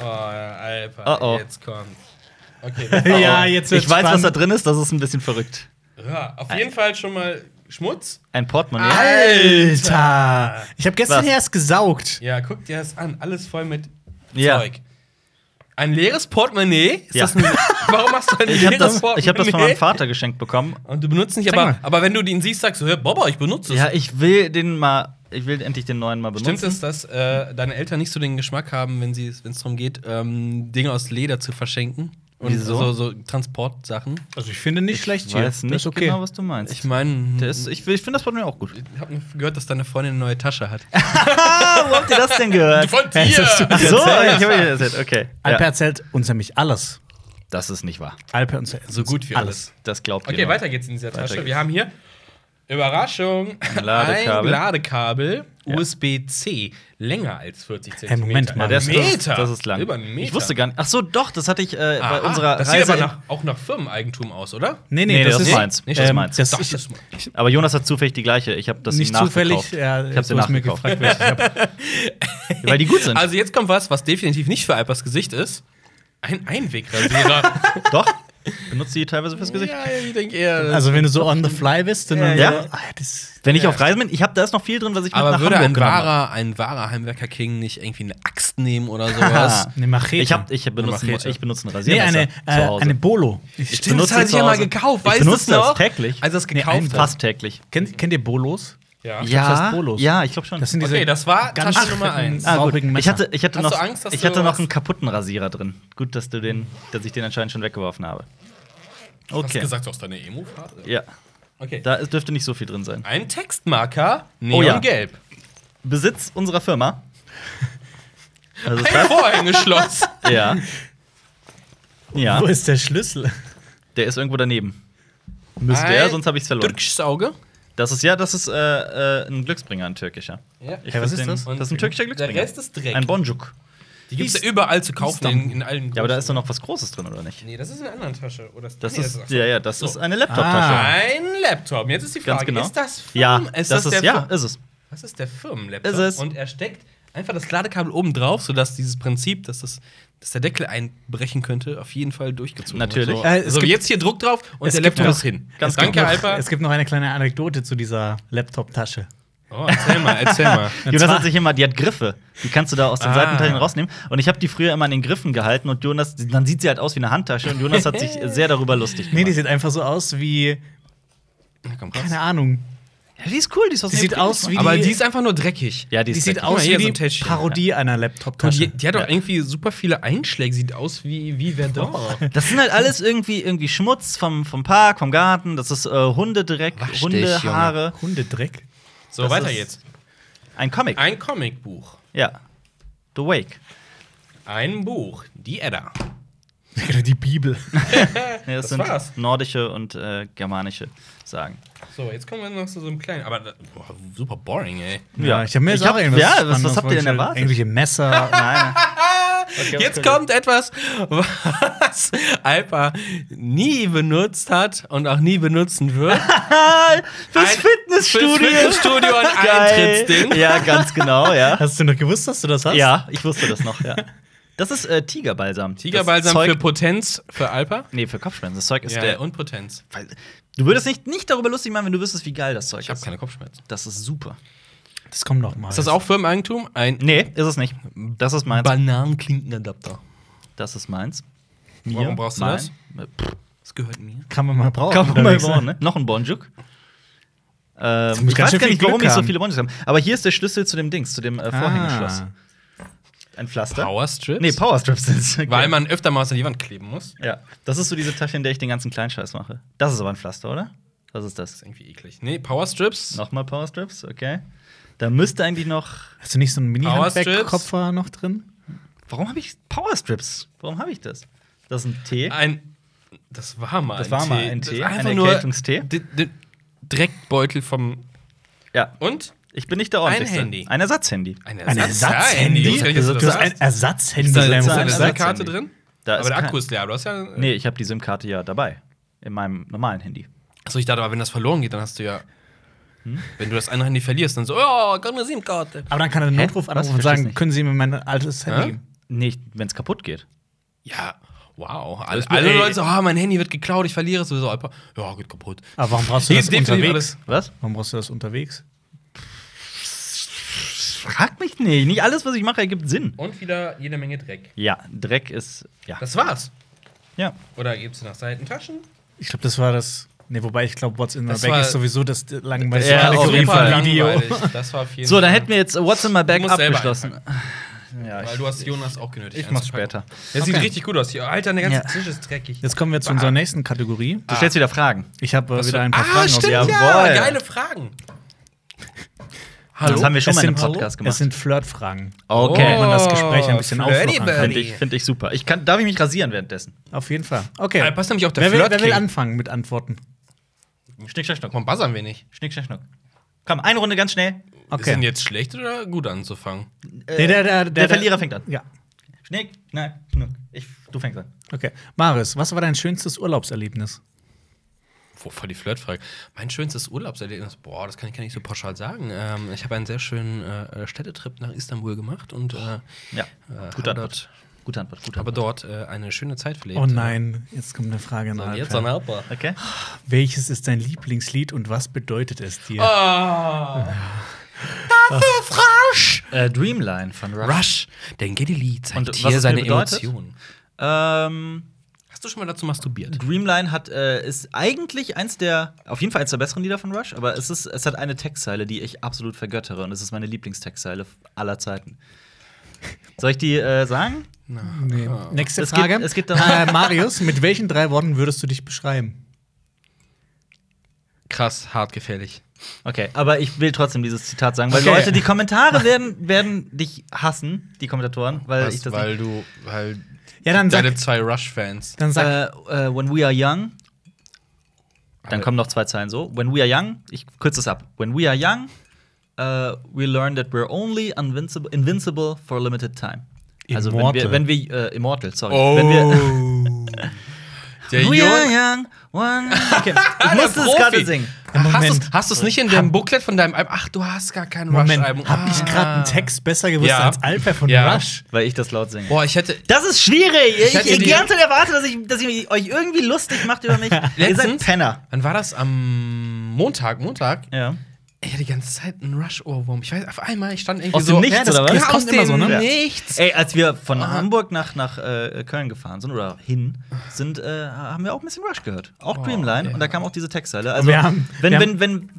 [SPEAKER 3] Oh, Alper,
[SPEAKER 2] Oh, oh.
[SPEAKER 3] jetzt kommt. Okay.
[SPEAKER 1] Ja, jetzt wird's
[SPEAKER 2] Ich weiß, was da
[SPEAKER 1] spannend.
[SPEAKER 2] drin ist, das ist ein bisschen verrückt.
[SPEAKER 3] Ja, auf
[SPEAKER 2] Äh.
[SPEAKER 3] jeden Fall schon mal Schmutz.
[SPEAKER 2] Ein Portemonnaie.
[SPEAKER 3] Ah,
[SPEAKER 1] Alter! Ich habe gestern
[SPEAKER 2] Was?
[SPEAKER 1] erst gesaugt.
[SPEAKER 3] Ja, guck dir das an. Alles voll mit
[SPEAKER 2] Ja.
[SPEAKER 3] Zeug. Ein leeres Portemonnaie? Ist
[SPEAKER 2] Ja.
[SPEAKER 3] das ein, <laughs> warum hast du ein
[SPEAKER 2] Ich habe
[SPEAKER 3] leeres
[SPEAKER 2] das,
[SPEAKER 3] Portemonnaie?
[SPEAKER 2] ich hab das von meinem Vater geschenkt bekommen.
[SPEAKER 3] Und du benutzt nicht,
[SPEAKER 1] Zeig
[SPEAKER 3] aber,
[SPEAKER 1] mal.
[SPEAKER 3] aber wenn du den siehst, sagst du, hey, Baba, ich benutze es.
[SPEAKER 2] Ja, ich will den mal. Ich will endlich den neuen mal benutzen.
[SPEAKER 3] Stimmt es, dass äh, deine Eltern nicht so den Geschmack haben, wenn es darum geht, ähm, Dinge aus Leder zu verschenken? Und
[SPEAKER 2] Wieso?
[SPEAKER 3] So, so Transportsachen?
[SPEAKER 1] Also, ich finde nicht schlecht
[SPEAKER 2] Ich weiß
[SPEAKER 1] Das
[SPEAKER 2] nicht
[SPEAKER 1] ist okay.
[SPEAKER 2] genau, was du meinst.
[SPEAKER 3] Ich meine,
[SPEAKER 2] Der ist- ich will- ich finde das Portemonnaie auch gut.
[SPEAKER 3] ich habe gehört, dass deine Freundin eine neue Tasche hat.
[SPEAKER 2] Ah, wo habt ihr das denn
[SPEAKER 3] <laughs>
[SPEAKER 2] gehört?
[SPEAKER 3] Von dir!
[SPEAKER 2] Ach so, ich habe das jetzt. Okay.
[SPEAKER 1] Alper
[SPEAKER 2] Ja.
[SPEAKER 1] erzählt uns nämlich alles.
[SPEAKER 2] Das ist nicht wahr.
[SPEAKER 1] Alper uns erzählt
[SPEAKER 3] So gut wie alles.
[SPEAKER 2] Das glaubt
[SPEAKER 3] Okay,
[SPEAKER 2] ihr. noch.
[SPEAKER 3] weiter geht's in dieser
[SPEAKER 2] Weiter
[SPEAKER 3] Tasche.
[SPEAKER 2] geht's.
[SPEAKER 3] Wir haben hier Überraschung,
[SPEAKER 2] Ladekabel.
[SPEAKER 3] ein Ladekabel USB-C, länger als 40 cm.
[SPEAKER 1] Hey, Moment mal,
[SPEAKER 2] Das, das,
[SPEAKER 3] Meter.
[SPEAKER 2] das ist lang.
[SPEAKER 3] Über einen Meter.
[SPEAKER 2] Ich wusste gar nicht. Ach so, doch, das hatte ich äh, bei
[SPEAKER 3] Aha,
[SPEAKER 2] unserer
[SPEAKER 3] das
[SPEAKER 2] Reise.
[SPEAKER 3] sieht aber
[SPEAKER 2] in-
[SPEAKER 3] nach, auch nach Firmeneigentum aus, oder?
[SPEAKER 1] Nee,
[SPEAKER 2] Nee,
[SPEAKER 1] nee, das,
[SPEAKER 2] das ist
[SPEAKER 1] ist
[SPEAKER 2] meins.
[SPEAKER 1] Ähm,
[SPEAKER 2] Nicht das ist meins.
[SPEAKER 1] Das,
[SPEAKER 3] Doch,
[SPEAKER 1] ich,
[SPEAKER 3] das-
[SPEAKER 2] aber Jonas hat zufällig die gleiche. Ich habe das ihm
[SPEAKER 1] nicht zufällig.
[SPEAKER 2] nachgekauft.
[SPEAKER 1] Ja,
[SPEAKER 2] ich habe sie
[SPEAKER 1] du hast mir
[SPEAKER 2] nachgekauft,
[SPEAKER 1] gefragt, welche ich
[SPEAKER 2] <laughs>
[SPEAKER 1] hab.
[SPEAKER 2] weil die gut sind.
[SPEAKER 3] also jetzt kommt was, was definitiv nicht für Alpers Gesicht ist. Ein <laughs> Einwegrasierer.
[SPEAKER 2] doch. Benutzt die teilweise fürs Gesicht.
[SPEAKER 3] ich denke eher.
[SPEAKER 1] Also, wenn du so on the fly bist, dann.
[SPEAKER 2] Ja.
[SPEAKER 1] So, ah, das,
[SPEAKER 2] Wenn ich auf Reisen bin, ich habe da ist noch viel drin, was ich mit
[SPEAKER 3] aber
[SPEAKER 2] nach
[SPEAKER 3] würde
[SPEAKER 2] Hamburg
[SPEAKER 3] ein
[SPEAKER 2] genommen habe.
[SPEAKER 3] wahrer, ein wahrer Heimwerker King nicht irgendwie eine Axt nehmen oder <laughs> sowas?
[SPEAKER 1] eine Machete.
[SPEAKER 2] Ich habe ich benutze
[SPEAKER 3] Machete.
[SPEAKER 2] ich benutze einen
[SPEAKER 1] nee,
[SPEAKER 2] Rasiermesser
[SPEAKER 1] eine,
[SPEAKER 2] zu
[SPEAKER 1] äh,
[SPEAKER 2] Hause.
[SPEAKER 1] eine Bolo.
[SPEAKER 2] Ich
[SPEAKER 3] Stimmt, das
[SPEAKER 2] benutze
[SPEAKER 3] hat
[SPEAKER 2] die
[SPEAKER 3] ich
[SPEAKER 2] zu
[SPEAKER 3] ja mal
[SPEAKER 2] Hause.
[SPEAKER 3] gekauft,
[SPEAKER 2] ich
[SPEAKER 3] weißt du
[SPEAKER 2] benutze
[SPEAKER 3] das noch?
[SPEAKER 2] das täglich.
[SPEAKER 3] Als er es
[SPEAKER 1] Nee,
[SPEAKER 3] gekauft
[SPEAKER 1] einfach.
[SPEAKER 3] hat.
[SPEAKER 2] Fast täglich.
[SPEAKER 1] Kennt, kennt ihr Bolos?
[SPEAKER 3] Ja.
[SPEAKER 1] das heißt Bolos.
[SPEAKER 2] ja, ich glaube schon.
[SPEAKER 1] Das sind diese
[SPEAKER 3] Okay, das war
[SPEAKER 1] ganz
[SPEAKER 3] Tasche Nummer
[SPEAKER 1] fetten-
[SPEAKER 3] 1.
[SPEAKER 2] Ah, gut.
[SPEAKER 1] saurigen
[SPEAKER 2] Ich
[SPEAKER 1] Messer.
[SPEAKER 2] hatte, ich hatte
[SPEAKER 3] Hast
[SPEAKER 2] noch,
[SPEAKER 3] du Angst, dass
[SPEAKER 2] ich
[SPEAKER 3] du
[SPEAKER 2] hatte noch
[SPEAKER 3] was-
[SPEAKER 2] einen kaputten Rasierer drin. Gut, dass du den, dass ich den anscheinend schon weggeworfen habe.
[SPEAKER 3] Hast
[SPEAKER 2] Okay.
[SPEAKER 3] du gesagt, du hast deine Emo-Phase?
[SPEAKER 2] Ja,
[SPEAKER 3] Okay.
[SPEAKER 2] da ist- dürfte nicht so viel drin sein.
[SPEAKER 3] Ein Textmarker,
[SPEAKER 2] Oh ja.
[SPEAKER 3] neongelb. <laughs>
[SPEAKER 2] Besitz unserer Firma. Also,
[SPEAKER 3] Ein <laughs>
[SPEAKER 2] das,
[SPEAKER 3] Vorhängeschloss.
[SPEAKER 2] ja. Ja,
[SPEAKER 1] Wo ist der Schlüssel?
[SPEAKER 2] der ist irgendwo daneben. Müsste er, sonst habe ich es verloren.
[SPEAKER 3] Türkisches Auge.
[SPEAKER 2] Das ist ja, das ist äh, äh, ein Glücksbringer, ein türkischer.
[SPEAKER 3] Ja.
[SPEAKER 2] Ich
[SPEAKER 1] Hä, was
[SPEAKER 2] find
[SPEAKER 1] ist
[SPEAKER 2] den,
[SPEAKER 1] das?
[SPEAKER 2] Das ist ein türkischer Glücksbringer.
[SPEAKER 3] Der Rest ist Dreck.
[SPEAKER 2] Ein Bonjuk.
[SPEAKER 3] Die gibt es ja überall zu kaufen in, in allen
[SPEAKER 2] Ja, aber da ist doch noch was Großes drin, oder nicht?
[SPEAKER 3] Nee, das ist in einer anderen Tasche. Oder
[SPEAKER 2] Das
[SPEAKER 3] nee, also-
[SPEAKER 2] ist,
[SPEAKER 3] ach so.
[SPEAKER 2] ja, ja, das
[SPEAKER 3] So.
[SPEAKER 2] ist eine Laptop-Tasche.
[SPEAKER 3] Ein Laptop. Jetzt ist die
[SPEAKER 2] Ganz
[SPEAKER 3] Frage,
[SPEAKER 2] genau.
[SPEAKER 3] ist das Firmen?
[SPEAKER 2] ja,
[SPEAKER 3] Hm, ist
[SPEAKER 2] das, ist,
[SPEAKER 3] der
[SPEAKER 2] ja,
[SPEAKER 3] Fir-
[SPEAKER 2] ist es.
[SPEAKER 3] Das ist der Firmenlaptop.
[SPEAKER 2] Ist es.
[SPEAKER 3] Und er steckt einfach das Ladekabel oben drauf, sodass dieses Prinzip, dass, das, dass der Deckel einbrechen könnte, auf jeden Fall durchgezogen
[SPEAKER 2] Natürlich.
[SPEAKER 3] wird. So,
[SPEAKER 1] Äh, es
[SPEAKER 3] also
[SPEAKER 1] gibt-
[SPEAKER 3] jetzt hier Druck drauf und
[SPEAKER 1] es
[SPEAKER 3] der
[SPEAKER 1] gibt
[SPEAKER 3] Laptop
[SPEAKER 1] noch-
[SPEAKER 3] ist hin.
[SPEAKER 2] ganz
[SPEAKER 3] Danke,
[SPEAKER 1] noch,
[SPEAKER 3] Alper.
[SPEAKER 1] Es gibt noch eine kleine Anekdote zu dieser Laptop-Tasche.
[SPEAKER 3] Oh, erzähl mal, erzähl mal.
[SPEAKER 2] Jonas
[SPEAKER 1] zwar-
[SPEAKER 2] hat sich immer, die hat Griffe. Die kannst du da aus den
[SPEAKER 3] Ah.
[SPEAKER 2] Seitenteilen rausnehmen. Und ich habe die früher immer an den Griffen gehalten und Jonas, dann sieht sie halt aus wie eine Handtasche und Jonas hat sich sehr darüber lustig
[SPEAKER 1] Nee, die
[SPEAKER 2] gemacht.
[SPEAKER 1] sieht einfach so aus wie,
[SPEAKER 3] Na, komm, raus.
[SPEAKER 1] keine Ahnung.
[SPEAKER 2] Ja, die ist cool, die ist aus
[SPEAKER 1] Die sieht aus wie
[SPEAKER 3] Aber die ist einfach nur dreckig.
[SPEAKER 2] Ja, die
[SPEAKER 1] Die,
[SPEAKER 2] ist
[SPEAKER 1] sieht
[SPEAKER 2] dreckig.
[SPEAKER 3] Guck mal,
[SPEAKER 1] aus
[SPEAKER 3] hier so
[SPEAKER 1] wie
[SPEAKER 3] ein
[SPEAKER 1] die
[SPEAKER 3] Täschchen.
[SPEAKER 1] Parodie einer
[SPEAKER 3] Und die,
[SPEAKER 1] Laptop-Tasche.
[SPEAKER 3] die hat doch irgendwie super viele Einschläge, sieht aus wie, wie Verdun.
[SPEAKER 2] Das sind halt alles irgendwie, irgendwie Schmutz vom, vom Park, vom Garten. Das ist äh, Hundedreck,
[SPEAKER 5] Wasch dich,
[SPEAKER 2] Hundehaare.
[SPEAKER 1] <laughs> Hundedreck.
[SPEAKER 3] So,
[SPEAKER 2] Das
[SPEAKER 3] weiter
[SPEAKER 2] ist-
[SPEAKER 3] geht's.
[SPEAKER 2] Ein Comic.
[SPEAKER 3] Ein Comicbuch.
[SPEAKER 2] Ja. The Wake.
[SPEAKER 3] Ein Buch. Die Edda.
[SPEAKER 1] Die Bibel.
[SPEAKER 2] Nee, das,
[SPEAKER 3] Das
[SPEAKER 2] sind
[SPEAKER 3] war's.
[SPEAKER 2] nordische und äh, germanische Sagen.
[SPEAKER 3] So, jetzt kommen wir noch zu so einem kleinen. Aber boah, super boring, ey.
[SPEAKER 1] Ja, ich habe mir jetzt
[SPEAKER 2] Ich
[SPEAKER 1] auch
[SPEAKER 2] hab-
[SPEAKER 1] irgendwas.
[SPEAKER 2] Ja, was- was
[SPEAKER 1] anderes
[SPEAKER 2] habt ihr denn
[SPEAKER 1] vorgestellt.
[SPEAKER 2] erwartet?
[SPEAKER 1] Irgendwelche Messer.
[SPEAKER 2] <laughs> Nein.
[SPEAKER 3] Jetzt kommt etwas, was Alpa nie benutzt hat und auch nie benutzen
[SPEAKER 2] <laughs>
[SPEAKER 3] wird.
[SPEAKER 2] Fürs
[SPEAKER 3] Ein-
[SPEAKER 2] Fitnessstudio.
[SPEAKER 3] fürs Fitnessstudio und
[SPEAKER 2] <laughs> Geil.
[SPEAKER 3] Eintrittsding.
[SPEAKER 2] Ja, ganz
[SPEAKER 3] <laughs>
[SPEAKER 2] genau, ja.
[SPEAKER 1] Hast du noch gewusst, dass du das hast?
[SPEAKER 2] Ja, ich wusste das noch, ja. Das ist äh, Tigerbalsam.
[SPEAKER 3] Tigerbalsam
[SPEAKER 2] Das Zeug,
[SPEAKER 3] für Potenz für Alpa.
[SPEAKER 2] Nee, für Kopfschmerzen. Das Zeug ist
[SPEAKER 3] Ja,
[SPEAKER 2] der.
[SPEAKER 3] und Potenz.
[SPEAKER 2] weil- du würdest nicht, nicht darüber lustig machen, wenn du wüsstest, wie geil das Zeug
[SPEAKER 3] Ich habe
[SPEAKER 2] ist.
[SPEAKER 3] keine Kopfschmerzen.
[SPEAKER 2] Das ist super.
[SPEAKER 1] Das kommt noch mal.
[SPEAKER 3] Ist das auch Firmeneigentum? Ein
[SPEAKER 2] Nee, ist es nicht. Das ist meins.
[SPEAKER 3] Bananenklinkenadapter.
[SPEAKER 2] Das ist meins.
[SPEAKER 3] Warum brauchst du
[SPEAKER 2] Nein. Pff,
[SPEAKER 3] Das gehört mir.
[SPEAKER 1] Kann man mal brauchen.
[SPEAKER 2] Kann man mal
[SPEAKER 1] unterwegs,
[SPEAKER 2] bauen, ne? Noch ein Bonjuk. Ähm,
[SPEAKER 1] muss ganz
[SPEAKER 2] ich weiß
[SPEAKER 1] schön
[SPEAKER 2] gar
[SPEAKER 1] viel
[SPEAKER 2] nicht, warum
[SPEAKER 1] Glück
[SPEAKER 2] ich so
[SPEAKER 1] haben.
[SPEAKER 2] viele Bonjuks habe. Aber hier ist der Schlüssel zu dem Dings, zu dem äh, Vorhängeschloss.
[SPEAKER 1] Ah.
[SPEAKER 2] Ein Pflaster.
[SPEAKER 3] Powerstrips?
[SPEAKER 2] Nee, Powerstrips sind es. Okay.
[SPEAKER 3] Weil man öfter mal was an die Wand kleben muss.
[SPEAKER 2] Ja, das ist so diese Tasche, in der ich den ganzen Kleinscheiß mache. Das ist aber ein Pflaster, oder? Was ist das?
[SPEAKER 3] ist irgendwie eklig. Nee, Powerstrips.
[SPEAKER 2] Nochmal Powerstrips, okay. Da müsste eigentlich noch.
[SPEAKER 1] Hast du nicht so einen
[SPEAKER 3] Powerstrips?
[SPEAKER 1] Mini-Handwerkkopfer noch drin?
[SPEAKER 2] Warum habe ich Powerstrips? Warum habe ich das? Das ist ein Tee.
[SPEAKER 3] Ein. Das war mal
[SPEAKER 2] Das war mal ein
[SPEAKER 3] Das
[SPEAKER 2] Tee,
[SPEAKER 3] ist
[SPEAKER 2] ein
[SPEAKER 3] einfach nur
[SPEAKER 2] Erkältungstee.
[SPEAKER 3] d- d- Dreckbeutel vom.
[SPEAKER 2] Ja,
[SPEAKER 3] Und?
[SPEAKER 2] ich bin nicht der ordentlichste.
[SPEAKER 3] Handy.
[SPEAKER 2] Ein Ersatzhandy.
[SPEAKER 3] Ein
[SPEAKER 1] Ersatzhandy?
[SPEAKER 3] Ja,
[SPEAKER 1] Du hast ein
[SPEAKER 3] Ersatzhandy.
[SPEAKER 1] Ersatzhandy
[SPEAKER 2] Da
[SPEAKER 1] in deinem
[SPEAKER 2] sitzt
[SPEAKER 3] Da
[SPEAKER 2] ein
[SPEAKER 3] ist eine
[SPEAKER 1] Rucksack?
[SPEAKER 3] Karte
[SPEAKER 2] Ersatzhandy.
[SPEAKER 3] drin.
[SPEAKER 2] Da
[SPEAKER 3] Aber der
[SPEAKER 2] kein-
[SPEAKER 3] Akku ist leer. Du hast ja. äh,
[SPEAKER 2] Nee, ich habe die SIM-Karte ja dabei. In meinem normalen Handy.
[SPEAKER 3] Achso, ich dachte, aber wenn das verloren geht, dann hast du ja.
[SPEAKER 2] Hm?
[SPEAKER 3] Wenn du das andere Handy verlierst, dann so, oh, komm, eine SIM-Karte.
[SPEAKER 1] Aber dann kann er den
[SPEAKER 2] Hä?
[SPEAKER 1] Notruf
[SPEAKER 2] Was?
[SPEAKER 1] anrufen und
[SPEAKER 2] Versteh's
[SPEAKER 1] sagen,
[SPEAKER 2] nicht.
[SPEAKER 1] können Sie mir mein altes Handy
[SPEAKER 3] Hä?
[SPEAKER 1] geben?
[SPEAKER 2] Nicht, wenn es kaputt geht.
[SPEAKER 3] Ja, wow. Alle,
[SPEAKER 2] mir-
[SPEAKER 3] alle
[SPEAKER 2] ey.
[SPEAKER 3] Leute so, ah, mein Handy wird geklaut, ich verliere es sowieso. Alpa, Ja, geht kaputt.
[SPEAKER 1] Aber warum brauchst du
[SPEAKER 3] Nee,
[SPEAKER 1] das
[SPEAKER 3] definitiv
[SPEAKER 1] unterwegs?
[SPEAKER 2] Was?
[SPEAKER 1] Warum brauchst du das unterwegs?
[SPEAKER 2] Frag mich nicht. Nicht alles, was ich mache, ergibt Sinn.
[SPEAKER 3] Und wieder jede Menge Dreck.
[SPEAKER 2] Ja, Dreck ist. Ja.
[SPEAKER 3] Das war's.
[SPEAKER 2] ja.
[SPEAKER 3] Oder gibst du nach Seitentaschen?
[SPEAKER 1] Ich glaube, das war das. Ne, wobei ich glaube, What's in my
[SPEAKER 3] Das
[SPEAKER 1] bag
[SPEAKER 3] war-
[SPEAKER 1] ist sowieso das langweiligste
[SPEAKER 2] Ja, auf jeden Fall.
[SPEAKER 1] Video.
[SPEAKER 3] langweilig. Das war auf jeden
[SPEAKER 2] So, dann
[SPEAKER 3] Fall.
[SPEAKER 2] hätten wir jetzt What's in my bag
[SPEAKER 3] musst selber
[SPEAKER 2] abgeschlossen. Ja,
[SPEAKER 3] Weil du hast Jonas auch genötigt.
[SPEAKER 2] ich mach's
[SPEAKER 3] einzupacken.
[SPEAKER 2] später.
[SPEAKER 3] Das sieht
[SPEAKER 1] Okay.
[SPEAKER 3] richtig gut aus hier. Alter, der ganze
[SPEAKER 2] Ja.
[SPEAKER 3] Tisch ist dreckig.
[SPEAKER 1] Jetzt kommen wir zu unserer nächsten Kategorie.
[SPEAKER 2] Du stellst wieder Fragen.
[SPEAKER 1] Ich habe äh, wieder ein paar
[SPEAKER 3] ah,
[SPEAKER 1] Fragen
[SPEAKER 3] stimmt,
[SPEAKER 1] aus.
[SPEAKER 3] ja,
[SPEAKER 2] Jawohl.
[SPEAKER 3] geile Fragen.
[SPEAKER 2] Das haben wir schon
[SPEAKER 1] es
[SPEAKER 2] mal in einem
[SPEAKER 1] sind-
[SPEAKER 2] Podcast
[SPEAKER 1] Es
[SPEAKER 2] gemacht.
[SPEAKER 1] sind Flirtfragen.
[SPEAKER 2] Okay.
[SPEAKER 1] Wenn man das Gespräch ein bisschen
[SPEAKER 3] Oh, Flirty
[SPEAKER 1] auflockern
[SPEAKER 3] Bird.
[SPEAKER 1] kann.
[SPEAKER 2] Finde ich, find ich super. Ich kann, darf ich mich rasieren währenddessen?
[SPEAKER 1] Auf jeden Fall. Okay.
[SPEAKER 3] Da Ah, passt nämlich auch der
[SPEAKER 1] wer, will, wer
[SPEAKER 3] Flirt-King.
[SPEAKER 1] will anfangen mit Antworten?
[SPEAKER 2] Schnick, schnack, schnuck.
[SPEAKER 3] Komm, buzzern wir nicht.
[SPEAKER 2] Schnick, schnack, schnuck. Komm, eine Runde ganz schnell.
[SPEAKER 1] Okay.
[SPEAKER 3] Ist denn jetzt schlecht oder gut anzufangen?
[SPEAKER 1] Nee, der, der, der,
[SPEAKER 2] Der Verlierer fängt an.
[SPEAKER 1] Ja.
[SPEAKER 2] Schnick, schnack, schnuck. Ich, du fängst an.
[SPEAKER 1] Okay. Maris, was war dein schönstes Urlaubserlebnis?
[SPEAKER 3] Wo voll die Flirtfrage. Mein schönstes Urlaubserlebnis, boah, das kann ich gar nicht so pauschal sagen. Ähm, ich habe einen sehr schönen äh, Städtetrip nach Istanbul gemacht und äh,
[SPEAKER 2] Ja.
[SPEAKER 3] äh,
[SPEAKER 2] Gute
[SPEAKER 3] habe
[SPEAKER 2] Antwort. Gute Antwort. Gute
[SPEAKER 3] aber
[SPEAKER 2] Antwort.
[SPEAKER 3] dort äh, eine schöne Zeit verlebt.
[SPEAKER 1] Oh nein, jetzt kommt eine Frage
[SPEAKER 3] So,
[SPEAKER 1] nach.
[SPEAKER 3] und jetzt an Alper.
[SPEAKER 2] Okay.
[SPEAKER 1] Welches ist dein Lieblingslied und was bedeutet es dir?
[SPEAKER 3] Ah. Dafür Rush!
[SPEAKER 2] Äh, Dreamline von Rush.
[SPEAKER 3] Rush, denn Gedeli zeigt
[SPEAKER 2] Und was
[SPEAKER 3] hier
[SPEAKER 2] es
[SPEAKER 3] seine
[SPEAKER 2] mir bedeutet?
[SPEAKER 3] Emotionen.
[SPEAKER 2] Ähm,
[SPEAKER 3] Hast du schon mal dazu masturbiert?
[SPEAKER 2] Dreamline hat, äh, ist eigentlich eins der, auf jeden Fall eins der besseren Lieder von Rush, aber es, ist, es hat eine Textzeile, die ich absolut vergöttere und es ist meine Lieblingstextzeile aller Zeiten. Soll ich die äh, sagen?
[SPEAKER 1] Nee.
[SPEAKER 3] Ah.
[SPEAKER 1] Nächste
[SPEAKER 2] Es
[SPEAKER 1] Frage.
[SPEAKER 2] gibt- es gibt
[SPEAKER 1] äh,
[SPEAKER 2] dann-
[SPEAKER 1] Marius, mit welchen drei Worten würdest du dich beschreiben?
[SPEAKER 3] Krass, hart gefährlich.
[SPEAKER 2] Okay, aber ich will trotzdem dieses Zitat sagen, weil
[SPEAKER 1] Okay.
[SPEAKER 2] Leute, die Kommentare werden, werden dich hassen, die Kommentatoren, weil ich
[SPEAKER 3] Was,
[SPEAKER 2] das
[SPEAKER 3] weil du, weil
[SPEAKER 1] Ja, dann sag-
[SPEAKER 3] deine zwei Rush-Fans.
[SPEAKER 1] Dann
[SPEAKER 2] nicht.
[SPEAKER 1] sag
[SPEAKER 2] Äh, äh, when we are young, dann
[SPEAKER 3] Aber-
[SPEAKER 2] kommen noch zwei Zeilen so. When we are young, ich kürze es ab. When we are young, äh, we learn that we're only invincible, invincible for a limited time. Also wenn wir,
[SPEAKER 1] Immortal.
[SPEAKER 2] wenn wir äh, immortal, sorry. Wenn wir,
[SPEAKER 3] Oh. Der
[SPEAKER 1] Oh
[SPEAKER 2] we are
[SPEAKER 3] Jon.
[SPEAKER 2] young,
[SPEAKER 3] <laughs>
[SPEAKER 2] one. Okay. Ich
[SPEAKER 3] Der
[SPEAKER 2] musste es
[SPEAKER 3] Profi.
[SPEAKER 2] gerade singen.
[SPEAKER 1] Ja,
[SPEAKER 3] Hast
[SPEAKER 1] Moment.
[SPEAKER 3] du's- Hast du es nicht in dem Booklet von deinem Album? Ach, du hast gar kein
[SPEAKER 1] Moment,
[SPEAKER 3] Rush-Album.
[SPEAKER 1] hab ich gerade einen Text besser gewusst
[SPEAKER 3] Ah. Ja.
[SPEAKER 1] als Alpha von
[SPEAKER 3] Ja.
[SPEAKER 1] Rush?
[SPEAKER 2] Weil ich das laut singe.
[SPEAKER 3] Boah, ich hätte.
[SPEAKER 2] Das ist schwierig. Ich,
[SPEAKER 3] hätte
[SPEAKER 2] ich,
[SPEAKER 3] die-
[SPEAKER 2] die ganze Zeit erwarte, dass ich, dass ihr euch irgendwie lustig macht über <laughs> mich. Ihr seid
[SPEAKER 3] Letztens-
[SPEAKER 2] Penner.
[SPEAKER 3] Wann war das? Am Montag, Montag?
[SPEAKER 2] Ja.
[SPEAKER 3] Ich hatte die ganze Zeit einen Rush-Ohrwurm. Ich weiß, auf einmal, ich stand irgendwie
[SPEAKER 2] Aus
[SPEAKER 3] so.
[SPEAKER 2] dem Nichts,
[SPEAKER 1] Ja, das-
[SPEAKER 2] oder was?
[SPEAKER 1] das
[SPEAKER 3] ja, aus
[SPEAKER 1] kommt
[SPEAKER 3] dem
[SPEAKER 1] immer so, ne?
[SPEAKER 3] Nichts.
[SPEAKER 2] Ey, als wir von Hamburg nach, nach äh, Köln gefahren sind oder hin, sind, äh, haben wir auch ein bisschen Rush gehört. Auch
[SPEAKER 3] Oh,
[SPEAKER 2] Dreamline.
[SPEAKER 3] ja.
[SPEAKER 2] Und da kamen auch diese Textzeile. Also,
[SPEAKER 1] wir haben-
[SPEAKER 2] wenn,
[SPEAKER 1] wir
[SPEAKER 2] wenn, wenn,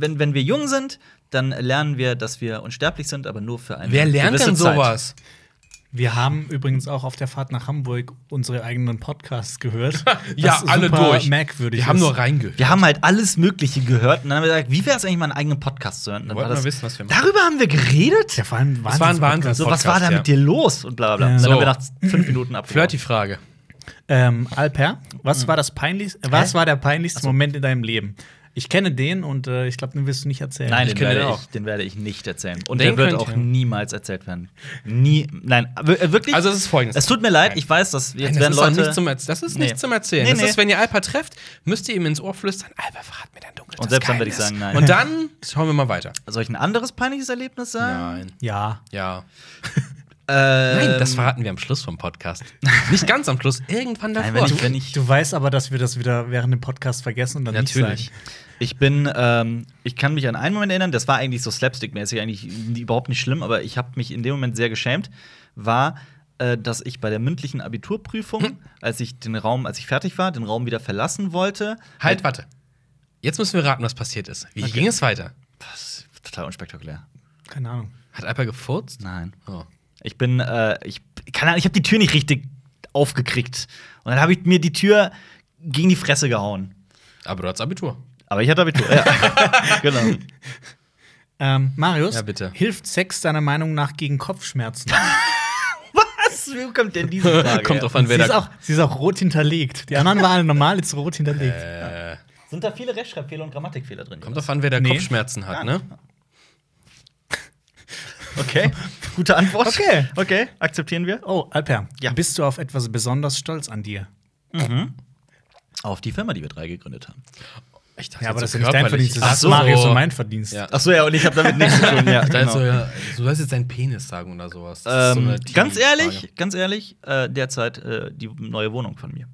[SPEAKER 2] wenn, wenn wir jung sind, dann lernen wir, dass wir unsterblich sind, aber nur für eine
[SPEAKER 3] Wer lernt
[SPEAKER 2] gewisse
[SPEAKER 3] denn
[SPEAKER 2] Zeit.
[SPEAKER 3] sowas?
[SPEAKER 1] Wir haben übrigens auch auf der Fahrt nach Hamburg unsere eigenen Podcasts gehört.
[SPEAKER 3] <laughs> Ja,
[SPEAKER 1] was
[SPEAKER 3] alle
[SPEAKER 1] super
[SPEAKER 3] durch.
[SPEAKER 1] merkwürdig
[SPEAKER 3] Wir haben
[SPEAKER 1] ist.
[SPEAKER 3] nur reingehört.
[SPEAKER 2] Wir haben halt alles Mögliche gehört und dann haben wir gesagt, wie wäre es eigentlich, mal einen eigenen Podcast zu hören? Und Dann
[SPEAKER 3] wollten
[SPEAKER 2] war
[SPEAKER 3] mal wissen, was wir machen.
[SPEAKER 2] Darüber haben wir geredet?
[SPEAKER 1] Ja, vor allem
[SPEAKER 3] Das war ein Wahnsinn.
[SPEAKER 2] So, was war da
[SPEAKER 3] Podcast,
[SPEAKER 2] mit dir los? Und bla bla.
[SPEAKER 1] Ja.
[SPEAKER 2] Und dann
[SPEAKER 3] So.
[SPEAKER 2] haben wir nach fünf Minuten abgehauen.
[SPEAKER 3] Flirty Frage.
[SPEAKER 1] Ähm, Alper,
[SPEAKER 3] Mhm.
[SPEAKER 1] was war das peinlichste, was war der peinlichste Moment in deinem Leben? Ich kenne den und äh, ich glaube, den wirst du nicht erzählen.
[SPEAKER 2] Nein,
[SPEAKER 3] Ich
[SPEAKER 2] den
[SPEAKER 3] kenne
[SPEAKER 2] werde,
[SPEAKER 3] den
[SPEAKER 2] ich,
[SPEAKER 3] auch.
[SPEAKER 2] den werde ich nicht erzählen. Und
[SPEAKER 3] Den
[SPEAKER 2] der wird
[SPEAKER 3] könnt
[SPEAKER 2] auch
[SPEAKER 3] ihr.
[SPEAKER 2] niemals erzählt werden. Nie. Nein, wir- äh, wirklich.
[SPEAKER 3] Also, es ist folgendes.
[SPEAKER 2] es tut mir leid, ich weiß, dass jetzt
[SPEAKER 3] Nein, das
[SPEAKER 2] werden
[SPEAKER 3] ist doch
[SPEAKER 2] Leute.
[SPEAKER 3] nicht zum Erz- das ist
[SPEAKER 2] Nee.
[SPEAKER 3] nicht zum Erzählen.
[SPEAKER 2] Nee,
[SPEAKER 3] Das
[SPEAKER 2] nee.
[SPEAKER 3] ist, wenn ihr Alper trefft, müsst ihr ihm ins Ohr flüstern, Alper, verrat mir dein dunkles
[SPEAKER 2] Und selbst dann werde ich
[SPEAKER 3] Geheimnis."
[SPEAKER 2] sagen, nein.
[SPEAKER 3] Und dann schauen wir mal weiter.
[SPEAKER 2] Soll ich ein anderes peinliches Erlebnis sagen?
[SPEAKER 3] Nein.
[SPEAKER 1] Ja.
[SPEAKER 2] <laughs>
[SPEAKER 3] Ja.
[SPEAKER 2] Nein,
[SPEAKER 3] Nein, das verraten wir am Schluss vom
[SPEAKER 2] <laughs>
[SPEAKER 3] Podcast. nicht ganz am Schluss, irgendwann davor.
[SPEAKER 2] Nein, wenn ich, wenn ich,
[SPEAKER 1] Du weißt aber, dass wir das wieder während dem Podcast vergessen und dann
[SPEAKER 3] Natürlich.
[SPEAKER 1] nicht sagen.
[SPEAKER 2] ich bin, ähm, ich kann mich an einen Moment erinnern, das war eigentlich so slapstick-mäßig, eigentlich überhaupt nicht schlimm, aber ich habe mich in dem Moment sehr geschämt, war, äh, dass ich bei der mündlichen
[SPEAKER 3] Hm?
[SPEAKER 2] Abiturprüfung, als ich den Raum, als ich fertig war, den Raum wieder verlassen wollte.
[SPEAKER 3] halt, warte. Jetzt müssen wir raten, was passiert ist. Wie ging es weiter?
[SPEAKER 2] Das ist total unspektakulär.
[SPEAKER 1] Keine Ahnung.
[SPEAKER 3] Hat Alper gefurzt?
[SPEAKER 2] Nein.
[SPEAKER 3] Oh.
[SPEAKER 2] Ich bin, äh, ich, keine Ahnung, ich habe die Tür nicht richtig aufgekriegt. Und dann habe ich mir die Tür gegen die Fresse gehauen.
[SPEAKER 3] Aber du hattest Abitur.
[SPEAKER 2] Aber ich hatte Abitur.
[SPEAKER 3] <laughs>
[SPEAKER 2] Ja. genau.
[SPEAKER 1] Ähm, Marius,
[SPEAKER 3] Ja, bitte.
[SPEAKER 1] hilft Sex deiner Meinung nach gegen
[SPEAKER 3] <laughs>
[SPEAKER 1] Kopfschmerzen?
[SPEAKER 2] Was? Wie kommt denn diese Frage?
[SPEAKER 3] Kommt
[SPEAKER 2] her?
[SPEAKER 3] drauf an,
[SPEAKER 1] sie,
[SPEAKER 3] wer
[SPEAKER 1] ist
[SPEAKER 3] da.
[SPEAKER 1] auch, sie ist auch rot hinterlegt. Die anderen waren alle normal, jetzt rot hinterlegt.
[SPEAKER 3] Äh,
[SPEAKER 2] Sind da viele Rechtschreibfehler und Grammatikfehler drin?
[SPEAKER 3] kommt drauf an, wer da
[SPEAKER 1] Nee.
[SPEAKER 3] Kopfschmerzen hat, ne?
[SPEAKER 2] Okay. Gute Antwort.
[SPEAKER 1] Okay.
[SPEAKER 2] Okay, akzeptieren wir.
[SPEAKER 1] Oh, Alper,
[SPEAKER 2] Ja.
[SPEAKER 1] bist du auf etwas besonders stolz an dir?
[SPEAKER 2] Auf die Firma, die wir drei gegründet haben.
[SPEAKER 3] Ich dachte,
[SPEAKER 1] Ja, aber
[SPEAKER 3] jetzt
[SPEAKER 1] das
[SPEAKER 3] so
[SPEAKER 1] ist ja nicht dein
[SPEAKER 3] Also körperlich.
[SPEAKER 1] Verdienst, das
[SPEAKER 3] Ach
[SPEAKER 1] ist
[SPEAKER 3] so.
[SPEAKER 1] Marius und mein Verdienst.
[SPEAKER 3] Ja.
[SPEAKER 2] Ach so, ja, und ich habe damit nichts zu tun.
[SPEAKER 3] <laughs>
[SPEAKER 2] Ja,
[SPEAKER 3] Da ist
[SPEAKER 2] genau.
[SPEAKER 3] so, ja, du sollst jetzt deinen Penis sagen oder sowas. Das ist so
[SPEAKER 2] ähm,
[SPEAKER 3] eine Teenie-
[SPEAKER 2] ganz ehrlich, ganz ehrlich, äh, derzeit äh, die neue Wohnung von mir.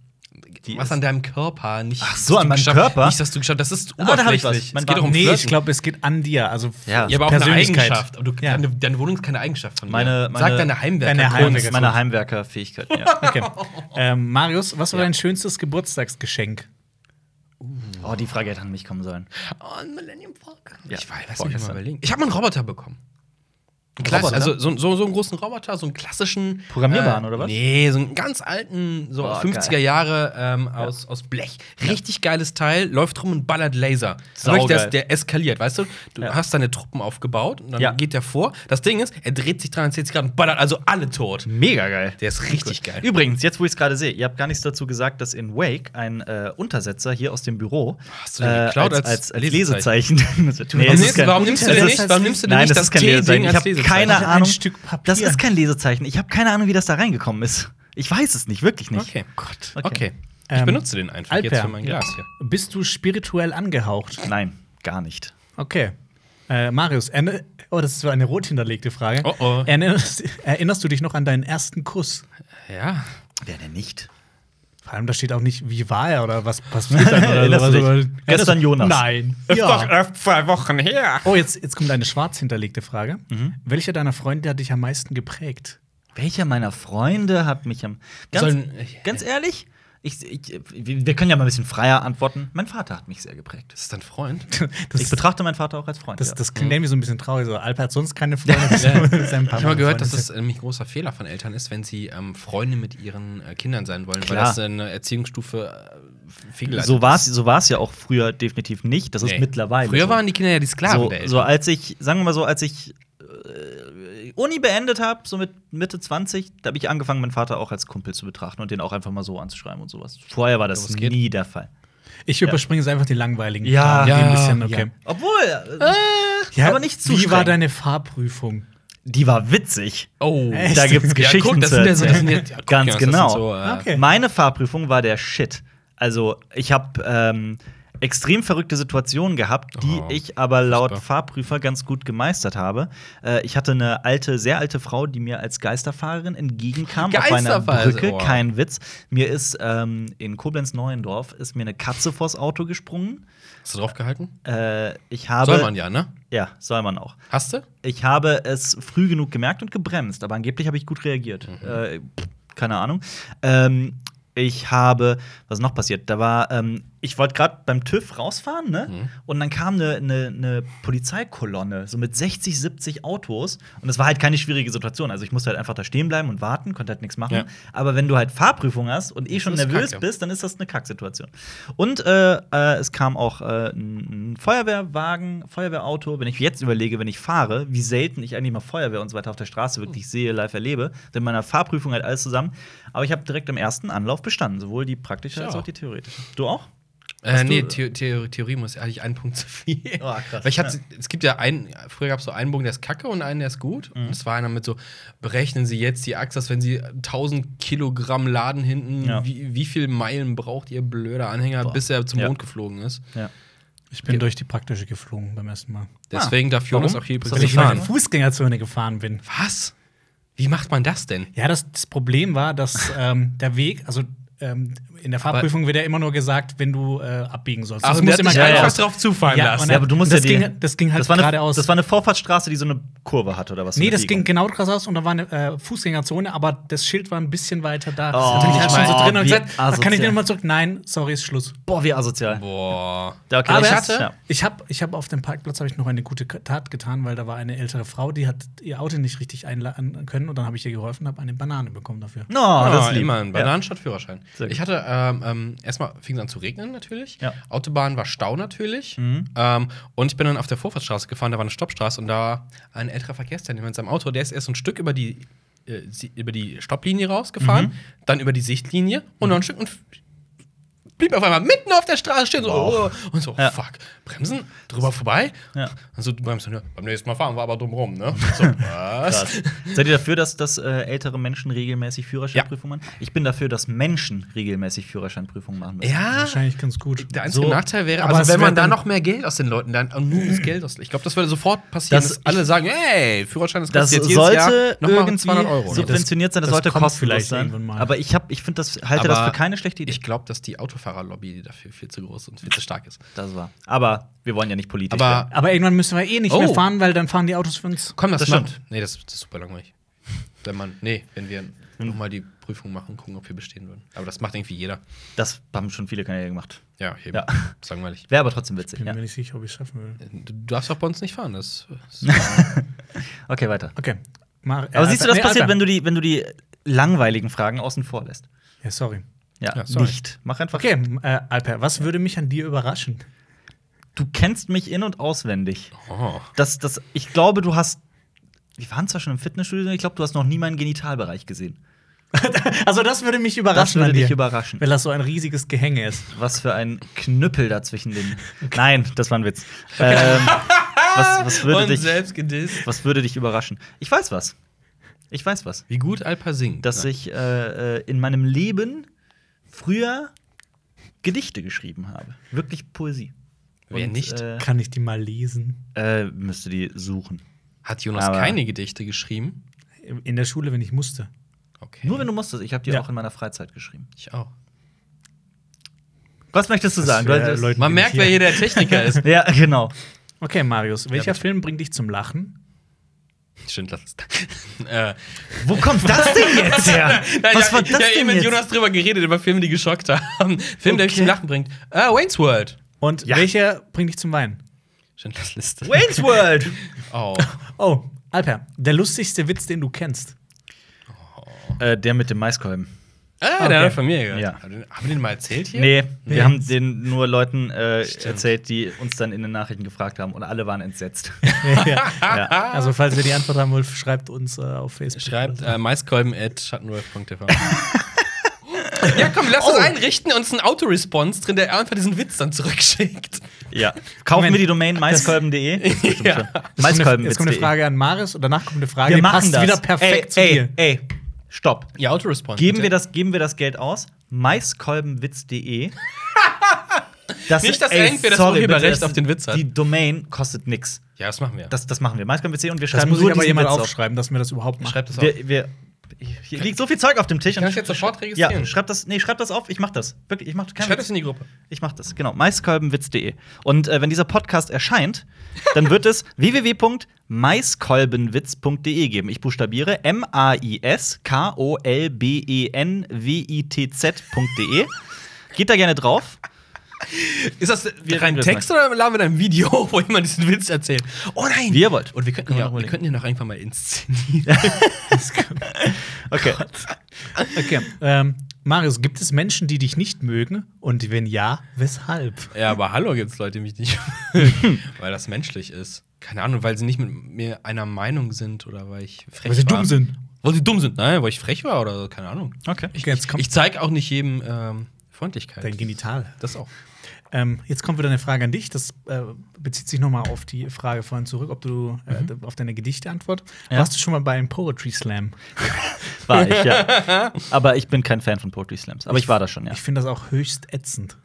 [SPEAKER 2] Die
[SPEAKER 3] Was
[SPEAKER 2] ist-
[SPEAKER 3] an deinem Körper nicht.
[SPEAKER 2] Ach so,
[SPEAKER 3] dass
[SPEAKER 2] an
[SPEAKER 3] du
[SPEAKER 2] meinem
[SPEAKER 3] geschafft-
[SPEAKER 2] Körper?
[SPEAKER 3] Nicht, dass du geschafft Das ist
[SPEAKER 2] Ah, da hab ich
[SPEAKER 3] oberflächlich.
[SPEAKER 2] was. Man
[SPEAKER 3] es geht
[SPEAKER 2] war-
[SPEAKER 3] doch um
[SPEAKER 1] Nee,
[SPEAKER 3] Flirten.
[SPEAKER 1] ich glaube, es geht an dir. Also
[SPEAKER 2] Ja.
[SPEAKER 3] Ja, aber auch eine
[SPEAKER 1] Persönlichkeit.
[SPEAKER 3] Eigenschaft. Aber du,
[SPEAKER 1] Ja.
[SPEAKER 3] deine, deine Wohnung ist keine Eigenschaft von mir.
[SPEAKER 2] Meine- meine-
[SPEAKER 3] Sag deine Heimwerker.
[SPEAKER 1] Deine
[SPEAKER 2] Heim,
[SPEAKER 1] Heimwerker-
[SPEAKER 2] meine Heimwerkerfähigkeit. Ja.
[SPEAKER 3] <laughs>
[SPEAKER 1] Okay. ähm, Marius, was war dein schönstes Geburtstagsgeschenk?
[SPEAKER 2] Oh, die Frage hätte an mich kommen sollen.
[SPEAKER 3] Oh, ein Millennium Falcon.
[SPEAKER 2] Ja,
[SPEAKER 3] Ich weiß, lass mich mal
[SPEAKER 2] vorgestern.
[SPEAKER 3] überlegen. Ich habe mal einen Roboter bekommen. Einen klass-
[SPEAKER 2] Roboter? ne?
[SPEAKER 3] Also so, so, so einen großen Roboter, so einen klassischen. äh,
[SPEAKER 2] Programmierbaren, oder was?
[SPEAKER 3] Nee, so einen ganz alten, so
[SPEAKER 2] Boah,
[SPEAKER 3] 50er
[SPEAKER 2] geil.
[SPEAKER 3] Jahre ähm, aus, aus Blech. Richtig geiles Teil, läuft rum und ballert Laser.
[SPEAKER 2] Saugeil.
[SPEAKER 3] Wirklich, der, der eskaliert, weißt du? Du
[SPEAKER 2] Ja.
[SPEAKER 3] hast deine Truppen aufgebaut und dann
[SPEAKER 2] Ja.
[SPEAKER 3] geht der vor. Das Ding ist, er dreht sich 360 Grad und ballert also alle tot.
[SPEAKER 2] Mega geil.
[SPEAKER 3] Der ist richtig geil.
[SPEAKER 2] Übrigens, jetzt wo ich es gerade sehe, ihr habt gar nichts dazu gesagt, dass in Wake ein äh, Untersetzer hier aus dem Büro äh,
[SPEAKER 3] Hast du den geklaut
[SPEAKER 2] als,
[SPEAKER 3] als
[SPEAKER 2] als, als Lesezeichen. <laughs> nee,
[SPEAKER 3] Warum
[SPEAKER 2] das
[SPEAKER 3] nimmst,
[SPEAKER 2] ist kein-
[SPEAKER 3] du- warum nimmst du den
[SPEAKER 1] das
[SPEAKER 3] nicht?
[SPEAKER 1] heißt-
[SPEAKER 3] Warum nimmst du denn
[SPEAKER 2] Nein,
[SPEAKER 3] nicht
[SPEAKER 2] das
[SPEAKER 3] das
[SPEAKER 2] ist kein Lesezeichen.
[SPEAKER 3] T-Ding
[SPEAKER 2] Ich
[SPEAKER 3] als
[SPEAKER 2] habe
[SPEAKER 3] Lesezeichen?
[SPEAKER 2] keine
[SPEAKER 1] Ein
[SPEAKER 2] Ahnung.
[SPEAKER 1] Stück Papier.
[SPEAKER 2] Das ist kein Lesezeichen. Ich habe keine Ahnung, wie das da reingekommen ist. Ich weiß es nicht, wirklich nicht.
[SPEAKER 3] Okay. Gott.
[SPEAKER 2] Oh Okay.
[SPEAKER 3] Okay.
[SPEAKER 1] Ähm,
[SPEAKER 3] ich benutze den einfach jetzt
[SPEAKER 1] Alper.
[SPEAKER 3] für mein Glas hier.
[SPEAKER 1] Bist du spirituell angehaucht?
[SPEAKER 2] Nein, gar nicht.
[SPEAKER 1] Okay. Äh, Marius, erne- oh, das ist so eine rot hinterlegte Frage.
[SPEAKER 3] Oh, oh.
[SPEAKER 1] Erinnerst, erinnerst du dich noch an deinen ersten Kuss?
[SPEAKER 3] Ja.
[SPEAKER 2] Wer denn nicht?
[SPEAKER 1] Vor allem, da steht auch nicht, wie war er oder was passiert dann
[SPEAKER 3] <laughs>
[SPEAKER 1] oder
[SPEAKER 2] Erinnerst
[SPEAKER 1] sowas.
[SPEAKER 2] du dich?
[SPEAKER 1] aber-
[SPEAKER 2] Gestern
[SPEAKER 1] Erinnerst du-
[SPEAKER 2] Jonas.
[SPEAKER 1] Nein. Ja.
[SPEAKER 3] zwei Wochen her.
[SPEAKER 1] Oh, jetzt, jetzt kommt eine schwarz hinterlegte Frage.
[SPEAKER 3] Mhm.
[SPEAKER 1] Welcher deiner Freunde hat dich am meisten geprägt? <laughs>
[SPEAKER 2] Welcher meiner Freunde hat mich am. Ganz,
[SPEAKER 3] Sollen-
[SPEAKER 2] ganz ehrlich, Ich, ich, wir können ja mal ein bisschen freier antworten. Mein Vater hat mich sehr geprägt.
[SPEAKER 3] Das ist dein Freund.
[SPEAKER 1] Das,
[SPEAKER 2] ich betrachte meinen Vater auch als Freund.
[SPEAKER 1] das,
[SPEAKER 2] ja.
[SPEAKER 1] das klingt irgendwie so ein bisschen traurig. So. Alper hat sonst keine Freunde. bis
[SPEAKER 3] Mhm. <laughs> Ja.
[SPEAKER 1] mit seinem Papa
[SPEAKER 3] Ich habe mal gehört, dass
[SPEAKER 1] befreundet
[SPEAKER 3] das nämlich ein großer Fehler von Eltern ist, wenn sie ähm, Freunde mit ihren äh, Kindern sein wollen, weil
[SPEAKER 2] Klar.
[SPEAKER 3] das eine Erziehungsstufe äh, fehlgeleitet
[SPEAKER 2] so war es so war's ja auch früher definitiv nicht. Das ist
[SPEAKER 3] Nee.
[SPEAKER 2] mittlerweile.
[SPEAKER 3] Früher
[SPEAKER 2] so.
[SPEAKER 3] waren die Kinder ja die Sklaven
[SPEAKER 2] so,
[SPEAKER 3] der Eltern.
[SPEAKER 2] so als ich, sagen wir mal so, als ich äh, Uni beendet habe, so mit Mitte 20, da habe ich angefangen, meinen Vater auch als Kumpel zu betrachten und den auch einfach mal so anzuschreiben und sowas. Vorher war das
[SPEAKER 3] Was geht?
[SPEAKER 2] nie der Fall.
[SPEAKER 1] sind. Ich überspringe jetzt einfach die langweiligen
[SPEAKER 2] Ja.
[SPEAKER 1] Fragen, die ein
[SPEAKER 3] Ja,
[SPEAKER 1] bisschen, okay.
[SPEAKER 2] Obwohl, äh,
[SPEAKER 1] Ja,
[SPEAKER 2] aber nicht zu
[SPEAKER 1] Wie war
[SPEAKER 2] streng.
[SPEAKER 1] deine Fahrprüfung?
[SPEAKER 2] die war witzig.
[SPEAKER 3] oh,
[SPEAKER 1] Echt?
[SPEAKER 2] Da gibt's Geschichten
[SPEAKER 3] Ja, guck, das
[SPEAKER 2] zu
[SPEAKER 3] sind ja so, das sind
[SPEAKER 2] erzählen.
[SPEAKER 3] ja, ja, guck,
[SPEAKER 2] Ganz
[SPEAKER 3] Jonas, das
[SPEAKER 2] genau.
[SPEAKER 3] sind So, äh,
[SPEAKER 1] Okay.
[SPEAKER 2] Meine Fahrprüfung war der Shit. Also, ich habe ähm, extrem verrückte Situationen gehabt, die
[SPEAKER 3] Oh,
[SPEAKER 2] ich aber laut
[SPEAKER 3] furchtbar.
[SPEAKER 2] Fahrprüfer ganz gut gemeistert habe. Äh, ich hatte eine alte, sehr alte Frau, die mir als Geisterfahrerin entgegenkam auf einer
[SPEAKER 3] Geisterfahrerin,
[SPEAKER 2] Brücke.
[SPEAKER 3] oh.
[SPEAKER 2] Kein Witz. Mir ist ähm, in Koblenz-Neuendorf ist mir eine Katze vors Auto gesprungen.
[SPEAKER 3] Hast du drauf gehalten?
[SPEAKER 2] Äh, ich habe,
[SPEAKER 3] Soll man ja, ne?
[SPEAKER 2] ja, soll man auch.
[SPEAKER 3] Hast du?
[SPEAKER 2] Ich habe es früh genug gemerkt und gebremst, aber angeblich habe ich gut reagiert.
[SPEAKER 3] Mhm.
[SPEAKER 2] Äh, pff, keine Ahnung. Ähm, ich habe, was ist noch passiert? Da war, ähm, ich wollte gerade beim TÜV rausfahren, ne?
[SPEAKER 3] Mhm.
[SPEAKER 2] Und dann kam eine ne, ne Polizeikolonne, so mit 60, 70 Autos. Und es war halt keine schwierige Situation. Also ich musste halt einfach da stehen bleiben und warten, konnte halt nichts machen.
[SPEAKER 3] Ja.
[SPEAKER 2] Aber wenn du halt Fahrprüfung hast und eh schon
[SPEAKER 3] Das ist
[SPEAKER 2] nervös
[SPEAKER 3] Kacke.
[SPEAKER 2] bist, dann ist das eine Kacksituation. Und äh, äh, es kam auch äh, ein ein Feuerwehrwagen, Feuerwehrauto. Wenn ich jetzt überlege, wenn ich fahre, wie selten ich eigentlich mal Feuerwehr und so weiter auf der Straße wirklich sehe, live erlebe, denn meiner Fahrprüfung halt alles zusammen. Aber ich habe direkt im ersten Anlauf bestanden, sowohl die praktische als
[SPEAKER 3] Ja.
[SPEAKER 2] auch die theoretische. Du auch?
[SPEAKER 3] Äh,
[SPEAKER 2] du-
[SPEAKER 3] nee, The The Theorie muss hatte ich einen Punkt zu viel.
[SPEAKER 2] <laughs> Oh, krass.
[SPEAKER 3] Weil ich hatte, es gibt ja einen, früher gab es so einen Bogen, der ist kacke und einen, der ist gut.
[SPEAKER 2] Mhm.
[SPEAKER 3] Und es war einer mit so, berechnen Sie jetzt die Achse, dass wenn Sie 1000 Kilogramm laden hinten,
[SPEAKER 2] Ja.
[SPEAKER 3] wie, wie viel Meilen braucht Ihr blöder Anhänger,
[SPEAKER 2] Boah.
[SPEAKER 3] bis er zum
[SPEAKER 2] Ja. Ah.
[SPEAKER 3] Mond geflogen ist.
[SPEAKER 2] Ja.
[SPEAKER 1] Ich bin durch die praktische geflogen beim ersten Mal.
[SPEAKER 3] Deswegen darf Jonas
[SPEAKER 2] warum?
[SPEAKER 3] auch hier
[SPEAKER 2] Ist das
[SPEAKER 1] Weil
[SPEAKER 3] übrigens
[SPEAKER 1] ich
[SPEAKER 3] nicht
[SPEAKER 1] mal in die
[SPEAKER 3] fahren.
[SPEAKER 1] Fußgängerzone gefahren bin.
[SPEAKER 3] Was? Wie macht man das denn?
[SPEAKER 1] Ja, das, das Problem war, dass <laughs> ähm, der Weg, also ähm, in der Fahrprüfung wird ja immer nur gesagt, wenn du äh, abbiegen sollst.
[SPEAKER 3] Ach,
[SPEAKER 1] Das
[SPEAKER 3] und der hat sich
[SPEAKER 1] geradeaus-
[SPEAKER 3] einfach drauf zufallen lassen.
[SPEAKER 1] und
[SPEAKER 2] Ja, aber du musst
[SPEAKER 1] das
[SPEAKER 2] ja die-
[SPEAKER 1] ging, das ging halt
[SPEAKER 2] das, war eine,
[SPEAKER 1] geradeaus.
[SPEAKER 2] das war eine Vorfahrtsstraße, die so eine Kurve hatte oder was? So
[SPEAKER 1] nee,
[SPEAKER 2] eine
[SPEAKER 1] das ging
[SPEAKER 2] Biegung.
[SPEAKER 1] genau geradeaus und da war eine äh, Fußgängerzone, aber das Schild war ein bisschen weiter da.
[SPEAKER 2] Oh,
[SPEAKER 1] und dann bin ich halt schon so
[SPEAKER 2] oh,
[SPEAKER 1] drin und
[SPEAKER 2] wie
[SPEAKER 1] gesagt, ach, kann ich
[SPEAKER 2] asozial.
[SPEAKER 1] den mal zurück? Nein, sorry, ist Schluss.
[SPEAKER 2] Boah, wie asozial.
[SPEAKER 3] Boah.
[SPEAKER 2] Ja, okay,
[SPEAKER 1] Aber
[SPEAKER 2] das-
[SPEAKER 1] ich
[SPEAKER 3] hatte-
[SPEAKER 2] ja.
[SPEAKER 1] Ich habe ich hab auf dem Parkplatz habe ich noch eine gute K- Tat getan, weil da war eine ältere Frau, die hat ihr Auto nicht richtig einladen können und dann habe ich ihr geholfen, habe eine Banane bekommen dafür.
[SPEAKER 2] No,
[SPEAKER 3] Ah,
[SPEAKER 2] das ist lieb.
[SPEAKER 3] immer ein
[SPEAKER 2] Ja.
[SPEAKER 3] Bananen statt Führerschein.
[SPEAKER 2] Sehr gut.
[SPEAKER 3] Ich hatte ähm, ähm, erstmal fing es an zu regnen natürlich.
[SPEAKER 2] Ja. Mhm.
[SPEAKER 3] Autobahn war Stau natürlich. Ähm, und ich bin dann auf der Vorfahrtsstraße gefahren, da war eine Stoppstraße und da ein älterer Verkehrsteilnehmer mit seinem Auto, der ist erst ein Stück über die äh, sie- über die Stopplinie rausgefahren,
[SPEAKER 2] Mhm.
[SPEAKER 3] dann über die Sichtlinie und noch ein Stück und f- blieb auf einmal mitten auf der Straße stehen so
[SPEAKER 2] Wow.
[SPEAKER 3] oh, und so
[SPEAKER 2] Ja.
[SPEAKER 3] fuck bremsen drüber vorbei
[SPEAKER 2] Ja.
[SPEAKER 3] und so du bremst ja, beim nächsten Mal fahren wir aber dumm rum
[SPEAKER 2] <laughs>
[SPEAKER 3] ne so, was
[SPEAKER 2] Krass. Seid ihr dafür, dass, dass äh, ältere Menschen regelmäßig Führerscheinprüfungen machen? Ich bin dafür, dass Menschen regelmäßig Führerscheinprüfungen machen müssen.
[SPEAKER 3] ja
[SPEAKER 1] Wahrscheinlich ganz gut.
[SPEAKER 3] Der einzige
[SPEAKER 2] So,
[SPEAKER 3] Nachteil wäre,
[SPEAKER 1] aber es
[SPEAKER 3] also wenn
[SPEAKER 1] wär
[SPEAKER 3] man da
[SPEAKER 1] dann-
[SPEAKER 3] noch mehr Geld aus den Leuten lernt, und nur das Geld aus. Ich glaube, das würde sofort passieren,
[SPEAKER 2] Das-
[SPEAKER 3] dass alle sagen, hey, Führerschein ist
[SPEAKER 2] Das sollte irgendwie
[SPEAKER 3] ne?
[SPEAKER 2] subventioniert sein, das,
[SPEAKER 1] das
[SPEAKER 2] sollte
[SPEAKER 1] kommt
[SPEAKER 2] kostenlos
[SPEAKER 1] vielleicht
[SPEAKER 2] sein.
[SPEAKER 1] irgendwann mal.
[SPEAKER 2] Aber ich, hab- ich find das, halte
[SPEAKER 3] Aber
[SPEAKER 2] das für keine schlechte Idee.
[SPEAKER 3] Ich glaube, dass die Autofahrerlobby dafür viel zu groß und viel zu stark ist.
[SPEAKER 2] das war. Aber wir wollen ja nicht politisch
[SPEAKER 3] Aber-
[SPEAKER 2] werden.
[SPEAKER 1] Aber irgendwann müssen wir eh nicht
[SPEAKER 3] Oh.
[SPEAKER 1] mehr fahren, weil dann fahren die Autos für uns.
[SPEAKER 3] Komm, das,
[SPEAKER 2] Das
[SPEAKER 3] macht.
[SPEAKER 2] stimmt. Hm.
[SPEAKER 3] Nee, das, das ist super langweilig. Wenn man, nee, wenn wir nochmal die Prüfung machen, gucken, ob wir bestehen würden. Aber das macht irgendwie jeder.
[SPEAKER 2] Das haben schon viele Kanäle gemacht.
[SPEAKER 3] Ja, eben.
[SPEAKER 2] Ja.
[SPEAKER 3] Ist langweilig.
[SPEAKER 2] Wäre aber trotzdem witzig.
[SPEAKER 1] Bin
[SPEAKER 2] Ja.
[SPEAKER 1] mir nicht sicher, ob ich es schaffen will.
[SPEAKER 3] Du darfst auch bei uns nicht fahren.
[SPEAKER 2] <laughs>
[SPEAKER 3] Das ist
[SPEAKER 2] Okay, weiter.
[SPEAKER 1] Okay. Mar
[SPEAKER 2] Aber siehst du, das passiert, wenn du, die, wenn du die langweiligen Fragen außen vor lässt.
[SPEAKER 1] Ja, sorry.
[SPEAKER 2] Ja,
[SPEAKER 3] Ja, sorry.
[SPEAKER 2] nicht. Mach einfach.
[SPEAKER 1] Okay, m- äh, Alper, was würde mich an dir überraschen?
[SPEAKER 2] Du kennst mich in- und auswendig.
[SPEAKER 3] oh.
[SPEAKER 2] Das, das, ich glaube, du hast. Wir waren zwar schon im Fitnessstudio, ich glaube, du hast noch nie meinen Genitalbereich gesehen.
[SPEAKER 1] Also, das würde mich
[SPEAKER 2] Das
[SPEAKER 1] überraschen
[SPEAKER 2] würde
[SPEAKER 1] an dir.
[SPEAKER 2] dich überraschen.
[SPEAKER 1] weil das so ein riesiges Gehänge ist.
[SPEAKER 2] Was für ein Knüppel dazwischen den. Nein, das war ein Witz. Ähm,
[SPEAKER 3] <laughs>
[SPEAKER 2] was, was, würde
[SPEAKER 3] Und
[SPEAKER 2] dich,
[SPEAKER 3] selbst gedisst.
[SPEAKER 2] was würde dich überraschen? Ich weiß was. Ich weiß was.
[SPEAKER 3] Wie gut Alpa singt.
[SPEAKER 2] Dass
[SPEAKER 3] Nein.
[SPEAKER 2] ich äh, äh, in meinem Leben früher Gedichte geschrieben habe. Wirklich Poesie.
[SPEAKER 3] Wer
[SPEAKER 2] Und,
[SPEAKER 3] nicht?
[SPEAKER 2] Äh,
[SPEAKER 1] Kann ich die mal lesen?
[SPEAKER 2] äh, müsste die suchen.
[SPEAKER 3] Hat Jonas
[SPEAKER 2] aber-
[SPEAKER 3] keine Gedichte geschrieben?
[SPEAKER 1] In der Schule, wenn ich musste.
[SPEAKER 3] Okay.
[SPEAKER 2] Nur wenn du musstest. Ich habe die
[SPEAKER 1] Ja.
[SPEAKER 2] auch in meiner Freizeit geschrieben.
[SPEAKER 3] ich auch.
[SPEAKER 2] Was möchtest du sagen? Du
[SPEAKER 1] für
[SPEAKER 2] hättest-
[SPEAKER 1] Leute-
[SPEAKER 3] Man merkt, wer hier der Techniker ist. <laughs>
[SPEAKER 2] ja, genau.
[SPEAKER 1] Okay, Marius, welcher
[SPEAKER 3] bitte.
[SPEAKER 1] Film bringt dich zum Lachen?
[SPEAKER 2] Schindler.
[SPEAKER 3] <laughs> Äh,
[SPEAKER 2] Wo kommt das
[SPEAKER 3] <laughs>
[SPEAKER 2] denn jetzt her?
[SPEAKER 3] Nein,
[SPEAKER 2] Was
[SPEAKER 3] ich
[SPEAKER 2] war
[SPEAKER 3] hab,
[SPEAKER 2] das
[SPEAKER 3] ich hab eben
[SPEAKER 2] denn
[SPEAKER 3] mit
[SPEAKER 2] jetzt?
[SPEAKER 3] Jonas drüber geredet, über Filme, die geschockt haben. <laughs> Film, der mich zum Lachen bringt. Ah, Wayne's World.
[SPEAKER 1] Und
[SPEAKER 2] Ja.
[SPEAKER 1] welcher bringt dich zum Weinen?
[SPEAKER 3] Schindlers Liste.
[SPEAKER 2] Wayne's World. <laughs>
[SPEAKER 3] Oh.
[SPEAKER 1] Oh, Alper, der lustigste Witz, den du kennst.
[SPEAKER 2] äh, der mit dem Maiskolben.
[SPEAKER 3] Ah,
[SPEAKER 1] Okay.
[SPEAKER 3] der hat von mir gehört.
[SPEAKER 2] Ja.
[SPEAKER 3] Haben wir den- haben wir den mal erzählt hier?
[SPEAKER 2] Nee, wir
[SPEAKER 1] Nee.
[SPEAKER 2] haben den nur Leuten äh, erzählt, die uns dann in den Nachrichten gefragt haben und alle waren entsetzt.
[SPEAKER 1] ja.
[SPEAKER 3] Ah,
[SPEAKER 2] ja.
[SPEAKER 1] Also, falls ihr die Antwort haben wollt, schreibt uns äh, auf Facebook.
[SPEAKER 3] Schreibt äh,
[SPEAKER 2] <laughs>
[SPEAKER 3] maiskolben.schattenwolf.tv. ja, komm, lass
[SPEAKER 2] Oh.
[SPEAKER 3] uns einrichten und uns einen Autoresponse drin, der einfach diesen Witz dann zurückschickt.
[SPEAKER 2] ja. Kaufen
[SPEAKER 1] Moment.
[SPEAKER 2] wir die Domain maiskolben.de?
[SPEAKER 3] ja.
[SPEAKER 1] Jetzt kommt eine- Jetzt kommt eine
[SPEAKER 2] Maiskolben.de.
[SPEAKER 1] Frage an Maris und danach kommt eine Frage,
[SPEAKER 2] E. Wir
[SPEAKER 1] die
[SPEAKER 2] machen
[SPEAKER 1] passt
[SPEAKER 2] das.
[SPEAKER 1] wieder perfekt
[SPEAKER 2] ey,
[SPEAKER 1] zu
[SPEAKER 2] ey,
[SPEAKER 1] dir.
[SPEAKER 2] Ey, stopp.
[SPEAKER 3] Ja, Autoresponse.
[SPEAKER 2] Geben
[SPEAKER 3] bitte.
[SPEAKER 2] wir, das, geben wir das Geld aus? Maiskolbenwitz.de. Das,
[SPEAKER 3] Nicht, dass irgendwer das Urheberrecht
[SPEAKER 2] bitte, das-
[SPEAKER 3] auf den Witz hat.
[SPEAKER 2] Die Domain kostet nix.
[SPEAKER 3] Ja, das machen wir.
[SPEAKER 2] Das, das machen wir. Maiskolbenwitz.de und wir
[SPEAKER 1] Das
[SPEAKER 2] schreiben
[SPEAKER 1] muss
[SPEAKER 2] nur
[SPEAKER 1] ich aber
[SPEAKER 2] diesen
[SPEAKER 1] jemand
[SPEAKER 2] Witz auf.
[SPEAKER 1] aufschreiben, dass mir das überhaupt macht.
[SPEAKER 3] Schreibt das auf.
[SPEAKER 2] Wir, wir, hier liegt so viel Zeug auf dem Tisch.
[SPEAKER 3] Kann
[SPEAKER 2] und-
[SPEAKER 3] ich jetzt sofort registrieren?
[SPEAKER 2] ja, schreib das, nee, schreib das auf. Ich mach das. Wirklich, ich mach keinen
[SPEAKER 3] Schreib
[SPEAKER 2] Witz.
[SPEAKER 3] das in die Gruppe.
[SPEAKER 2] Ich mach das, genau. Maiskolbenwitz.de. Und äh, wenn dieser Podcast erscheint, dann wird
[SPEAKER 3] <laughs>
[SPEAKER 2] es www.maiskolbenwitz.de E geben. Ich buchstabiere E M-A-I-S-K-O-L-B-E-N-W-I-T-Z.de. E. Geht da gerne drauf.
[SPEAKER 3] Ist das
[SPEAKER 2] Wir
[SPEAKER 3] rein
[SPEAKER 2] reden
[SPEAKER 3] Text oder laden wir da ein Video, <laughs> hoch, wo jemand diesen Witz erzählt? Oh nein!
[SPEAKER 2] Wie ihr
[SPEAKER 3] <laughs>
[SPEAKER 2] wollt.
[SPEAKER 3] Und wir könnten, ja,
[SPEAKER 2] noch
[SPEAKER 3] wir
[SPEAKER 2] überlegen.
[SPEAKER 3] könnten den noch einfach mal inszenieren.
[SPEAKER 2] Okay.
[SPEAKER 1] Okay. Ähm, Marius, gibt es Menschen, die dich nicht mögen? Und wenn ja, weshalb?
[SPEAKER 3] ja, aber hallo gibt's Leute, die mich
[SPEAKER 2] <laughs>
[SPEAKER 3] nicht Weil das menschlich ist. Keine Ahnung, weil sie nicht mit mir einer Meinung sind oder weil ich frech
[SPEAKER 1] Weil sie
[SPEAKER 3] war.
[SPEAKER 1] dumm sind.
[SPEAKER 3] Weil sie dumm sind, nein, weil ich frech war oder so, keine Ahnung.
[SPEAKER 2] Okay.
[SPEAKER 1] Okay, jetzt kommt
[SPEAKER 3] Ich zeige auch nicht jedem ähm, Freundlichkeit.
[SPEAKER 2] Äh,
[SPEAKER 1] dein Genital.
[SPEAKER 3] Das auch.
[SPEAKER 1] Ähm, jetzt kommt wieder eine Frage an dich. Das äh, bezieht sich nochmal auf die Frage vorhin zurück, ob du äh, auf deine Gedichteantwort.
[SPEAKER 2] Mhm. Ja.
[SPEAKER 1] Warst du schon mal bei einem Poetry Slam?
[SPEAKER 2] War ich, ja. Aber ich bin kein Fan von Poetry Slams. Aber ich war da schon, ja.
[SPEAKER 1] Ich finde das auch höchst ätzend.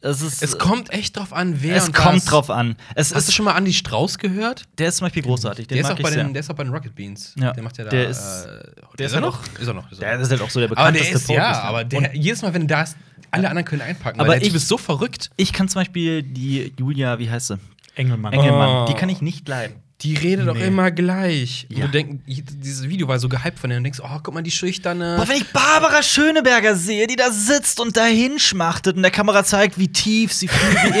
[SPEAKER 2] Es, ist,
[SPEAKER 3] Es kommt echt drauf an, wer
[SPEAKER 2] es
[SPEAKER 3] und was.
[SPEAKER 2] kommt drauf an. Es
[SPEAKER 3] Hast du
[SPEAKER 2] ist,
[SPEAKER 3] schon mal Andi Strauß gehört?
[SPEAKER 2] der ist zum Beispiel großartig. Den
[SPEAKER 3] Der ist,
[SPEAKER 2] mag
[SPEAKER 3] auch
[SPEAKER 2] ich
[SPEAKER 3] bei
[SPEAKER 2] sehr.
[SPEAKER 3] den, der ist auch bei den Rocket Beans.
[SPEAKER 2] Ja.
[SPEAKER 3] Der macht ja da.
[SPEAKER 2] Der ist-
[SPEAKER 3] der ist er noch? Ist er noch. Ist er
[SPEAKER 2] der
[SPEAKER 3] noch.
[SPEAKER 2] ist halt auch so der
[SPEAKER 3] Aber
[SPEAKER 2] bekannteste ne?
[SPEAKER 3] der ist, ja,
[SPEAKER 2] Poetry Slam.
[SPEAKER 3] aber der, jedes Mal, wenn du da ist, alle anderen können einpacken.
[SPEAKER 2] Aber
[SPEAKER 3] weil der
[SPEAKER 2] ich-
[SPEAKER 3] Typ ist so verrückt.
[SPEAKER 2] Ich kann zum Beispiel die Julia, wie heißt sie?
[SPEAKER 1] Engelmann.
[SPEAKER 2] Engelmann,
[SPEAKER 3] Oh.
[SPEAKER 2] die kann ich nicht leiden.
[SPEAKER 3] Die redet doch
[SPEAKER 1] Nee.
[SPEAKER 3] immer gleich.
[SPEAKER 2] Ja.
[SPEAKER 3] Und du denkst, dieses Video war so gehypt von der und denkst, oh, guck mal, die schüchterne.
[SPEAKER 2] Boah, wenn ich Barbara Schöneberger sehe, die da sitzt und da hinschmachtet und der Kamera zeigt, wie tief sie fühlt, wie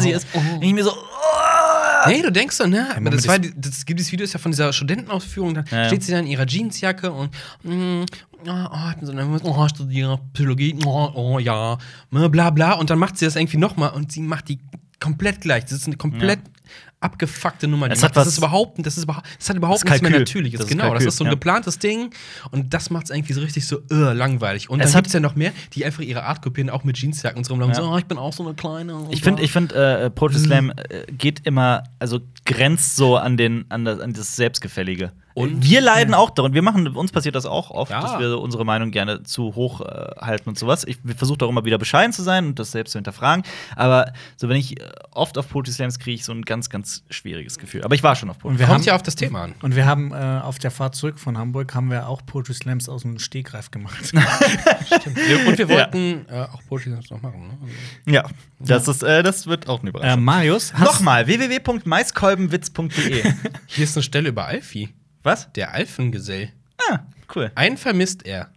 [SPEAKER 3] <laughs>
[SPEAKER 2] sie ist, denke ich mir so, oh,
[SPEAKER 3] Nee, du denkst so, ne? Aber das,
[SPEAKER 1] Moment,
[SPEAKER 3] war, die- das, dieses Video ist ja von dieser Studentenausführung. Da
[SPEAKER 2] ja.
[SPEAKER 3] steht sie dann in ihrer Jeansjacke und. Mm, ah, oh, ich bin so nervös. Oh, ich studiere Psychologie. Oh, oh ja. ne, Bla, bla. Und dann macht sie das irgendwie nochmal und sie macht die komplett gleich. Das ist eine komplett abgefuckte Nummer. Die
[SPEAKER 2] Es
[SPEAKER 3] macht,
[SPEAKER 2] hat
[SPEAKER 3] das,
[SPEAKER 2] was-
[SPEAKER 3] ist überhaupt, das, ist überhaupt, das hat überhaupt
[SPEAKER 2] Das ist
[SPEAKER 3] nichts mehr
[SPEAKER 2] Kalkül.
[SPEAKER 3] Natürliches.
[SPEAKER 2] Das ist
[SPEAKER 3] genau,
[SPEAKER 2] Kalkül,
[SPEAKER 3] das ist so ein
[SPEAKER 2] ja.
[SPEAKER 3] geplantes Ding und das macht es irgendwie so richtig so äh, langweilig. Und
[SPEAKER 2] Es
[SPEAKER 3] dann
[SPEAKER 2] hat-
[SPEAKER 3] gibt es ja noch mehr, die einfach ihre Art kopieren, auch mit Jeansjacken und so rumlaufen.
[SPEAKER 2] Ja.
[SPEAKER 3] So, oh, ich bin auch so eine kleine. und
[SPEAKER 2] Ich finde,
[SPEAKER 3] bla.
[SPEAKER 2] ich find, äh, äh, Poetry Slam äh, geht immer, also grenzt so an, den, an, das, an das Selbstgefällige.
[SPEAKER 3] Und?
[SPEAKER 2] wir leiden auch daran. Wir machen, uns passiert das auch oft,
[SPEAKER 3] Ja.
[SPEAKER 2] dass wir unsere Meinung gerne zu hoch äh, halten und sowas. Ich versuche da auch immer wieder bescheiden zu sein und das selbst zu hinterfragen. Aber so, wenn ich äh, oft auf Poetry Slams kriege ich so ein ganz, ganz schwieriges Gefühl. Aber ich war schon auf Poetry
[SPEAKER 1] Und wir haben,
[SPEAKER 3] Kommt ja auf das Thema an.
[SPEAKER 1] und wir haben äh, auf der Fahrt zurück von Hamburg haben wir auch Poetry Slams aus dem Stegreif
[SPEAKER 2] <laughs>
[SPEAKER 1] gemacht.
[SPEAKER 3] Wir- Und wir
[SPEAKER 2] Ja.
[SPEAKER 3] wollten äh, auch Poetry Slams noch machen. Ne? Also-
[SPEAKER 2] Ja, das, Ist, äh, das wird auch eine
[SPEAKER 1] äh,
[SPEAKER 2] Überraschung.
[SPEAKER 1] Marius, hast
[SPEAKER 2] Nochmal, <laughs> www.maiskolbenwitz.de.
[SPEAKER 3] Hier ist eine Stelle über Alfie,
[SPEAKER 2] Was?
[SPEAKER 3] der Alfengesell.
[SPEAKER 2] Ah, cool.
[SPEAKER 3] Einen vermisst er.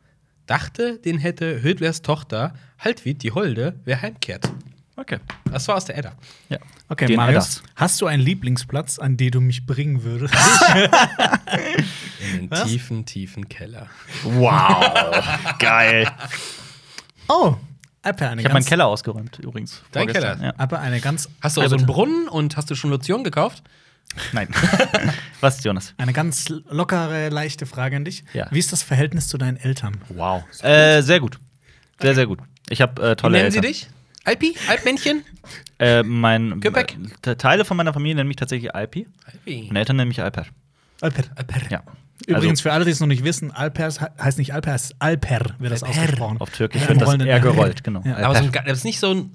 [SPEAKER 3] Dachte, den hätte Hödlers Tochter, Haltwig die Holde, wer heimkehrt.
[SPEAKER 2] Okay.
[SPEAKER 3] Das war aus der Edda.
[SPEAKER 2] Ja.
[SPEAKER 1] Okay,
[SPEAKER 2] Den
[SPEAKER 1] Marius,
[SPEAKER 2] Adder.
[SPEAKER 1] hast du einen Lieblingsplatz, an den du mich bringen
[SPEAKER 2] <laughs>
[SPEAKER 1] würdest?
[SPEAKER 3] In den tiefen, tiefen Keller.
[SPEAKER 2] Wow. <laughs> Geil.
[SPEAKER 1] oh, Alper, eine
[SPEAKER 2] Ich habe meinen
[SPEAKER 1] ganz,
[SPEAKER 2] Keller ausgeräumt übrigens.
[SPEAKER 3] Dein
[SPEAKER 2] vorgestern,
[SPEAKER 3] Keller?
[SPEAKER 1] Alper, eine ganz,
[SPEAKER 3] Hast du auch so einen Brunnen und hast du schon Lotion gekauft?
[SPEAKER 2] Ja. Nein. <laughs> Was, Jonas?
[SPEAKER 1] eine ganz lockere, leichte Frage an dich.
[SPEAKER 2] Ja.
[SPEAKER 1] Wie ist das Verhältnis zu deinen Eltern?
[SPEAKER 2] Wow. Äh, sehr gut. Sehr, sehr gut. Ich habe äh,
[SPEAKER 3] Wie
[SPEAKER 2] tolle
[SPEAKER 3] nennen sie
[SPEAKER 2] Eltern.
[SPEAKER 3] dich? Alpi? Alpmännchen?
[SPEAKER 2] Äh, mein,
[SPEAKER 3] Köpek?
[SPEAKER 2] Te- Teile von meiner Familie nennen mich tatsächlich Alpi.
[SPEAKER 3] Alpi.
[SPEAKER 2] Meine Eltern nennen mich Alper.
[SPEAKER 1] Alper.
[SPEAKER 2] Ja. Also,
[SPEAKER 1] Übrigens, für alle, die es noch nicht wissen, Alper ist- heißt nicht Alper, es ist Alper, wird das
[SPEAKER 3] Alper.
[SPEAKER 1] ausgesprochen.
[SPEAKER 2] Also, auf Türkisch
[SPEAKER 1] Ja,
[SPEAKER 2] wird das
[SPEAKER 1] rollenden
[SPEAKER 2] eher
[SPEAKER 1] R.
[SPEAKER 2] gerollt, genau.
[SPEAKER 1] Ja.
[SPEAKER 3] Aber so ein, Ga- das ist nicht so ein,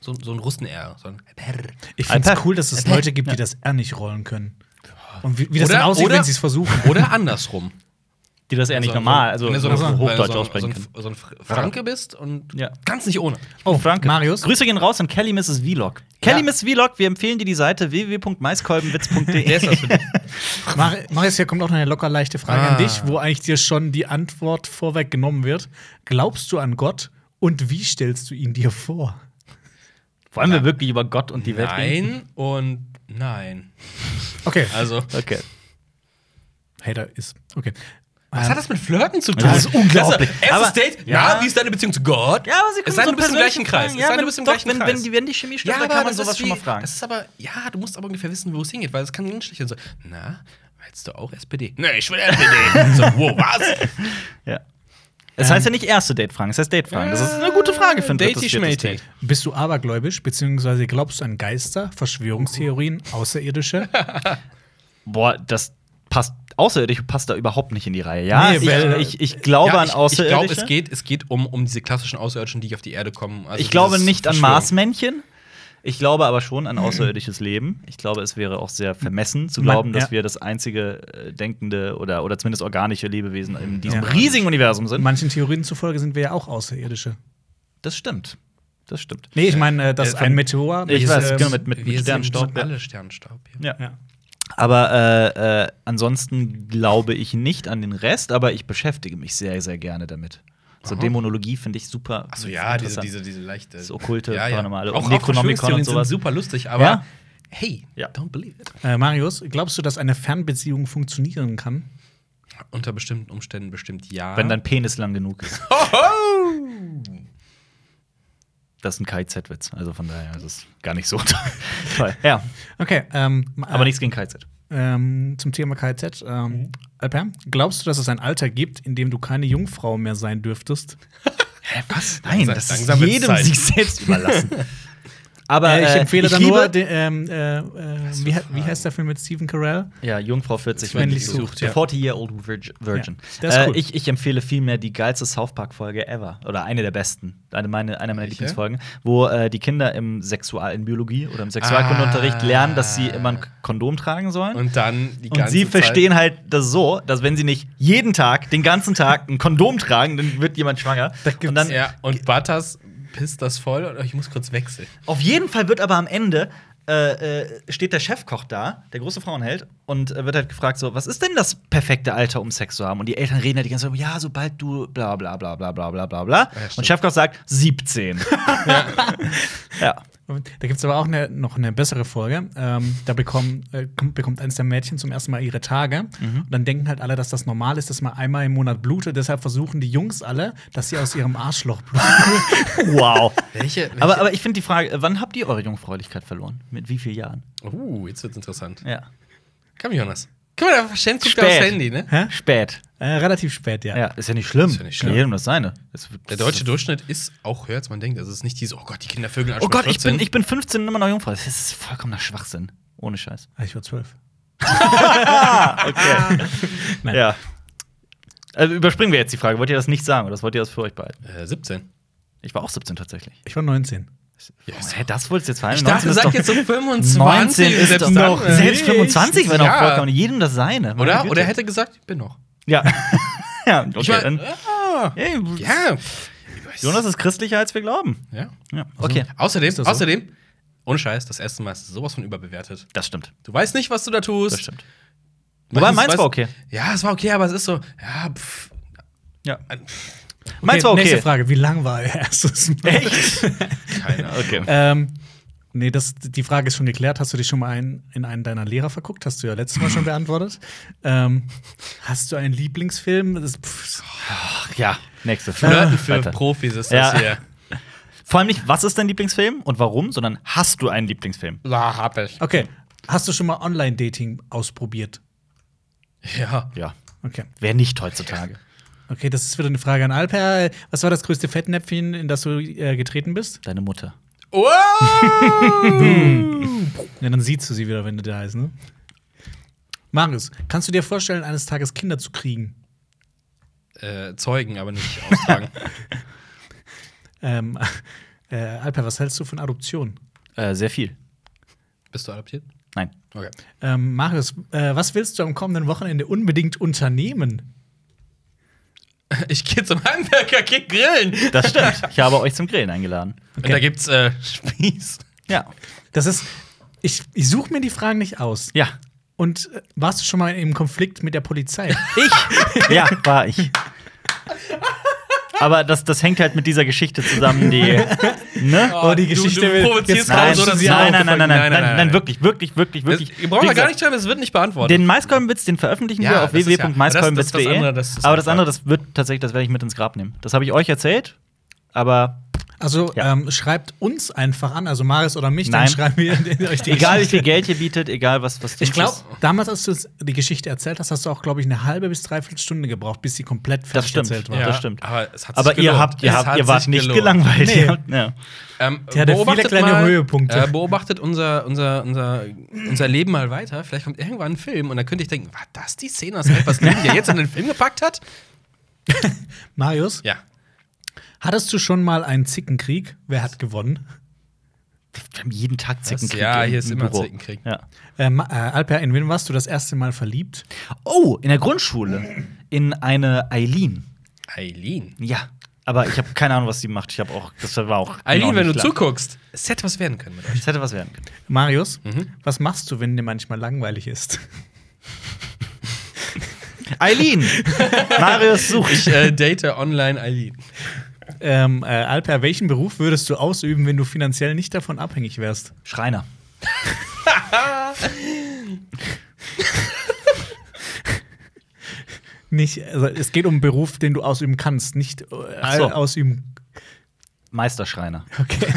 [SPEAKER 3] so, so ein Russen-R, sondern Alper.
[SPEAKER 1] Ich finde es
[SPEAKER 2] Alper.
[SPEAKER 1] cool, dass es
[SPEAKER 2] Alper.
[SPEAKER 1] Leute gibt, die das R nicht rollen können. Und wie, wie das
[SPEAKER 3] Oder-
[SPEAKER 1] dann aussieht,
[SPEAKER 3] oder-
[SPEAKER 1] wenn sie es versuchen.
[SPEAKER 3] Oder andersrum.
[SPEAKER 2] die das eher nicht normal, also
[SPEAKER 3] wenn du
[SPEAKER 2] so
[SPEAKER 3] ein-
[SPEAKER 2] Hochdeutsch
[SPEAKER 3] wenn du
[SPEAKER 2] aussprechen
[SPEAKER 3] so
[SPEAKER 2] können.
[SPEAKER 3] ein, so ein Fr- Franke bist und
[SPEAKER 2] Ja.
[SPEAKER 3] ganz nicht
[SPEAKER 2] <laughs>
[SPEAKER 3] ohne.
[SPEAKER 2] Oh, Frank.
[SPEAKER 6] Marius?
[SPEAKER 2] Grüße gehen raus an Kelly Mrs. Vlog. Kelly Mrs. Vlog, wir empfehlen dir die Seite www.maiskolbenwitz.de.
[SPEAKER 3] ist das für dich.
[SPEAKER 1] Mar Marius, hier kommt auch noch eine locker leichte Frage an
[SPEAKER 3] Ah.
[SPEAKER 1] dich, wo eigentlich dir schon die Antwort vorweg genommen wird. Glaubst du an Gott und wie stellst du ihn dir vor?
[SPEAKER 2] Wollen wir wirklich über Gott und die Welt reden?
[SPEAKER 3] Nein und nein.
[SPEAKER 1] Okay,
[SPEAKER 3] Also,
[SPEAKER 2] Okay.
[SPEAKER 1] Hater ist. Okay.
[SPEAKER 3] was
[SPEAKER 1] Ähm,
[SPEAKER 3] hat das mit Flirten zu tun?
[SPEAKER 2] Das ist unglaublich.
[SPEAKER 3] Also, erstes
[SPEAKER 2] Aber-
[SPEAKER 3] Date,
[SPEAKER 2] Ja.
[SPEAKER 3] na, wie ist deine Beziehung zu Gott?
[SPEAKER 2] Ja, aber sie
[SPEAKER 3] Es
[SPEAKER 2] können
[SPEAKER 3] sei
[SPEAKER 2] so
[SPEAKER 3] denn, du bist im
[SPEAKER 2] persönliche
[SPEAKER 3] gleichen Kreis.
[SPEAKER 2] Fragen-
[SPEAKER 3] Es sei denn,
[SPEAKER 2] wenn-
[SPEAKER 3] du bist im
[SPEAKER 2] doch,
[SPEAKER 3] gleichen
[SPEAKER 2] wenn,
[SPEAKER 3] Kreis.
[SPEAKER 2] Wenn, die, wenn die Chemie stimmt, dann
[SPEAKER 3] aber
[SPEAKER 2] kann man
[SPEAKER 3] das
[SPEAKER 2] sowas
[SPEAKER 3] ist
[SPEAKER 2] schon
[SPEAKER 3] wie-
[SPEAKER 2] mal fragen.
[SPEAKER 3] Das ist aber, ja, du musst aber ungefähr wissen, wo es hingeht, weil es kann ganz schlecht sein. So, na, hättest du auch SPD? Nee, ich will SPD. so, wow, was?
[SPEAKER 2] Ja. Es heißt ja nicht erste Date-Fragen, es heißt Date-Fragen. Das ist eine gute Frage, finde ich.
[SPEAKER 3] Datey Schmatey.
[SPEAKER 1] Bist du abergläubisch, beziehungsweise glaubst du an Geister, Verschwörungstheorien, Außerirdische?
[SPEAKER 2] Boah, das passt. Außerirdisch passt da überhaupt nicht in die Reihe. Ja,
[SPEAKER 1] Nee, weil-
[SPEAKER 2] ich, ich, ich glaube
[SPEAKER 3] Ja,
[SPEAKER 2] an
[SPEAKER 3] ich ich
[SPEAKER 2] Außerirdische.
[SPEAKER 3] glaube, es geht, es geht um, um diese klassischen Außerirdischen, die auf die Erde kommen. Also
[SPEAKER 2] ich glaube
[SPEAKER 3] dieses
[SPEAKER 2] nicht an
[SPEAKER 3] Verschwörung.
[SPEAKER 2] Marsmännchen. Ich glaube aber schon an außerirdisches Leben. Ich glaube, es wäre auch sehr vermessen zu glauben,
[SPEAKER 1] Man- ja.
[SPEAKER 2] dass wir das einzige äh, denkende oder, oder zumindest organische Lebewesen in diesem
[SPEAKER 1] Ja.
[SPEAKER 2] riesigen Universum sind.
[SPEAKER 1] Manchen Theorien zufolge sind wir ja auch Außerirdische.
[SPEAKER 2] Das stimmt. Das stimmt.
[SPEAKER 1] Nee, ich meine, äh, dass ein Meteor.
[SPEAKER 2] Ich
[SPEAKER 1] mit,
[SPEAKER 2] weiß,
[SPEAKER 1] ähm,
[SPEAKER 2] genau, mit, mit,
[SPEAKER 3] Wir
[SPEAKER 2] mit Sternenstaub.
[SPEAKER 3] sind
[SPEAKER 2] ja.
[SPEAKER 3] alle Sternstaub. Ja.
[SPEAKER 2] Ja.
[SPEAKER 1] Ja.
[SPEAKER 2] Aber äh, äh, ansonsten glaube ich nicht an den Rest, aber ich beschäftige mich sehr, sehr gerne damit. So
[SPEAKER 3] Aha.
[SPEAKER 2] Dämonologie finde ich super.
[SPEAKER 3] Achso, ja, diese,
[SPEAKER 2] interessant.
[SPEAKER 3] diese, diese leichte.
[SPEAKER 2] Das okkulte,
[SPEAKER 3] ja, ja.
[SPEAKER 2] paranormale.
[SPEAKER 3] Auch,
[SPEAKER 2] Und
[SPEAKER 3] auch
[SPEAKER 2] Necronomicon und
[SPEAKER 3] Verschwörungstheorien sind
[SPEAKER 2] sowas.
[SPEAKER 3] super lustig, aber
[SPEAKER 2] Ja.
[SPEAKER 3] hey,
[SPEAKER 2] Ja.
[SPEAKER 3] don't believe it.
[SPEAKER 1] Äh, Marius, glaubst du, dass eine Fernbeziehung funktionieren kann?
[SPEAKER 3] Unter bestimmten Umständen bestimmt ja.
[SPEAKER 2] Wenn dein Penis lang
[SPEAKER 3] <laughs>
[SPEAKER 2] genug ist.
[SPEAKER 3] Hoho!
[SPEAKER 2] Das ist ein KIZ-Witz. Also von daher ist es gar nicht so <laughs> toll. Ja,
[SPEAKER 1] Okay, ähm,
[SPEAKER 2] aber Mhm.
[SPEAKER 1] äh,
[SPEAKER 2] nichts gegen KIZ.
[SPEAKER 1] ähm, zum Thema KZ. Ähm, Alper, glaubst du, dass es ein Alter gibt, in dem du keine Jungfrau mehr sein dürftest?
[SPEAKER 2] Hä, was? Nein,
[SPEAKER 3] Langsam-
[SPEAKER 2] das ist
[SPEAKER 3] langsam wird's
[SPEAKER 2] jedem
[SPEAKER 3] Zeit.
[SPEAKER 2] sich selbst
[SPEAKER 3] <laughs>
[SPEAKER 2] überlassen. Aber
[SPEAKER 1] Äh, ich
[SPEAKER 2] äh,
[SPEAKER 1] empfehle
[SPEAKER 2] ich
[SPEAKER 1] dann nur,
[SPEAKER 2] liebe-
[SPEAKER 1] den, ähm, äh, äh, wie, he- wie heißt der Film mit Stephen Carell?
[SPEAKER 2] Ja, Jungfrau 40,
[SPEAKER 1] Männlich
[SPEAKER 2] gesucht.
[SPEAKER 1] sucht,
[SPEAKER 2] The
[SPEAKER 1] ja.
[SPEAKER 2] 40-year-old virg- Virgin.
[SPEAKER 1] Ja, der ist cool.
[SPEAKER 2] äh, ich, ich empfehle vielmehr die geilste South Park-Folge ever. Oder eine der besten. Eine, meine, eine meiner
[SPEAKER 3] Welche?
[SPEAKER 2] Lieblingsfolgen. Wo äh, die Kinder im Sexual, in Biologie oder im Sexualkundeunterricht
[SPEAKER 3] Ah.
[SPEAKER 2] lernen, dass sie immer ein Kondom tragen sollen. Und,
[SPEAKER 3] Und dann die ganze
[SPEAKER 2] sie
[SPEAKER 3] Zeit-
[SPEAKER 2] verstehen halt das so, dass wenn sie nicht jeden Tag, den ganzen Tag ein Kondom tragen, dann wird jemand schwanger. Und dann
[SPEAKER 3] Ja, und Butters pisst das voll und ich muss kurz wechseln.
[SPEAKER 2] Auf jeden Fall wird aber am Ende äh, äh, steht der Chefkoch da, der große Frauenheld, und äh, wird halt gefragt so, was ist denn das perfekte Alter, um Sex zu haben? Und die Eltern reden halt die ganze Zeit, ja, sobald du bla bla bla bla bla bla bla bla. und
[SPEAKER 3] stimmt.
[SPEAKER 2] Chefkoch sagt
[SPEAKER 3] <laughs>
[SPEAKER 2] 17. ja.
[SPEAKER 1] Da gibt es aber auch eine, noch eine bessere Folge. Ähm, da bekommen, äh, kommt, bekommt eines der Mädchen zum ersten Mal ihre Tage.
[SPEAKER 2] Mhm.
[SPEAKER 1] Und dann denken halt alle, dass das normal ist, dass man einmal im Monat blutet. Deshalb versuchen die Jungs alle, dass sie aus ihrem Arschloch bluten.
[SPEAKER 2] Wow.
[SPEAKER 3] Welche?
[SPEAKER 2] aber, aber ich finde die Frage, äh, wann habt ihr eure Jungfräulichkeit verloren? Mit wie vielen Jahren?
[SPEAKER 3] Uh, jetzt wird's interessant.
[SPEAKER 2] Ja.
[SPEAKER 3] Komm, Jonas. Guck mal, da verschämt sich
[SPEAKER 2] Spät.
[SPEAKER 3] aufs Handy, ne?
[SPEAKER 1] Hä?
[SPEAKER 2] Spät.
[SPEAKER 1] äh, relativ spät, ja.
[SPEAKER 2] Ja, ist ja nicht schlimm.
[SPEAKER 3] Ist ja nicht schlimm.
[SPEAKER 2] Kann jedem das seine. Das-
[SPEAKER 3] Der deutsche Durchschnitt ist auch höher, als man denkt. Also es ist nicht diese, oh Gott, die Kinder vögeln an
[SPEAKER 2] Oh
[SPEAKER 3] schon
[SPEAKER 2] Gott, ich
[SPEAKER 3] 14.
[SPEAKER 2] bin, ich bin 15 und immer noch Jungfrau. Das ist vollkommener Schwachsinn. Ohne Scheiß.
[SPEAKER 1] Ah, Ich war zwölf.
[SPEAKER 2] Okay.
[SPEAKER 3] Ah.
[SPEAKER 2] <laughs>
[SPEAKER 1] Nein.
[SPEAKER 2] Ja. Also überspringen wir jetzt die Frage. Wollt ihr das nicht sagen oder das wollt ihr das für euch behalten?
[SPEAKER 3] Äh, 17.
[SPEAKER 2] Ich war auch 17 tatsächlich.
[SPEAKER 1] Ich war 19.
[SPEAKER 2] Ja, hä, das wolltest du jetzt verhandeln?
[SPEAKER 3] dachte, sag jetzt so 25.
[SPEAKER 2] 19 ist doch
[SPEAKER 3] selbst
[SPEAKER 2] noch.
[SPEAKER 3] dann, äh,
[SPEAKER 2] Selbst 25 wäre noch
[SPEAKER 3] ja.
[SPEAKER 2] vollkommen. Jedem das seine. Meine
[SPEAKER 3] Oder,
[SPEAKER 2] Güte.
[SPEAKER 3] oder hätte gesagt, ich bin noch.
[SPEAKER 2] Ja. ja, okay.
[SPEAKER 3] Ich mein,
[SPEAKER 2] dann,
[SPEAKER 3] ah,
[SPEAKER 2] Ey,
[SPEAKER 3] ja.
[SPEAKER 2] Jonas ist christlicher, als wir glauben.
[SPEAKER 3] ja.
[SPEAKER 2] Ja, also- okay.
[SPEAKER 3] Außerdem,
[SPEAKER 1] das so?
[SPEAKER 3] außerdem, ohne Scheiß, das erste Mal ist sowas von überbewertet.
[SPEAKER 2] Das stimmt.
[SPEAKER 3] Du weißt nicht, was du da tust.
[SPEAKER 2] Das stimmt. Wobei, meins
[SPEAKER 3] weißt-
[SPEAKER 2] war okay.
[SPEAKER 3] Ja, es war okay, aber es ist so, ja, pff.
[SPEAKER 2] Ja.
[SPEAKER 3] ein-
[SPEAKER 2] Meins war okay.
[SPEAKER 1] Nächste Frage: Wie lang war <laughs> euer erstes Mal?
[SPEAKER 2] <laughs>
[SPEAKER 3] Keine Ahnung.
[SPEAKER 2] Okay.
[SPEAKER 1] Ähm, nee, das, die Frage ist schon geklärt. Hast du dich schon mal ein, in einen deiner Lehrer verguckt? Hast du ja letztes Mal schon beantwortet. Ähm, hast du einen Lieblingsfilm? Das, pff,
[SPEAKER 2] Ach ja, nächste
[SPEAKER 3] Flirten
[SPEAKER 2] Frage.
[SPEAKER 3] für
[SPEAKER 2] Weiter.
[SPEAKER 3] Profis ist
[SPEAKER 2] Ja.
[SPEAKER 3] das
[SPEAKER 2] <laughs>
[SPEAKER 3] hier.
[SPEAKER 2] Vor allem nicht, was ist dein Lieblingsfilm und warum, sondern hast du einen Lieblingsfilm?
[SPEAKER 3] La, hab ich.
[SPEAKER 1] okay. Hast du schon mal Online-Dating ausprobiert?
[SPEAKER 3] Ja.
[SPEAKER 2] Ja.
[SPEAKER 1] Okay.
[SPEAKER 2] Wer nicht heutzutage?
[SPEAKER 1] Okay, das ist wieder eine Frage an Alper. Was war das größte Fettnäpfchen, in das du äh, getreten bist?
[SPEAKER 2] Deine Mutter. <laughs>
[SPEAKER 1] Ja, dann siehst du sie wieder, wenn du da bist, ne? Marius, kannst du dir vorstellen, eines Tages Kinder zu kriegen?
[SPEAKER 3] äh, Zeugen, aber nicht
[SPEAKER 2] <laughs>
[SPEAKER 3] austragen.
[SPEAKER 1] Ähm, <laughs> äh, Alper, was hältst du von Adoption?
[SPEAKER 2] Äh, sehr viel.
[SPEAKER 3] Bist du adoptiert?
[SPEAKER 2] Nein.
[SPEAKER 3] Okay.
[SPEAKER 1] Ähm, Marius, äh, was willst du am kommenden Wochenende unbedingt unternehmen?
[SPEAKER 3] <laughs> Ich gehe zum Heimwerker, geh grillen.
[SPEAKER 2] Das stimmt. Ich habe euch zum Grillen eingeladen.
[SPEAKER 3] Und da gibt's äh, Spieß.
[SPEAKER 2] Ja.
[SPEAKER 1] Das ist. Ich, ich suche mir die Fragen nicht aus.
[SPEAKER 2] Ja.
[SPEAKER 1] Und äh, warst du schon mal im Konflikt mit der
[SPEAKER 2] <laughs>
[SPEAKER 1] Polizei?
[SPEAKER 2] Ich? ja, war ich. Aber das, das hängt halt mit dieser Geschichte zusammen, die. Ne?
[SPEAKER 1] Oh, die Geschichte
[SPEAKER 3] du,
[SPEAKER 1] will-
[SPEAKER 3] du provozierst
[SPEAKER 1] jetzt- Nein,
[SPEAKER 3] gerade so, dass sie
[SPEAKER 2] nein,
[SPEAKER 3] aufgefallen-
[SPEAKER 2] nein, nein, nein, nein, nein, nein, wirklich, wirklich, wirklich, wirklich.
[SPEAKER 3] Wir brauchen
[SPEAKER 2] Wie
[SPEAKER 3] da gar
[SPEAKER 2] gesagt,
[SPEAKER 3] nicht schreiben, es wird nicht beantwortet.
[SPEAKER 2] Den Maiskolbenwitz, den veröffentlichen
[SPEAKER 3] Ja,
[SPEAKER 2] wir auf
[SPEAKER 3] das ist ja- das- das- das
[SPEAKER 2] www.maiskolbenwitz.de.
[SPEAKER 3] andere, das ist
[SPEAKER 2] Aber das
[SPEAKER 3] einfach.
[SPEAKER 2] andere, das wird tatsächlich, das werde ich mit ins Grab nehmen. Das habe ich euch erzählt, aber
[SPEAKER 1] Also
[SPEAKER 2] Ja.
[SPEAKER 1] ähm, schreibt uns einfach an, also Maris oder mich,
[SPEAKER 2] Nein.
[SPEAKER 1] dann schreiben wir euch die
[SPEAKER 2] egal wie
[SPEAKER 1] Geschichte.
[SPEAKER 2] viel Geld ihr bietet, egal was was
[SPEAKER 1] Ich glaube,
[SPEAKER 2] ist,
[SPEAKER 1] damals, als du uns die Geschichte erzählt hast, hast du auch, glaube ich, eine halbe bis dreiviertel Stunde gebraucht, bis sie komplett fertig
[SPEAKER 2] stimmt.
[SPEAKER 1] erzählt war.
[SPEAKER 2] Ja. das stimmt.
[SPEAKER 3] Aber, es hat sich
[SPEAKER 2] Aber ihr
[SPEAKER 3] gelohnt.
[SPEAKER 2] habt, ihr,
[SPEAKER 3] Es
[SPEAKER 2] habt,
[SPEAKER 3] hat
[SPEAKER 2] ihr wart
[SPEAKER 3] sich
[SPEAKER 2] nicht
[SPEAKER 3] gelohnt.
[SPEAKER 2] gelangweilt.
[SPEAKER 1] Nee.
[SPEAKER 2] Ihr habt- Ja.
[SPEAKER 3] Ähm,
[SPEAKER 1] Der hatte viele
[SPEAKER 3] beobachtet
[SPEAKER 1] kleine
[SPEAKER 3] mal,
[SPEAKER 1] Höhepunkte.
[SPEAKER 3] Äh, beobachtet unser, unser, unser, unser Leben mal weiter. Vielleicht kommt irgendwann ein Film und dann könnte ich denken, war das die Szene aus etwas Leben, die er jetzt in den Film gepackt hat?
[SPEAKER 1] Marius,
[SPEAKER 3] Ja.
[SPEAKER 1] hattest du schon mal einen Zickenkrieg? Wer hat gewonnen?
[SPEAKER 2] Wir haben jeden Tag Zickenkrieg.
[SPEAKER 3] Ja,
[SPEAKER 2] im-
[SPEAKER 3] hier ist
[SPEAKER 2] im
[SPEAKER 3] immer
[SPEAKER 2] Büro.
[SPEAKER 3] Zickenkrieg.
[SPEAKER 2] Ja.
[SPEAKER 1] Äh, Ma- äh, Alper, in wen warst du das erste Mal verliebt?
[SPEAKER 2] Oh, in der Grundschule. In eine Eileen.
[SPEAKER 3] Eileen.
[SPEAKER 2] Ja. Aber ich habe keine Ahnung, was sie macht. Ich habe auch, das war auch.
[SPEAKER 3] Eileen,
[SPEAKER 2] genau
[SPEAKER 3] wenn du
[SPEAKER 2] nicht klar.
[SPEAKER 3] zuguckst, es hätte was werden können
[SPEAKER 2] <laughs>
[SPEAKER 3] mit euch.
[SPEAKER 2] Das hätte was werden können.
[SPEAKER 1] Marius,
[SPEAKER 2] Mhm.
[SPEAKER 1] was machst du, wenn dir manchmal langweilig ist? <laughs>
[SPEAKER 3] <laughs>
[SPEAKER 2] Eileen! Marius sucht.
[SPEAKER 3] Ich äh, date online Eileen.
[SPEAKER 1] ähm, äh, Alper, welchen Beruf würdest du ausüben, wenn du finanziell nicht davon abhängig wärst?
[SPEAKER 2] Schreiner.
[SPEAKER 1] Nicht, also, es geht um einen Beruf, den du ausüben kannst, nicht äh,
[SPEAKER 2] so.
[SPEAKER 1] ausüben.
[SPEAKER 2] Meisterschreiner.
[SPEAKER 1] Okay.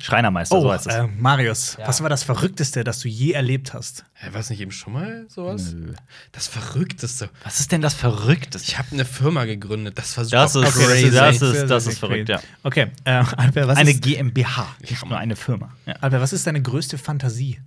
[SPEAKER 2] Schreinermeister,
[SPEAKER 1] Oh,
[SPEAKER 2] <laughs> so heißt es.
[SPEAKER 3] ähm,
[SPEAKER 1] äh, Marius,
[SPEAKER 3] Ja.
[SPEAKER 1] was war das Verrückteste, das du je erlebt hast?
[SPEAKER 3] Äh, War es nicht eben schon mal sowas? Das Verrückteste.
[SPEAKER 2] Was ist denn das Verrückteste?
[SPEAKER 3] Ich habe eine Firma gegründet. Das war super
[SPEAKER 2] Das ist,
[SPEAKER 3] crazy.
[SPEAKER 2] das
[SPEAKER 1] Sehr,
[SPEAKER 2] ist,
[SPEAKER 1] sehr,
[SPEAKER 2] das
[SPEAKER 1] sehr
[SPEAKER 2] ist verrückt, ja.
[SPEAKER 1] crazy. Okay, ähm, Alper, was
[SPEAKER 2] Eine
[SPEAKER 1] ist,
[SPEAKER 2] GmbH, nicht nur eine Firma. Ja.
[SPEAKER 1] Alper, was ist deine größte Fantasie?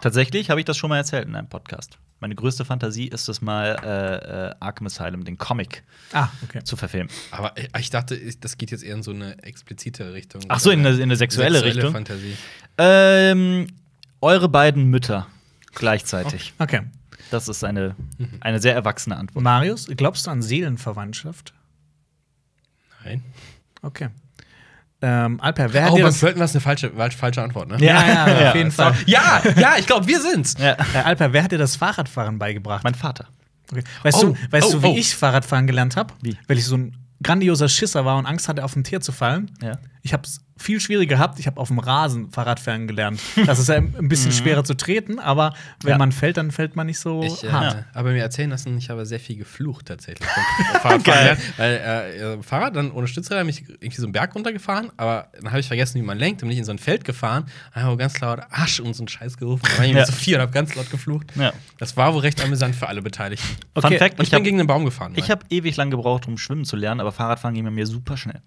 [SPEAKER 2] Tatsächlich habe ich das schon mal erzählt in einem Podcast. Meine größte Fantasie ist es mal, äh, äh, Arkham Asylum, den Comic,
[SPEAKER 1] Ah, okay.
[SPEAKER 2] zu verfilmen.
[SPEAKER 3] Aber äh, ich- ich dachte, ich- das geht jetzt eher in so eine explizite Richtung.
[SPEAKER 2] Ach so, in eine, in eine sexuelle, Richtung.
[SPEAKER 3] Fantasie.
[SPEAKER 2] Ähm, eure beiden Mütter gleichzeitig.
[SPEAKER 1] Okay.
[SPEAKER 2] Das ist eine, eine sehr erwachsene Antwort.
[SPEAKER 1] Marius, glaubst du an Seelenverwandtschaft?
[SPEAKER 3] Nein.
[SPEAKER 1] Okay. Ähm, Alper, wer hat
[SPEAKER 3] Oh,
[SPEAKER 1] dir
[SPEAKER 3] beim
[SPEAKER 1] das
[SPEAKER 3] Flirten war es eine falsche, falsche, falsche Antwort, ne?
[SPEAKER 1] Ja,
[SPEAKER 2] <laughs>
[SPEAKER 1] ja, auf jeden Fall.
[SPEAKER 3] Ja, ja, ich glaube, wir sind's.
[SPEAKER 2] Ja.
[SPEAKER 1] Äh, Alper, wer hat dir das Fahrradfahren beigebracht?
[SPEAKER 2] Mein Vater.
[SPEAKER 1] Okay. Weißt,
[SPEAKER 3] Oh,
[SPEAKER 1] du, weißt
[SPEAKER 3] oh,
[SPEAKER 1] du, wie
[SPEAKER 3] oh.
[SPEAKER 1] ich Fahrradfahren gelernt habe?
[SPEAKER 2] Wie?
[SPEAKER 1] Weil ich so ein grandioser Schisser war und Angst hatte, auf den Tier zu fallen.
[SPEAKER 2] Ja.
[SPEAKER 1] Ich habe es viel schwieriger gehabt. Ich habe auf dem Rasen Fahrradfahren gelernt. Das ist ja ein
[SPEAKER 3] <laughs> Mhm.
[SPEAKER 1] bisschen schwerer zu treten, aber wenn
[SPEAKER 2] Ja.
[SPEAKER 1] man fällt, dann fällt man nicht so
[SPEAKER 3] Ich äh,
[SPEAKER 1] hart.
[SPEAKER 3] habe mir erzählen lassen, ich habe sehr viel geflucht
[SPEAKER 2] <laughs>
[SPEAKER 3] tatsächlich. beim Fahrradfahren, ja. Weil äh, äh, Fahrrad dann ohne Stützräder mich irgendwie so einen Berg runtergefahren, aber dann habe ich vergessen, wie man lenkt, dann bin ich in so ein Feld gefahren, habe ganz laut Arsch und so einen Scheiß gerufen, dann war
[SPEAKER 2] <laughs>
[SPEAKER 3] ich
[SPEAKER 2] Ja.
[SPEAKER 3] ja. zu vier und habe ganz laut geflucht.
[SPEAKER 2] Ja.
[SPEAKER 3] Das war wohl recht amüsant für alle Beteiligten.
[SPEAKER 1] Okay,
[SPEAKER 2] Fun Fact:
[SPEAKER 3] Und ich
[SPEAKER 2] Ich
[SPEAKER 3] bin
[SPEAKER 2] habe
[SPEAKER 3] gegen den Baum gefahren. mal.
[SPEAKER 2] hab ewig lang gebraucht, um schwimmen zu lernen, aber Fahrradfahren ging bei mir super schnell.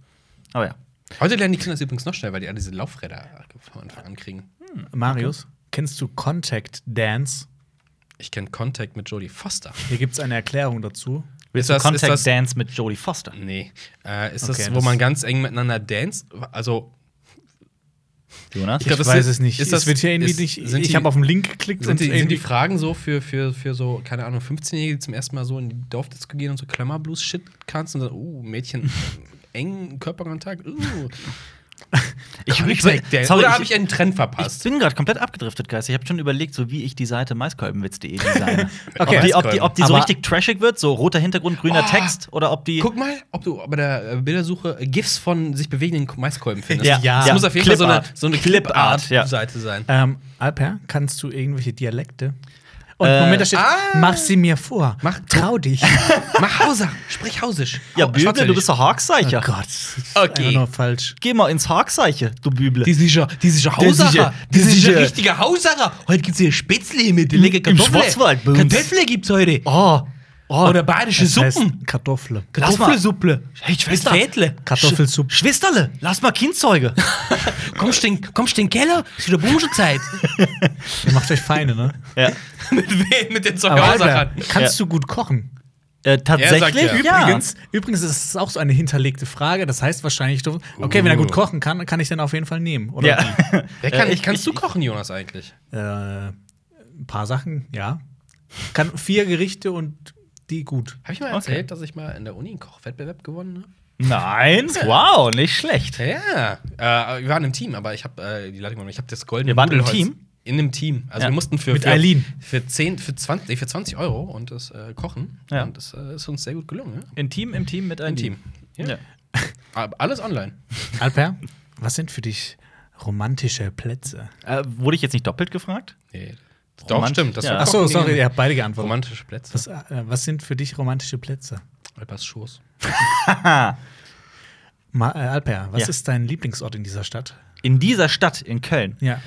[SPEAKER 2] Aber ja.
[SPEAKER 3] Heute lernen die Kinder das übrigens noch schnell, weil die alle diese Laufräder von Anfang an kriegen.
[SPEAKER 1] Marius, kennst du Contact Dance?
[SPEAKER 3] Ich kenne Contact mit Jodie Foster.
[SPEAKER 1] Hier gibt es eine Erklärung dazu.
[SPEAKER 3] Willst
[SPEAKER 2] Contact Dance mit Jodie Foster.
[SPEAKER 3] Nee. Äh, ist das,
[SPEAKER 1] Okay,
[SPEAKER 3] wo
[SPEAKER 1] das-
[SPEAKER 3] man ganz eng miteinander dance? Also,
[SPEAKER 2] Jonas?
[SPEAKER 3] Ich glaub, das
[SPEAKER 1] weiß
[SPEAKER 3] sind-
[SPEAKER 1] es nicht.
[SPEAKER 3] ist das-
[SPEAKER 1] es wird hier irgendwie
[SPEAKER 3] ist-
[SPEAKER 1] nicht.
[SPEAKER 3] sind die-
[SPEAKER 1] Ich habe auf den Link geklickt
[SPEAKER 3] sind die, sind
[SPEAKER 1] irgendwie-
[SPEAKER 3] die Fragen so für, für, für so, keine Ahnung, 15-Jährige, die zum ersten Mal so in die Dorfdisco gehen und so Klammerblues-Shit kannst und dann, uh,
[SPEAKER 2] <laughs>
[SPEAKER 3] Mädchen, engen Körperkontakt, uh.
[SPEAKER 2] Ich- ich-
[SPEAKER 3] Contact Dance.
[SPEAKER 2] sorry,
[SPEAKER 3] Oder
[SPEAKER 2] ich-
[SPEAKER 3] habe ich einen Trend
[SPEAKER 2] Ich
[SPEAKER 3] verpasst?
[SPEAKER 2] bin gerade komplett abgedriftet, Geist. Ich habe schon überlegt, so wie ich die Seite maiskolbenwitz.de
[SPEAKER 3] <laughs>
[SPEAKER 2] designe.
[SPEAKER 1] Okay.
[SPEAKER 2] ob, die, ob, die, ob die so
[SPEAKER 1] Aber-
[SPEAKER 2] richtig trashig wird, so roter Hintergrund, grüner
[SPEAKER 3] Oh.
[SPEAKER 2] Text, oder ob die.
[SPEAKER 3] Guck mal, ob du bei der äh, Bildersuche äh, GIFs von sich bewegenden Maiskolben findest.
[SPEAKER 2] Ja.
[SPEAKER 3] Das
[SPEAKER 1] Ja.
[SPEAKER 3] muss auf jeden Fall so eine,
[SPEAKER 2] Clipart.
[SPEAKER 3] so eine
[SPEAKER 2] Clipart, ja.
[SPEAKER 3] Clipart-Seite sein.
[SPEAKER 1] Ähm, Alper, kannst du irgendwelche Dialekte? Und
[SPEAKER 2] Äh,
[SPEAKER 1] Moment, da steht,
[SPEAKER 3] ah.
[SPEAKER 1] mach sie mir vor.
[SPEAKER 3] Mach-
[SPEAKER 1] Trau dich.
[SPEAKER 3] Mach Hauser, sprich Hausisch.
[SPEAKER 2] Ja,
[SPEAKER 3] Hau-
[SPEAKER 2] Büble, du
[SPEAKER 3] Schwarzwäldisch.
[SPEAKER 2] bist doch
[SPEAKER 3] Oh
[SPEAKER 2] Hakseicher.
[SPEAKER 1] Gott.
[SPEAKER 3] <laughs> Okay.
[SPEAKER 1] Okay. Nur falsch.
[SPEAKER 2] Geh mal ins Hakseiche, du Büble.
[SPEAKER 3] Die sicher, die sicher Hausacher.
[SPEAKER 2] sicher-
[SPEAKER 3] Die
[SPEAKER 2] die
[SPEAKER 3] sicher
[SPEAKER 2] sicher-
[SPEAKER 3] richtige Hausacher. Heute gibt's hier Spätzle mit
[SPEAKER 2] Im-
[SPEAKER 3] lecker
[SPEAKER 2] im
[SPEAKER 3] Kartoffeln.
[SPEAKER 2] Schwarzwald bei uns.
[SPEAKER 3] Kartoffeln gibt's heute.
[SPEAKER 2] oh, oh.
[SPEAKER 3] Oder bayerische
[SPEAKER 1] Das heißt
[SPEAKER 3] Suppen.
[SPEAKER 1] Kartoffle.
[SPEAKER 2] lass mal.
[SPEAKER 3] Kartoffelsuppe.
[SPEAKER 2] Hey, Schwester.
[SPEAKER 3] Fädle.
[SPEAKER 1] Kartoffelsuppe.
[SPEAKER 2] Schwesterle, lass mal Kindzeuge.
[SPEAKER 3] <laughs> Kommst du in kommst in den Keller? Ist wieder Bumschezeit.
[SPEAKER 1] Ihr macht euch Feine, ne?
[SPEAKER 2] <laughs> ja.
[SPEAKER 3] <laughs> mit wem? Mit den Äh,
[SPEAKER 1] Aber
[SPEAKER 3] Zuckerhausachern.
[SPEAKER 1] Alper, kannst du gut kochen?
[SPEAKER 2] äh,
[SPEAKER 3] sagt ja.
[SPEAKER 2] tatsächlich, ja.
[SPEAKER 1] Übrigens, übrigens ist es auch so eine hinterlegte Frage. Das heißt wahrscheinlich, du- okay, wenn er
[SPEAKER 2] Uh.
[SPEAKER 1] gut kochen kann, kann ich den auf jeden Fall nehmen. Oder
[SPEAKER 2] Ja.
[SPEAKER 3] Wer kann,
[SPEAKER 2] Äh, ich-
[SPEAKER 3] kannst du kochen, Jonas, eigentlich?
[SPEAKER 1] äh, ein paar Sachen, ja. Kann vier Gerichte und die gut.
[SPEAKER 3] Habe ich mal erzählt, dass ich mal in der Uni einen Kochwettbewerb gewonnen habe?
[SPEAKER 2] <laughs> <laughs> Nein, wow, nicht schlecht.
[SPEAKER 3] Ja, äh, wir waren im Team, aber ich habe äh, die Leitung, ich habe das goldene
[SPEAKER 2] Ihr wart im
[SPEAKER 3] Nudelholz
[SPEAKER 2] Team?
[SPEAKER 3] In einem Team. Also
[SPEAKER 2] Ja.
[SPEAKER 3] wir mussten für
[SPEAKER 1] Mit
[SPEAKER 3] für,
[SPEAKER 1] Eileen.
[SPEAKER 3] für 10 für 20 nee, für 20 Euro und das äh, kochen
[SPEAKER 2] Ja.
[SPEAKER 3] und das äh, ist uns sehr gut gelungen, ja?
[SPEAKER 2] Im Team, im Team mit
[SPEAKER 3] Im
[SPEAKER 2] einem
[SPEAKER 3] Team. Ja.
[SPEAKER 2] Ja.
[SPEAKER 3] Aber alles online.
[SPEAKER 1] Alper, was sind für dich romantische Plätze?
[SPEAKER 2] Äh, wurde ich jetzt nicht doppelt gefragt?
[SPEAKER 3] Nee. Doch,
[SPEAKER 2] Romantisch,
[SPEAKER 3] stimmt. Das
[SPEAKER 2] ja.
[SPEAKER 3] war
[SPEAKER 2] Ach
[SPEAKER 1] Achso,
[SPEAKER 3] Kochen
[SPEAKER 1] sorry,
[SPEAKER 3] gegen
[SPEAKER 1] ihr habt beide geantwortet.
[SPEAKER 3] Romantische Plätze.
[SPEAKER 1] Was, äh, was sind für dich romantische Plätze?
[SPEAKER 3] Alpers Schoß.
[SPEAKER 1] Ma, äh, Alper, was
[SPEAKER 2] Ja.
[SPEAKER 1] ist dein Lieblingsort in dieser Stadt?
[SPEAKER 2] In dieser Stadt, in Köln.
[SPEAKER 1] Ja.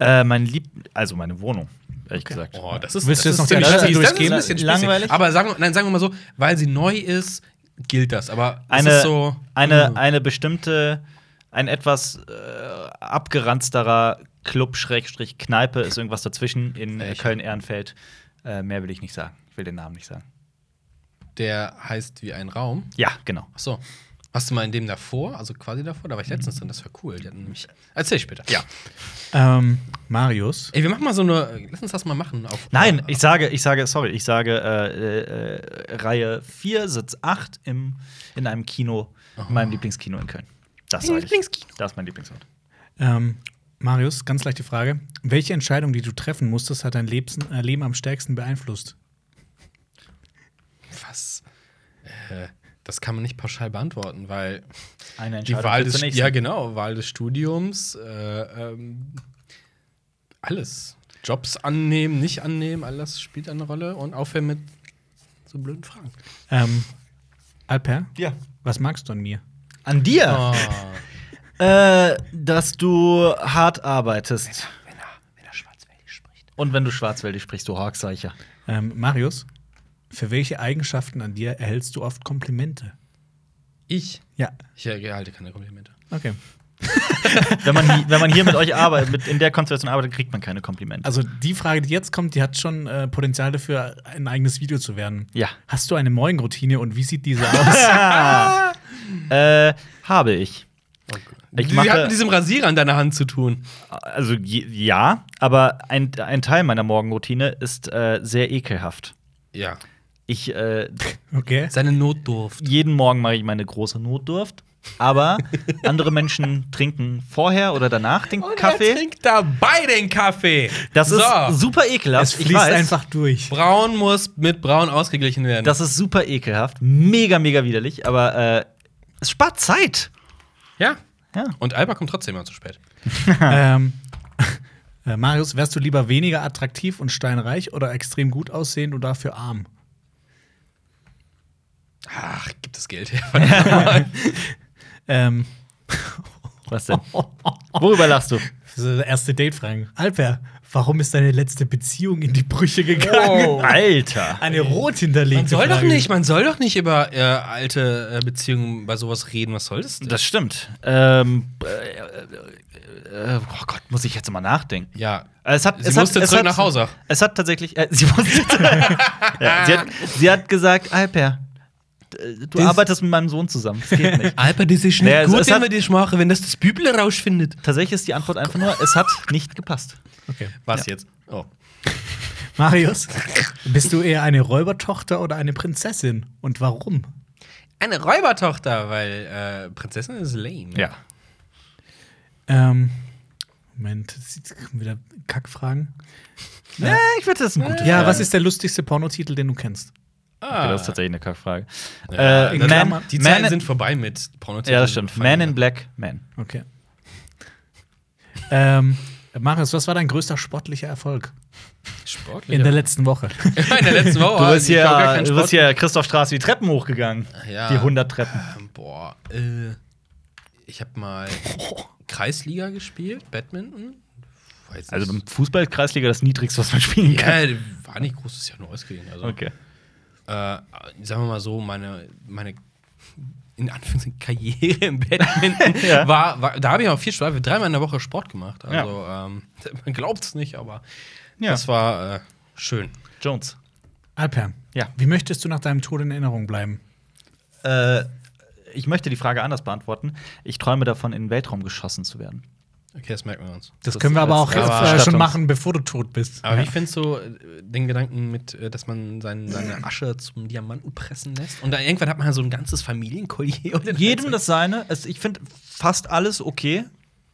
[SPEAKER 2] Äh, mein Lieb also meine Wohnung, ehrlich
[SPEAKER 1] Okay.
[SPEAKER 2] gesagt.
[SPEAKER 3] Oh, das ist
[SPEAKER 1] Willst du jetzt
[SPEAKER 3] das
[SPEAKER 1] noch
[SPEAKER 3] ist
[SPEAKER 1] die
[SPEAKER 3] ziemlich
[SPEAKER 1] Adresse
[SPEAKER 3] fies. Das ist
[SPEAKER 1] durchgeben?
[SPEAKER 3] ein bisschen spießig.
[SPEAKER 2] Langweilig?
[SPEAKER 3] Aber sagen, wir- nein, sagen wir mal so, weil sie neu ist, gilt das. Aber es
[SPEAKER 2] Eine,
[SPEAKER 3] ist so
[SPEAKER 2] eine,
[SPEAKER 3] mh.
[SPEAKER 2] eine bestimmte, ein etwas äh, abgeranzterer Club, Schrägstrich, Kneipe ist irgendwas dazwischen in äh,
[SPEAKER 3] Echt?
[SPEAKER 2] Köln-Ehrenfeld. Äh, mehr will ich nicht sagen. Ich will den Namen nicht sagen.
[SPEAKER 3] der heißt wie ein Raum.
[SPEAKER 2] Ja, genau.
[SPEAKER 3] Ach so. Warst du mal in dem davor, also quasi davor? Da war ich letztens drin, das war cool. Die hatten nämlich. Erzähl ich später. Ja.
[SPEAKER 1] Ähm, Marius,
[SPEAKER 3] Ey, wir machen mal so eine. Lass uns das mal machen. Auf,
[SPEAKER 2] Nein,
[SPEAKER 3] auf,
[SPEAKER 2] ich sage, ich sage, sorry, ich sage äh, äh, äh, Reihe 4, Sitz 8 im, in einem Kino, in
[SPEAKER 3] Ah.
[SPEAKER 2] meinem Lieblingskino in Köln. Das sage ich. Das ist mein Lieblingsort.
[SPEAKER 1] ähm, Marius, ganz leichte Frage. Welche Entscheidung, die du treffen musstest, hat dein Lebsen, äh, Leben am stärksten beeinflusst?
[SPEAKER 3] Was? Äh, das kann man nicht pauschal beantworten, weil
[SPEAKER 2] Eine
[SPEAKER 3] die
[SPEAKER 2] Entscheidung
[SPEAKER 3] Wahl
[SPEAKER 2] führt
[SPEAKER 3] des,
[SPEAKER 2] zur nächsten.
[SPEAKER 3] ja, genau, Wahl des Studiums, äh, ähm, alles. Jobs annehmen, nicht annehmen, all das spielt eine Rolle und aufhören mit so blöden Fragen.
[SPEAKER 1] Ähm, Alper,
[SPEAKER 2] Ja.
[SPEAKER 1] was magst du an mir?
[SPEAKER 2] An dir.
[SPEAKER 3] Oh,
[SPEAKER 2] Äh, dass du hart arbeitest.
[SPEAKER 3] wenn, er, wenn er schwarzwäldig spricht.
[SPEAKER 2] Und wenn du schwarzwäldig sprichst, du Horkseicher.
[SPEAKER 1] Ähm, Marius, für welche Eigenschaften an dir erhältst du oft Komplimente?
[SPEAKER 3] Ich?
[SPEAKER 1] Ja,
[SPEAKER 3] Ich erhalte keine Komplimente.
[SPEAKER 1] okay.
[SPEAKER 2] Wenn man, hi- wenn man hier mit euch arbeitet, mit, in der Konstellation arbeitet, kriegt man keine Komplimente.
[SPEAKER 1] Also die Frage, die jetzt kommt, die hat schon äh, Potenzial dafür, ein eigenes Video zu werden.
[SPEAKER 2] Ja.
[SPEAKER 1] Hast du eine Morgenroutine und wie sieht
[SPEAKER 2] <laughs>
[SPEAKER 1] diese aus?
[SPEAKER 3] Also-
[SPEAKER 2] Äh, habe ich. Ich
[SPEAKER 3] Sie
[SPEAKER 2] mache-
[SPEAKER 3] hat mit diesem Rasierer in deiner Hand zu tun.
[SPEAKER 2] Also je- ja, aber ein, ein Teil meiner Morgenroutine ist äh, sehr ekelhaft.
[SPEAKER 3] Ja.
[SPEAKER 2] Ich äh,
[SPEAKER 1] Okay.
[SPEAKER 3] Seine Notdurft.
[SPEAKER 2] jeden Morgen mache ich meine große Notdurft, aber andere Menschen trinken vorher oder danach den
[SPEAKER 3] Er
[SPEAKER 2] Kaffee.
[SPEAKER 3] trinkt dabei den Kaffee.
[SPEAKER 2] Das ist
[SPEAKER 3] so.
[SPEAKER 2] super ekelhaft.
[SPEAKER 1] Es
[SPEAKER 2] ich
[SPEAKER 1] fließt
[SPEAKER 2] weiß.
[SPEAKER 1] einfach durch.
[SPEAKER 3] Braun muss mit Braun ausgeglichen werden.
[SPEAKER 2] Das ist super ekelhaft, mega, mega widerlich, aber äh, es spart Zeit.
[SPEAKER 3] ja.
[SPEAKER 2] Ja.
[SPEAKER 3] Und Alba kommt trotzdem immer zu spät. Ah.
[SPEAKER 1] ähm, <laughs> äh, Marius, wärst du lieber weniger attraktiv und steinreich oder extrem gut aussehend und dafür arm?
[SPEAKER 3] Ach, gibt das Geld
[SPEAKER 2] <laughs>
[SPEAKER 3] her. <laughs>
[SPEAKER 1] Ähm,
[SPEAKER 2] Was denn? Worüber lachst du?
[SPEAKER 1] so erste Date-Fragen. Alper, warum ist deine letzte Beziehung in die Brüche gegangen? <laughs>
[SPEAKER 2] Alter.
[SPEAKER 1] Eine rot hinterlegte
[SPEAKER 3] Oh. Man soll doch
[SPEAKER 1] Frage.
[SPEAKER 3] nicht, man soll doch nicht über äh, alte äh, Beziehungen bei sowas reden. Was soll das denn?
[SPEAKER 2] Das stimmt. Ähm, äh, äh, äh, oh Gott, muss ich jetzt mal nachdenken.
[SPEAKER 3] ja.
[SPEAKER 2] Äh, Es hat,
[SPEAKER 3] Sie
[SPEAKER 2] es
[SPEAKER 3] musste
[SPEAKER 2] hat, es
[SPEAKER 3] zurück
[SPEAKER 2] hat,
[SPEAKER 3] nach Hause.
[SPEAKER 2] Es hat tatsächlich. Äh, sie, <laughs> musste, ja, sie, hat, sie hat gesagt, Alper, d- du
[SPEAKER 3] Das-
[SPEAKER 2] arbeitest mit meinem Sohn zusammen. Das geht
[SPEAKER 3] <laughs>
[SPEAKER 2] nicht.
[SPEAKER 3] Alba, das ist
[SPEAKER 2] Naja, es- es hat-
[SPEAKER 3] das machen, wenn das das Büble rausfindet.
[SPEAKER 2] tatsächlich ist die Antwort einfach nur, es hat nicht gepasst.
[SPEAKER 1] Okay.
[SPEAKER 3] Was jetzt? Oh.
[SPEAKER 1] Marius, bist du eher eine Räubertochter oder eine Prinzessin? Und warum?
[SPEAKER 3] Eine Räubertochter, weil äh, Prinzessin ist lame.
[SPEAKER 2] Ja.
[SPEAKER 1] Ähm, Moment, das sind wieder Kackfragen.
[SPEAKER 2] Nee, ich würde das ist ein gutes
[SPEAKER 1] Ja, was ist der lustigste Pornotitel, den du kennst?
[SPEAKER 3] Ah.
[SPEAKER 2] das ist tatsächlich eine Kackfrage.
[SPEAKER 3] Ja,
[SPEAKER 2] äh,
[SPEAKER 3] dann-
[SPEAKER 2] Man,
[SPEAKER 3] die
[SPEAKER 2] Man,
[SPEAKER 3] Zeiten sind vorbei mit Pornotiteln.
[SPEAKER 2] ja, das stimmt. Man in Black, Man.
[SPEAKER 1] Okay. ähm, Marius, was war dein größter sportlicher Erfolg
[SPEAKER 3] Sportlich.
[SPEAKER 1] in der letzten Woche?
[SPEAKER 3] in der letzten Woche.
[SPEAKER 2] Du bist
[SPEAKER 3] Oh, Ich glaub, gar
[SPEAKER 2] hier,
[SPEAKER 3] kein
[SPEAKER 2] du
[SPEAKER 3] Sport.
[SPEAKER 2] bist hier Christophstraße die Treppen hochgegangen.
[SPEAKER 3] Ja.
[SPEAKER 2] Die 100 Treppen.
[SPEAKER 3] Boah, äh, ich habe
[SPEAKER 2] <laughs>
[SPEAKER 3] mal Kreisliga gespielt, Badminton. Weiß nicht.
[SPEAKER 2] Also beim Fußball Kreisliga das niedrigste, was man spielen kann.
[SPEAKER 3] ja, war nicht groß, ist ja nur ausgeliehen. Also,
[SPEAKER 2] Okay.
[SPEAKER 3] äh, sagen wir mal so, meine, meine in Anführungszeichen Karriere im Badminton
[SPEAKER 2] <laughs> Ja.
[SPEAKER 3] war, war, da habe ich auch viel Spaß, wir haben dreimal in der Woche Sport gemacht. Also ähm, <laughs> man glaubt es nicht, aber
[SPEAKER 2] Ja.
[SPEAKER 3] das war äh, schön.
[SPEAKER 2] Jones.
[SPEAKER 1] <laughs> Alper,
[SPEAKER 2] Ja.
[SPEAKER 1] wie möchtest du nach deinem Tod in Erinnerung bleiben?
[SPEAKER 2] Äh, ich möchte die Frage anders beantworten. Ich träume davon, in den Weltraum geschossen zu werden.
[SPEAKER 3] Okay, das merken wir uns.
[SPEAKER 1] Das, können wir aber auch
[SPEAKER 7] letzte
[SPEAKER 1] jetzt, äh,
[SPEAKER 7] Ausstattungs-
[SPEAKER 1] schon machen, bevor du tot bist.
[SPEAKER 3] Aber wie findest du äh, den Gedanken mit, äh, dass man sein, seine Asche zum Diamanten pressen lässt? Und dann irgendwann hat man ja so ein ganzes Familienkollier. und dann-
[SPEAKER 2] Jedem das seine. Also ich finde fast alles okay.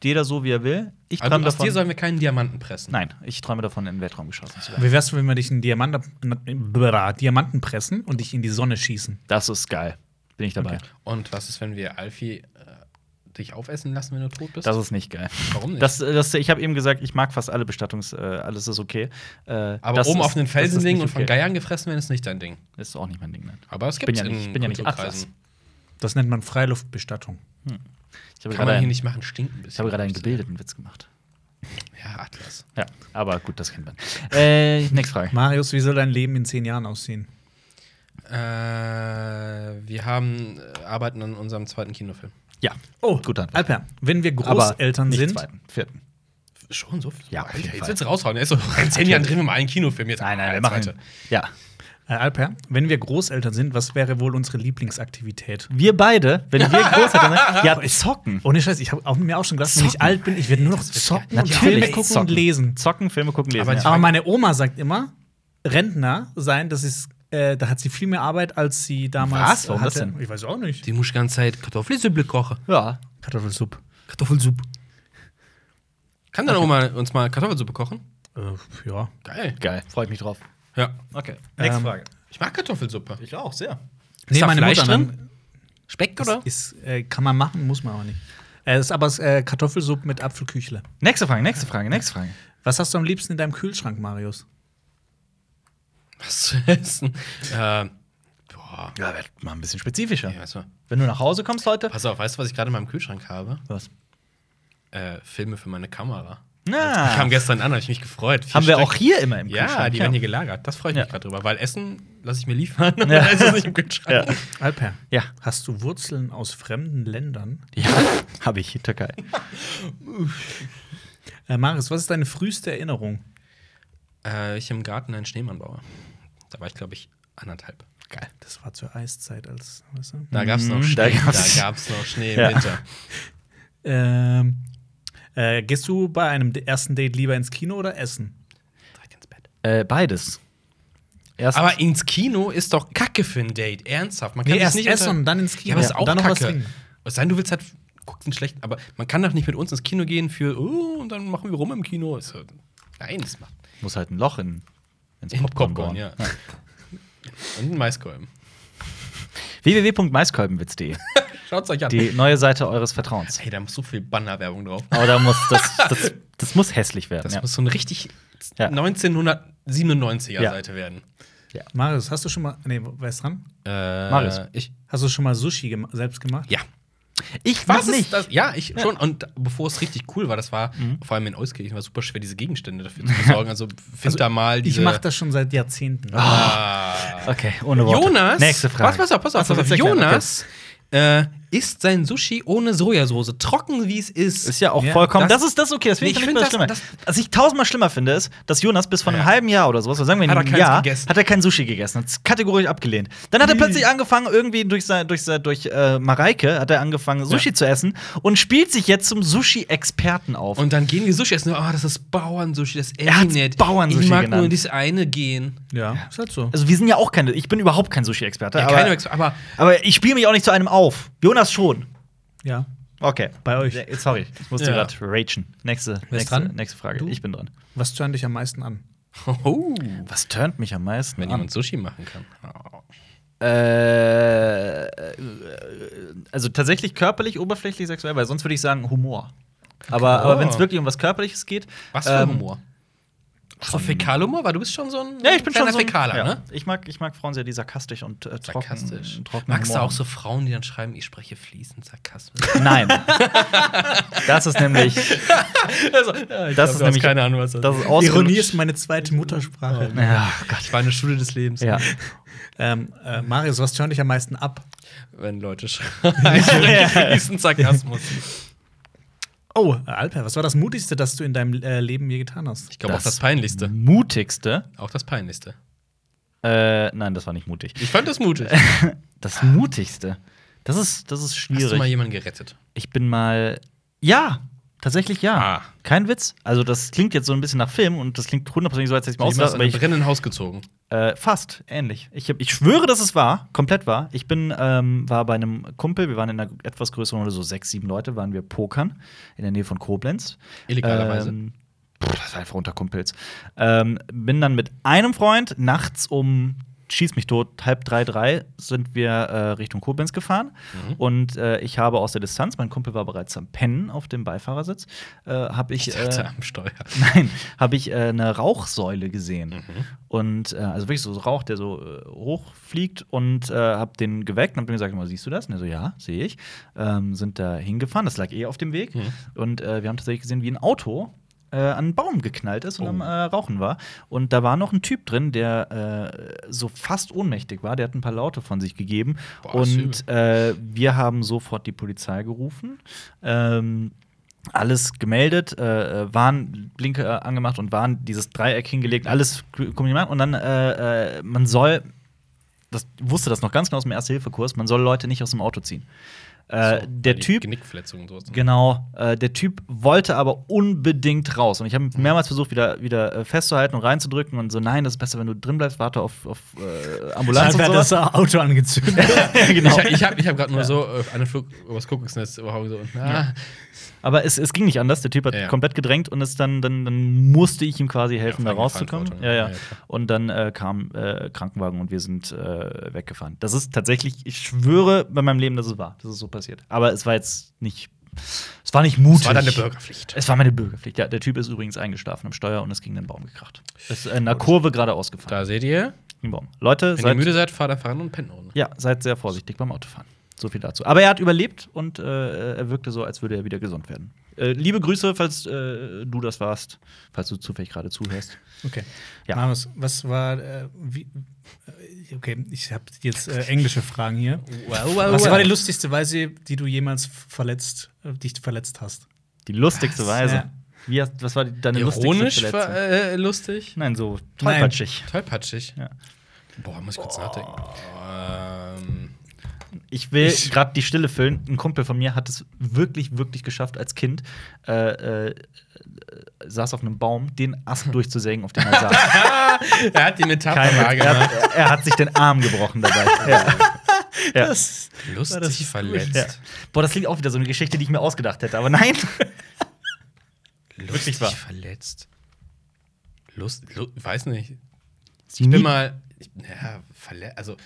[SPEAKER 2] Jeder so, wie er will. Ich
[SPEAKER 3] Also
[SPEAKER 2] träume
[SPEAKER 3] aus dir
[SPEAKER 2] davon.
[SPEAKER 3] sollen wir keinen Diamanten pressen.
[SPEAKER 2] Nein, ich träume davon, in den Weltraum geschossen zu werden.
[SPEAKER 1] Wie wär's, wenn wir dich in Diamant, bra, Diamanten pressen und dich in die Sonne schießen?
[SPEAKER 2] Das ist geil. Bin ich dabei.
[SPEAKER 3] Und was ist, wenn wir Alfie äh, dich aufessen lassen, wenn du tot bist?
[SPEAKER 2] Das ist nicht geil.
[SPEAKER 3] Warum nicht?
[SPEAKER 2] Das, das, ich habe eben gesagt, ich mag fast alle Bestattungs-, äh, alles ist okay. Äh,
[SPEAKER 3] Aber
[SPEAKER 2] das
[SPEAKER 3] oben
[SPEAKER 2] ist-
[SPEAKER 3] auf einen
[SPEAKER 2] das
[SPEAKER 3] Felsen
[SPEAKER 2] ist
[SPEAKER 3] legen
[SPEAKER 2] nicht
[SPEAKER 3] und von
[SPEAKER 2] okay.
[SPEAKER 3] Geiern gefressen werden, ist nicht dein Ding.
[SPEAKER 2] Ist auch nicht mein Ding, nein.
[SPEAKER 3] Aber es
[SPEAKER 2] bin
[SPEAKER 3] gibt's
[SPEAKER 2] ja nicht-
[SPEAKER 3] in
[SPEAKER 2] bin ja nicht
[SPEAKER 3] Kulturkreisen.
[SPEAKER 1] Das nennt man Freiluftbestattung.
[SPEAKER 2] Ich
[SPEAKER 3] Kann
[SPEAKER 2] habe gerade
[SPEAKER 3] man hier
[SPEAKER 2] einen,
[SPEAKER 3] nicht machen, stinkt ein bisschen.
[SPEAKER 2] ich habe gerade einen gebildeten Witz gemacht.
[SPEAKER 3] Ja, Atlas.
[SPEAKER 2] Ja, aber gut, das kennt man. äh, <laughs> nächste Frage.
[SPEAKER 1] Marius, wie soll dein Leben in zehn Jahren aussehen?
[SPEAKER 3] Äh, wir haben, äh, arbeiten an unserem zweiten Kinofilm.
[SPEAKER 2] Ja,
[SPEAKER 1] Oh,
[SPEAKER 2] Gute Antwort.
[SPEAKER 1] Alper, wenn wir Großeltern
[SPEAKER 2] nicht
[SPEAKER 1] sind,
[SPEAKER 2] zweiten, vierten.
[SPEAKER 3] Schon so?
[SPEAKER 2] Ja, auf
[SPEAKER 3] Alter,
[SPEAKER 2] jeden
[SPEAKER 3] jetzt
[SPEAKER 2] Fall.
[SPEAKER 3] willst du raushauen. Er ist so, <laughs> in zehn Jahren drehen wir mal einen Kinofilm jetzt.
[SPEAKER 2] Nein, nein,
[SPEAKER 3] Ah,
[SPEAKER 2] wir
[SPEAKER 3] zweite.
[SPEAKER 2] machen. Äh, Ja,
[SPEAKER 1] äh, Alper, wenn wir Großeltern sind, was wäre wohl unsere Lieblingsaktivität?
[SPEAKER 2] wir beide, wenn <laughs> wir Großeltern sind, ja, zocken.
[SPEAKER 1] Ohne Scheiß, ich habe auch mir auch schon gedacht, wenn ich
[SPEAKER 2] Zocken.
[SPEAKER 1] alt bin, ich werde nur noch zocken, und
[SPEAKER 2] Natürlich
[SPEAKER 1] Filme gucken
[SPEAKER 2] zocken.
[SPEAKER 1] und lesen.
[SPEAKER 2] Zocken, Filme gucken, lesen.
[SPEAKER 3] Aber die
[SPEAKER 2] ja.
[SPEAKER 1] Aber meine Oma sagt immer, Rentner sein, das ist, äh, da hat sie viel mehr Arbeit, als sie damals
[SPEAKER 2] Was? Warum das
[SPEAKER 1] hatte.
[SPEAKER 2] denn?
[SPEAKER 1] Ich weiß auch nicht.
[SPEAKER 3] Die muss die ganze Zeit Kartoffelsuppe kochen.
[SPEAKER 2] ja.
[SPEAKER 1] Kartoffelsuppe.
[SPEAKER 3] Kartoffelsuppe. Kann deine Oma uns mal Kartoffelsuppe kochen?
[SPEAKER 1] Äh, ja.
[SPEAKER 3] Geil.
[SPEAKER 2] Geil, freue ich mich drauf.
[SPEAKER 3] Ja.
[SPEAKER 2] Okay,
[SPEAKER 1] Ähm,
[SPEAKER 3] Ich mag Kartoffelsuppe.
[SPEAKER 2] Ich auch, sehr.
[SPEAKER 1] Nee,
[SPEAKER 3] da
[SPEAKER 1] meine
[SPEAKER 3] Fleisch
[SPEAKER 1] Mutter
[SPEAKER 3] drin?
[SPEAKER 1] nein.
[SPEAKER 3] Speck,
[SPEAKER 1] Ist, ist, äh, kann man machen, muss man aber nicht. Äh, ist aber äh, Kartoffelsuppe mit Apfelküchle.
[SPEAKER 2] Nächste Frage, nächste Frage, nächste Frage.
[SPEAKER 1] Was hast du am liebsten in deinem Kühlschrank, Marius?
[SPEAKER 3] <laughs> Was zu essen? äh, boah.
[SPEAKER 2] Ja, wird mal ein bisschen spezifischer.
[SPEAKER 3] Ja, weißt du,
[SPEAKER 2] Wenn du nach Hause kommst, Leute.
[SPEAKER 3] pass auf, weißt du, was ich gerade in meinem Kühlschrank habe?
[SPEAKER 2] Was?
[SPEAKER 3] Äh, Filme für meine Kamera. Die
[SPEAKER 2] Na,
[SPEAKER 3] kamen gestern an, habe ich mich gefreut. Vier
[SPEAKER 2] haben wir
[SPEAKER 3] Stück.
[SPEAKER 2] auch hier immer im Kühlschrank.
[SPEAKER 3] Ja, die werden hier gelagert. Das freue ich mich
[SPEAKER 2] Ja.
[SPEAKER 3] gerade drüber, weil Essen lasse ich mir <laughs> liefern und
[SPEAKER 2] Ja. <laughs>
[SPEAKER 3] dann ist es nicht im Kühlschrank.
[SPEAKER 2] Ja.
[SPEAKER 1] Alper,
[SPEAKER 2] Ja.
[SPEAKER 1] hast du Wurzeln aus fremden Ländern?
[SPEAKER 2] Ja, habe ich, Türkei.
[SPEAKER 1] Äh, Marius, was ist deine früheste Erinnerung?
[SPEAKER 3] Äh, ich im Garten einen Schneemann baue. Da war ich, glaube ich, anderthalb.
[SPEAKER 2] Geil.
[SPEAKER 1] Das war zur Eiszeit, als, weißt du?
[SPEAKER 3] Da gab es noch
[SPEAKER 2] Mhm,
[SPEAKER 3] Schnee.
[SPEAKER 2] da gab's-
[SPEAKER 3] da gab's noch Schnee im
[SPEAKER 2] Ja.
[SPEAKER 3] Winter.
[SPEAKER 1] Ähm, äh, gehst du bei einem ersten Date lieber ins Kino oder essen?
[SPEAKER 3] Direkt ins Bett.
[SPEAKER 2] Äh, beides. Erstens,
[SPEAKER 3] Aber ins Kino ist doch Kacke für ein Date. Ernsthaft. Man kann
[SPEAKER 1] Nee,
[SPEAKER 3] sich
[SPEAKER 1] erst
[SPEAKER 3] nicht
[SPEAKER 1] essen
[SPEAKER 3] unter-
[SPEAKER 1] und dann ins Kino.
[SPEAKER 3] Ja, aber ist
[SPEAKER 1] Ja,
[SPEAKER 3] auch
[SPEAKER 1] und dann noch was
[SPEAKER 3] Kacke.
[SPEAKER 1] trinken.
[SPEAKER 3] Was sein, du willst halt, guckt einen schlechten, aber man kann doch nicht mit uns ins Kino gehen für, oh, und dann machen wir rum im Kino. Ist so, nein, das macht
[SPEAKER 2] muss halt ein Loch in, ins
[SPEAKER 3] In
[SPEAKER 2] Popcorn,
[SPEAKER 3] Popcorn,
[SPEAKER 2] bohren.
[SPEAKER 3] ja. Und einen Maiskolben.
[SPEAKER 2] www.maiskolbenwitz.de,
[SPEAKER 3] Schaut's euch an.
[SPEAKER 2] die neue Seite eures Vertrauens.
[SPEAKER 3] Hey, da muss so viel Bannerwerbung drauf.
[SPEAKER 2] Aber da muss das, das, das muss hässlich werden.
[SPEAKER 3] Das
[SPEAKER 2] ja.
[SPEAKER 3] muss so eine richtig
[SPEAKER 2] Ja.
[SPEAKER 3] 1997er
[SPEAKER 2] Ja.
[SPEAKER 3] Seite werden.
[SPEAKER 1] Marius, hast du schon mal. Nee, weißt dran?
[SPEAKER 3] Äh,
[SPEAKER 2] Marius.
[SPEAKER 3] Ich,
[SPEAKER 1] Hast du schon mal Sushi gem selbst gemacht?
[SPEAKER 3] ja.
[SPEAKER 2] ich
[SPEAKER 3] Was
[SPEAKER 2] weiß
[SPEAKER 3] ist
[SPEAKER 2] nicht.
[SPEAKER 3] das? Ja, ich schon. Und bevor es richtig cool war, das war
[SPEAKER 2] Mhm.
[SPEAKER 3] vor allem in Euskirchen, war super schwer, diese Gegenstände dafür zu besorgen. Also find da mal
[SPEAKER 1] Ich
[SPEAKER 3] diese.
[SPEAKER 1] mache das schon seit Jahrzehnten.
[SPEAKER 3] Ah.
[SPEAKER 2] Okay, ohne Worte.
[SPEAKER 3] Jonas.
[SPEAKER 2] Nächste
[SPEAKER 3] Pass,
[SPEAKER 2] Frage.
[SPEAKER 3] pass auf, pass auf.
[SPEAKER 2] Ach so,
[SPEAKER 3] Pass auf.
[SPEAKER 2] willst du erklären?
[SPEAKER 3] Jonas äh, isst sein Sushi ohne Sojasauce, trocken wie es ist.
[SPEAKER 2] Ist ja auch
[SPEAKER 1] Ja,
[SPEAKER 2] vollkommen.
[SPEAKER 3] das-
[SPEAKER 2] Das, ist das okay. Das
[SPEAKER 3] Nee,
[SPEAKER 2] finde ich
[SPEAKER 3] ich
[SPEAKER 2] nicht
[SPEAKER 3] find
[SPEAKER 2] mal
[SPEAKER 3] das-
[SPEAKER 2] schlimmer.
[SPEAKER 3] das-
[SPEAKER 2] Was ich tausendmal schlimmer finde, ist, dass Jonas bis vor einem
[SPEAKER 3] Ja.
[SPEAKER 2] halben Jahr oder sowas, oder sagen wir
[SPEAKER 3] Hat er
[SPEAKER 2] einem
[SPEAKER 3] keins
[SPEAKER 2] Jahr,
[SPEAKER 3] gegessen.
[SPEAKER 2] hat er kein Sushi gegessen. Hat es kategorisch abgelehnt. Dann hat er plötzlich angefangen, irgendwie durch, sein, durch, sein, durch äh, Mareike hat er angefangen, Sushi zu essen und spielt sich jetzt zum Sushi-Experten auf.
[SPEAKER 3] Und dann gehen wir Sushi essen. Ah, das ist Bauernsushi, das ist
[SPEAKER 2] Er hat's
[SPEAKER 3] nett.
[SPEAKER 2] Bauernsushi
[SPEAKER 3] Ich mag nur
[SPEAKER 2] genannt.
[SPEAKER 3] das eine gehen.
[SPEAKER 1] Ja, ist halt so.
[SPEAKER 2] also wir sind ja auch keine, ich bin überhaupt kein Sushi-Experte.
[SPEAKER 3] Ja,
[SPEAKER 2] aber,
[SPEAKER 3] keine Ex- aber <laughs>
[SPEAKER 2] aber ich spiele mich auch nicht zu einem auf. Jonas schon.
[SPEAKER 1] Ja,
[SPEAKER 2] Okay.
[SPEAKER 1] bei euch.
[SPEAKER 2] Äh, Sorry, ich musste
[SPEAKER 3] Ja.
[SPEAKER 2] gerade ragen. Nächste,
[SPEAKER 1] Wer ist
[SPEAKER 2] nächste,
[SPEAKER 1] dran?
[SPEAKER 2] nächste Frage. Ich bin dran.
[SPEAKER 1] Was tönt dich am meisten an?
[SPEAKER 3] Oh.
[SPEAKER 2] Was turnt mich am meisten
[SPEAKER 3] Wenn
[SPEAKER 2] an?
[SPEAKER 3] jemand Sushi machen kann. Ah,
[SPEAKER 2] Äh, also tatsächlich körperlich, oberflächlich, sexuell, weil sonst würde ich sagen Humor. Aber, aber wenn es wirklich um was Körperliches geht.
[SPEAKER 3] Oh. Was für
[SPEAKER 2] ähm,
[SPEAKER 3] Humor? So Fäkalhumor? Weil du bist schon so ein
[SPEAKER 2] Ja, ich bin schon
[SPEAKER 3] kleiner
[SPEAKER 2] so ein,
[SPEAKER 3] Fäkaler,
[SPEAKER 2] ja.
[SPEAKER 3] ne?
[SPEAKER 2] Ich mag, ich mag Frauen sehr, die sarkastisch und äh, trocken,
[SPEAKER 3] Sarkastisch.
[SPEAKER 2] trocken
[SPEAKER 3] Magst du
[SPEAKER 2] Humor
[SPEAKER 3] auch so Frauen, die dann schreiben, ich spreche fließend <laughs> Sarkasmus?
[SPEAKER 2] haben. Nein. das ist nämlich. das ist nämlich.
[SPEAKER 3] keine Ahnung, was
[SPEAKER 2] Das ist
[SPEAKER 1] Ironie
[SPEAKER 2] ausgelutscht.
[SPEAKER 1] ist meine zweite Muttersprache.
[SPEAKER 2] Ja,
[SPEAKER 3] Ich war eine Schule des Lebens.
[SPEAKER 2] ja.
[SPEAKER 1] Ähm, äh, Marius, was tönt dich am meisten ab?
[SPEAKER 3] Wenn Leute <laughs> schreiben, ich spreche fließend Sarkasmus.
[SPEAKER 1] Oh, äh, Alper, was war das Mutigste, das du in deinem äh, Leben je getan hast?
[SPEAKER 3] Ich glaube auch
[SPEAKER 2] Das-
[SPEAKER 3] das Peinlichste.
[SPEAKER 2] Mutigste.
[SPEAKER 3] Auch das Peinlichste.
[SPEAKER 2] Äh, nein, das war nicht mutig.
[SPEAKER 3] Ich fand das mutig. Ah.
[SPEAKER 2] Das Mutigste. Das ist, das ist schwierig.
[SPEAKER 3] Hast du mal jemanden gerettet?
[SPEAKER 2] Ich bin mal. Ja, Tatsächlich ja.
[SPEAKER 3] Ah.
[SPEAKER 2] Kein Witz. Also, das klingt jetzt so ein bisschen nach Film und das klingt hundertprozentig so, als hätte ich mal
[SPEAKER 3] Jemand
[SPEAKER 2] ausgedacht,
[SPEAKER 3] aus
[SPEAKER 2] aber
[SPEAKER 3] einem
[SPEAKER 2] ich,
[SPEAKER 3] brennenden Haus gezogen.
[SPEAKER 2] äh, fast ähnlich. Ich, hab, ich schwöre, dass es war, komplett war. Ich bin, ähm, war bei einem Kumpel, wir waren in einer etwas größeren Runde, so sechs, sieben Leute, waren wir pokern in der Nähe von Koblenz.
[SPEAKER 3] Illegalerweise.
[SPEAKER 2] Ähm, pff, das war einfach unter Kumpels. Ähm, bin dann mit einem Freund nachts um Schieß mich tot, halb drei, drei sind wir äh, Richtung Koblenz gefahren. Und äh, ich habe aus der Distanz, mein Kumpel war bereits am Pennen auf dem Beifahrersitz, äh, habe ich.
[SPEAKER 3] Dachte
[SPEAKER 2] äh,
[SPEAKER 3] am Steuer.
[SPEAKER 2] <laughs> Nein, habe ich äh, eine Rauchsäule gesehen. Und äh, also wirklich so Rauch, der so äh, hochfliegt und äh, habe den geweckt und habe gesagt, "Mal, siehst du das? Und er so, ja, sehe ich. Ähm, sind da hingefahren, das lag eh auf dem Weg. Und äh, wir haben tatsächlich gesehen, wie ein Auto äh, an einen Baum geknallt ist und am äh, Rauchen war. Und da war noch ein Typ drin, der äh, so fast ohnmächtig war. Der hat ein paar Laute von sich gegeben.
[SPEAKER 3] Boah, ist
[SPEAKER 2] und äh, wir haben sofort die Polizei gerufen. Ähm, alles gemeldet, äh, äh, Warnblinker äh, angemacht und Warn dieses Dreieck hingelegt, alles k- kommuniziert. Und dann, äh, äh, man soll, das wusste das noch ganz genau aus dem Erste-Hilfe-Kurs, man soll Leute nicht aus dem Auto ziehen. Äh,
[SPEAKER 3] So,
[SPEAKER 2] der
[SPEAKER 3] die
[SPEAKER 2] Typ,
[SPEAKER 3] Genickverletzungen und sowas.
[SPEAKER 2] Genau, äh, der Typ wollte aber unbedingt raus. Und ich
[SPEAKER 3] Mhm.
[SPEAKER 2] habe mehrmals versucht, wieder, wieder äh, festzuhalten und reinzudrücken und so, nein, das ist besser, wenn du drin bleibst, warte auf, auf äh, Ambulanz.
[SPEAKER 1] Dann
[SPEAKER 2] Und
[SPEAKER 1] wäre
[SPEAKER 2] sowas.
[SPEAKER 1] das Auto angezündet. <laughs>
[SPEAKER 2] genau.
[SPEAKER 3] <laughs> Ich, ich habe ich hab gerade nur so äh, einen Flug übers Kuckucksnest überhaupt so. Na,
[SPEAKER 2] Aber es, es ging nicht anders. Der Typ hat
[SPEAKER 3] Ja, ja.
[SPEAKER 2] komplett gedrängt und es dann, dann, dann musste ich ihm quasi helfen,
[SPEAKER 3] Ja,
[SPEAKER 2] da rauszukommen.
[SPEAKER 3] Verantwortung.
[SPEAKER 2] Ja, ja.
[SPEAKER 3] Ja, ja, klar.
[SPEAKER 2] und dann äh, kam äh, Krankenwagen und wir sind äh, weggefahren. Das ist tatsächlich, ich schwöre bei meinem Leben, dass es war. Das ist so passiert. Aber es war jetzt nicht. Es war nicht mutig.
[SPEAKER 3] war deine Bürgerpflicht.
[SPEAKER 2] Es war meine Bürgerpflicht. Ja, der Typ ist übrigens eingeschlafen am Steuer und ist gegen den Baum gekracht. Ist äh, in einer Kurve gerade ausgefahren.
[SPEAKER 3] Da seht ihr,
[SPEAKER 2] Gegen den Baum. Leute,
[SPEAKER 3] wenn
[SPEAKER 2] seid,
[SPEAKER 3] ihr müde seid, fahrt einfach an und pennt unten.
[SPEAKER 2] ja, seid sehr vorsichtig beim Autofahren. So viel dazu. Aber er hat überlebt und äh, er wirkte so, als würde er wieder gesund werden. Äh, liebe Grüße, falls äh, du das warst, falls du zufällig gerade zuhörst.
[SPEAKER 1] Okay.
[SPEAKER 2] Ja.
[SPEAKER 1] Marius, was war. Äh, wie, äh, okay, ich habe jetzt äh, englische Fragen hier.
[SPEAKER 3] Oh,
[SPEAKER 1] was war die lustigste Weise, die du jemals verletzt, äh, dich verletzt hast?
[SPEAKER 2] Die lustigste
[SPEAKER 1] Was?
[SPEAKER 2] Weise.
[SPEAKER 1] Ja.
[SPEAKER 2] Wie hast, was war die, deine
[SPEAKER 3] Ironisch
[SPEAKER 2] lustigste
[SPEAKER 3] war,
[SPEAKER 2] Verletzung?
[SPEAKER 3] äh, lustig.
[SPEAKER 2] Nein, so
[SPEAKER 1] Nein.
[SPEAKER 2] tollpatschig.
[SPEAKER 3] Tollpatschig.
[SPEAKER 2] ne? Ja.
[SPEAKER 3] Boah, muss ich kurz nachdenken. Ähm,
[SPEAKER 2] Ich will
[SPEAKER 1] Ich-
[SPEAKER 2] gerade die Stille füllen. Ein Kumpel von mir hat es wirklich, wirklich geschafft, als Kind äh, äh, äh, saß auf einem Baum, den
[SPEAKER 1] <laughs>
[SPEAKER 2] Ast durchzusägen, auf dem er saß.
[SPEAKER 3] er hat die Metapher
[SPEAKER 2] Kein
[SPEAKER 3] wahr
[SPEAKER 2] Witz. er,
[SPEAKER 3] gemacht.
[SPEAKER 1] ne?
[SPEAKER 2] hat, er hat sich den Arm gebrochen
[SPEAKER 1] <laughs>
[SPEAKER 2] dabei. ja. Ja.
[SPEAKER 1] Das,
[SPEAKER 3] Lustig
[SPEAKER 1] das ist
[SPEAKER 3] verletzt.
[SPEAKER 2] Ja. Boah, das klingt auch wieder so eine Geschichte, die ich mir ausgedacht hätte, aber nein.
[SPEAKER 3] Lustig
[SPEAKER 2] Wirklich wahr.
[SPEAKER 3] verletzt. Lust, lu weiß nicht.
[SPEAKER 2] Sie
[SPEAKER 3] Ich bin mal, ich, ja, verle also,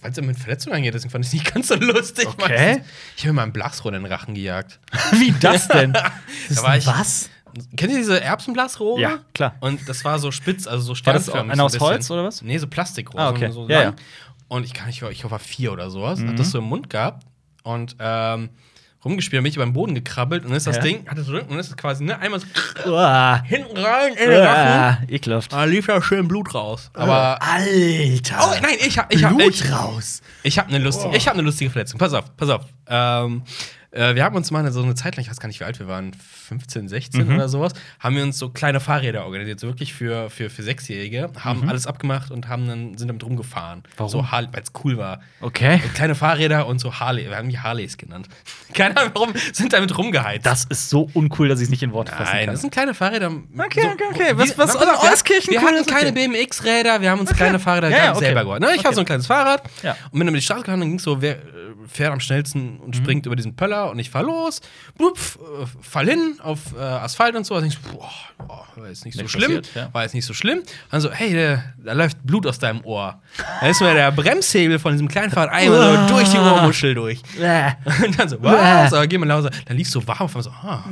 [SPEAKER 3] weil es ja mit Verletzungen angeht, deswegen fand ich es nicht ganz so lustig.
[SPEAKER 2] Okay.
[SPEAKER 3] meistens. Ich habe mir mal ein Blasrohr in den Rachen gejagt.
[SPEAKER 2] <laughs> Wie das denn?
[SPEAKER 3] <laughs> Da war ich,
[SPEAKER 1] was?
[SPEAKER 3] Kennt ihr diese Erbsenblasrohre?
[SPEAKER 2] Ja, klar.
[SPEAKER 3] Und das war so spitz, also so
[SPEAKER 2] War das
[SPEAKER 3] sternförmig. so
[SPEAKER 2] einer
[SPEAKER 3] ein
[SPEAKER 2] aus
[SPEAKER 3] bisschen.
[SPEAKER 2] Holz oder was?
[SPEAKER 3] Nee, so Plastikrohr.
[SPEAKER 2] Ah, okay.
[SPEAKER 3] so, so
[SPEAKER 2] Ja, Mhm.
[SPEAKER 3] lang.
[SPEAKER 2] ja.
[SPEAKER 3] Und ich kann nicht, ich war vier oder sowas, hat das so im Mund gehabt und ähm, rumgespielt, bin ich über den Boden gekrabbelt und dann ist das
[SPEAKER 2] Ja.
[SPEAKER 3] Ding, hat es so und dann ist es quasi ne, einmal so
[SPEAKER 2] Uah.
[SPEAKER 3] hinten rein in den Rachen.
[SPEAKER 2] Uah. Ekelhaft.
[SPEAKER 3] Da lief da schön Blut raus. Aber.
[SPEAKER 1] Alter!
[SPEAKER 3] Ah. Oh, nein, ich hab. Ich hab ich,
[SPEAKER 1] raus!
[SPEAKER 3] Ich habe eine lustige, ich hab eine lustige Verletzung. Pass auf, pass auf. Ähm, äh, wir haben uns mal so eine Zeit lang, ich weiß gar nicht, wie alt wir waren, 15, 16 oder sowas, haben wir uns so kleine Fahrräder organisiert, so wirklich für, für, für Sechsjährige, haben alles abgemacht und haben dann, sind damit rumgefahren. Warum? So Harley, weil es cool war.
[SPEAKER 2] Okay.
[SPEAKER 3] Kleine Fahrräder und so Harley, wir haben die Harleys genannt. <laughs> Keine Ahnung warum, sind damit rumgeheizt.
[SPEAKER 2] Das ist so uncool, dass ich es nicht in Worte fassen
[SPEAKER 3] Nein,
[SPEAKER 2] kann.
[SPEAKER 3] das sind kleine Fahrräder.
[SPEAKER 2] Okay, okay, okay.
[SPEAKER 3] wo-
[SPEAKER 2] Was-
[SPEAKER 3] wir-
[SPEAKER 2] was-
[SPEAKER 3] na, pass auf,
[SPEAKER 2] also
[SPEAKER 3] wir-
[SPEAKER 2] Euskirchen
[SPEAKER 3] Wir
[SPEAKER 2] cool,
[SPEAKER 3] hatten
[SPEAKER 2] ist
[SPEAKER 3] keine
[SPEAKER 2] okay.
[SPEAKER 3] BMX-Räder, wir haben uns kleine Fahrräder
[SPEAKER 2] Ja,
[SPEAKER 3] ganz
[SPEAKER 2] ja, okay.
[SPEAKER 3] selber geholt. Ne? Ich hatte so ein kleines Fahrrad
[SPEAKER 2] Ja.
[SPEAKER 3] und bin damit die Straße gefahren, dann ging so, wer äh, fährt am schnellsten und
[SPEAKER 2] Mhm.
[SPEAKER 3] springt über diesen Pöller und ich fahr los, blupf, äh, fall hin auf äh, Asphalt und so. Und ich so, boah, boah, war jetzt nicht so
[SPEAKER 2] Nicht
[SPEAKER 3] schlimm,
[SPEAKER 2] passiert, ja.
[SPEAKER 3] war jetzt nicht so schlimm. Dann so, hey, da, da läuft Blut aus deinem Ohr. Da ist mir der Bremshebel von diesem kleinen Fahrrad einmal
[SPEAKER 2] <laughs>
[SPEAKER 3] so durch die Ohrmuschel durch.
[SPEAKER 2] Bäh.
[SPEAKER 3] Und dann so, was? Aber geh mal lauter. Dann lief so warm. auf einmal So, ah.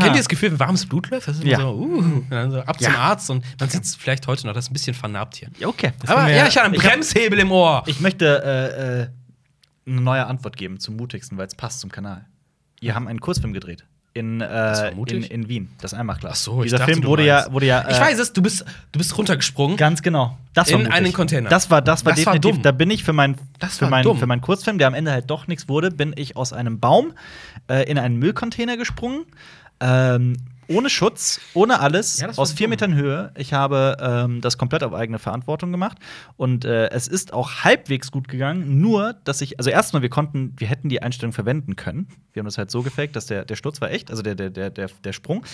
[SPEAKER 3] Kennt ihr das Gefühl, wenn warmes Blut läuft? Das ist immer
[SPEAKER 2] Ja.
[SPEAKER 3] so,
[SPEAKER 2] Mhm.
[SPEAKER 3] uh. Und dann so, ab zum
[SPEAKER 2] Ja.
[SPEAKER 3] Arzt und man sitzt vielleicht heute noch, das ist ein bisschen vernarbt hier.
[SPEAKER 2] Ja, Äh, Okay. Das
[SPEAKER 3] Aber
[SPEAKER 2] haben wir-
[SPEAKER 3] ja, ich hatte einen
[SPEAKER 2] ich, hab-
[SPEAKER 3] Bremshebel im Ohr.
[SPEAKER 2] ich möchte äh, äh, eine neue Antwort geben zum mutigsten, weil es passt zum Kanal. Wir haben einen Kurzfilm gedreht. In,
[SPEAKER 3] war
[SPEAKER 2] äh, in,
[SPEAKER 3] mutig?
[SPEAKER 2] in Wien, das Einmachglas.
[SPEAKER 3] Ach so, ich
[SPEAKER 2] Dieser
[SPEAKER 3] dachte,
[SPEAKER 2] Film
[SPEAKER 3] du
[SPEAKER 2] wurde ja,
[SPEAKER 3] meinst.
[SPEAKER 2] wurde ja.
[SPEAKER 3] ich
[SPEAKER 2] äh,
[SPEAKER 3] weiß es, du bist, du bist runtergesprungen.
[SPEAKER 2] Ganz genau. Das war
[SPEAKER 3] In
[SPEAKER 2] mutig.
[SPEAKER 3] einen Container.
[SPEAKER 2] Das war, das war
[SPEAKER 3] Das war
[SPEAKER 2] definitiv.
[SPEAKER 3] dumm.
[SPEAKER 2] Da bin ich für meinen
[SPEAKER 3] Das
[SPEAKER 2] für
[SPEAKER 3] war
[SPEAKER 2] meinen
[SPEAKER 3] dumm.
[SPEAKER 2] für meinen Kurzfilm, der am Ende halt doch nichts wurde, bin ich aus einem Baum äh, in einen Müllcontainer gesprungen. Ähm, ohne Schutz, ohne alles,
[SPEAKER 8] Ja, das war
[SPEAKER 2] aus vier
[SPEAKER 8] dumm.
[SPEAKER 2] Metern Höhe. Ich habe ähm, das komplett auf eigene Verantwortung gemacht. Und äh, es ist auch halbwegs gut gegangen, nur dass ich, also erstmal, wir konnten, wir hätten die Einstellung verwenden können. Wir haben das halt so gefaked, dass der, der Sturz war echt, also der, der, der, der, der Sprung.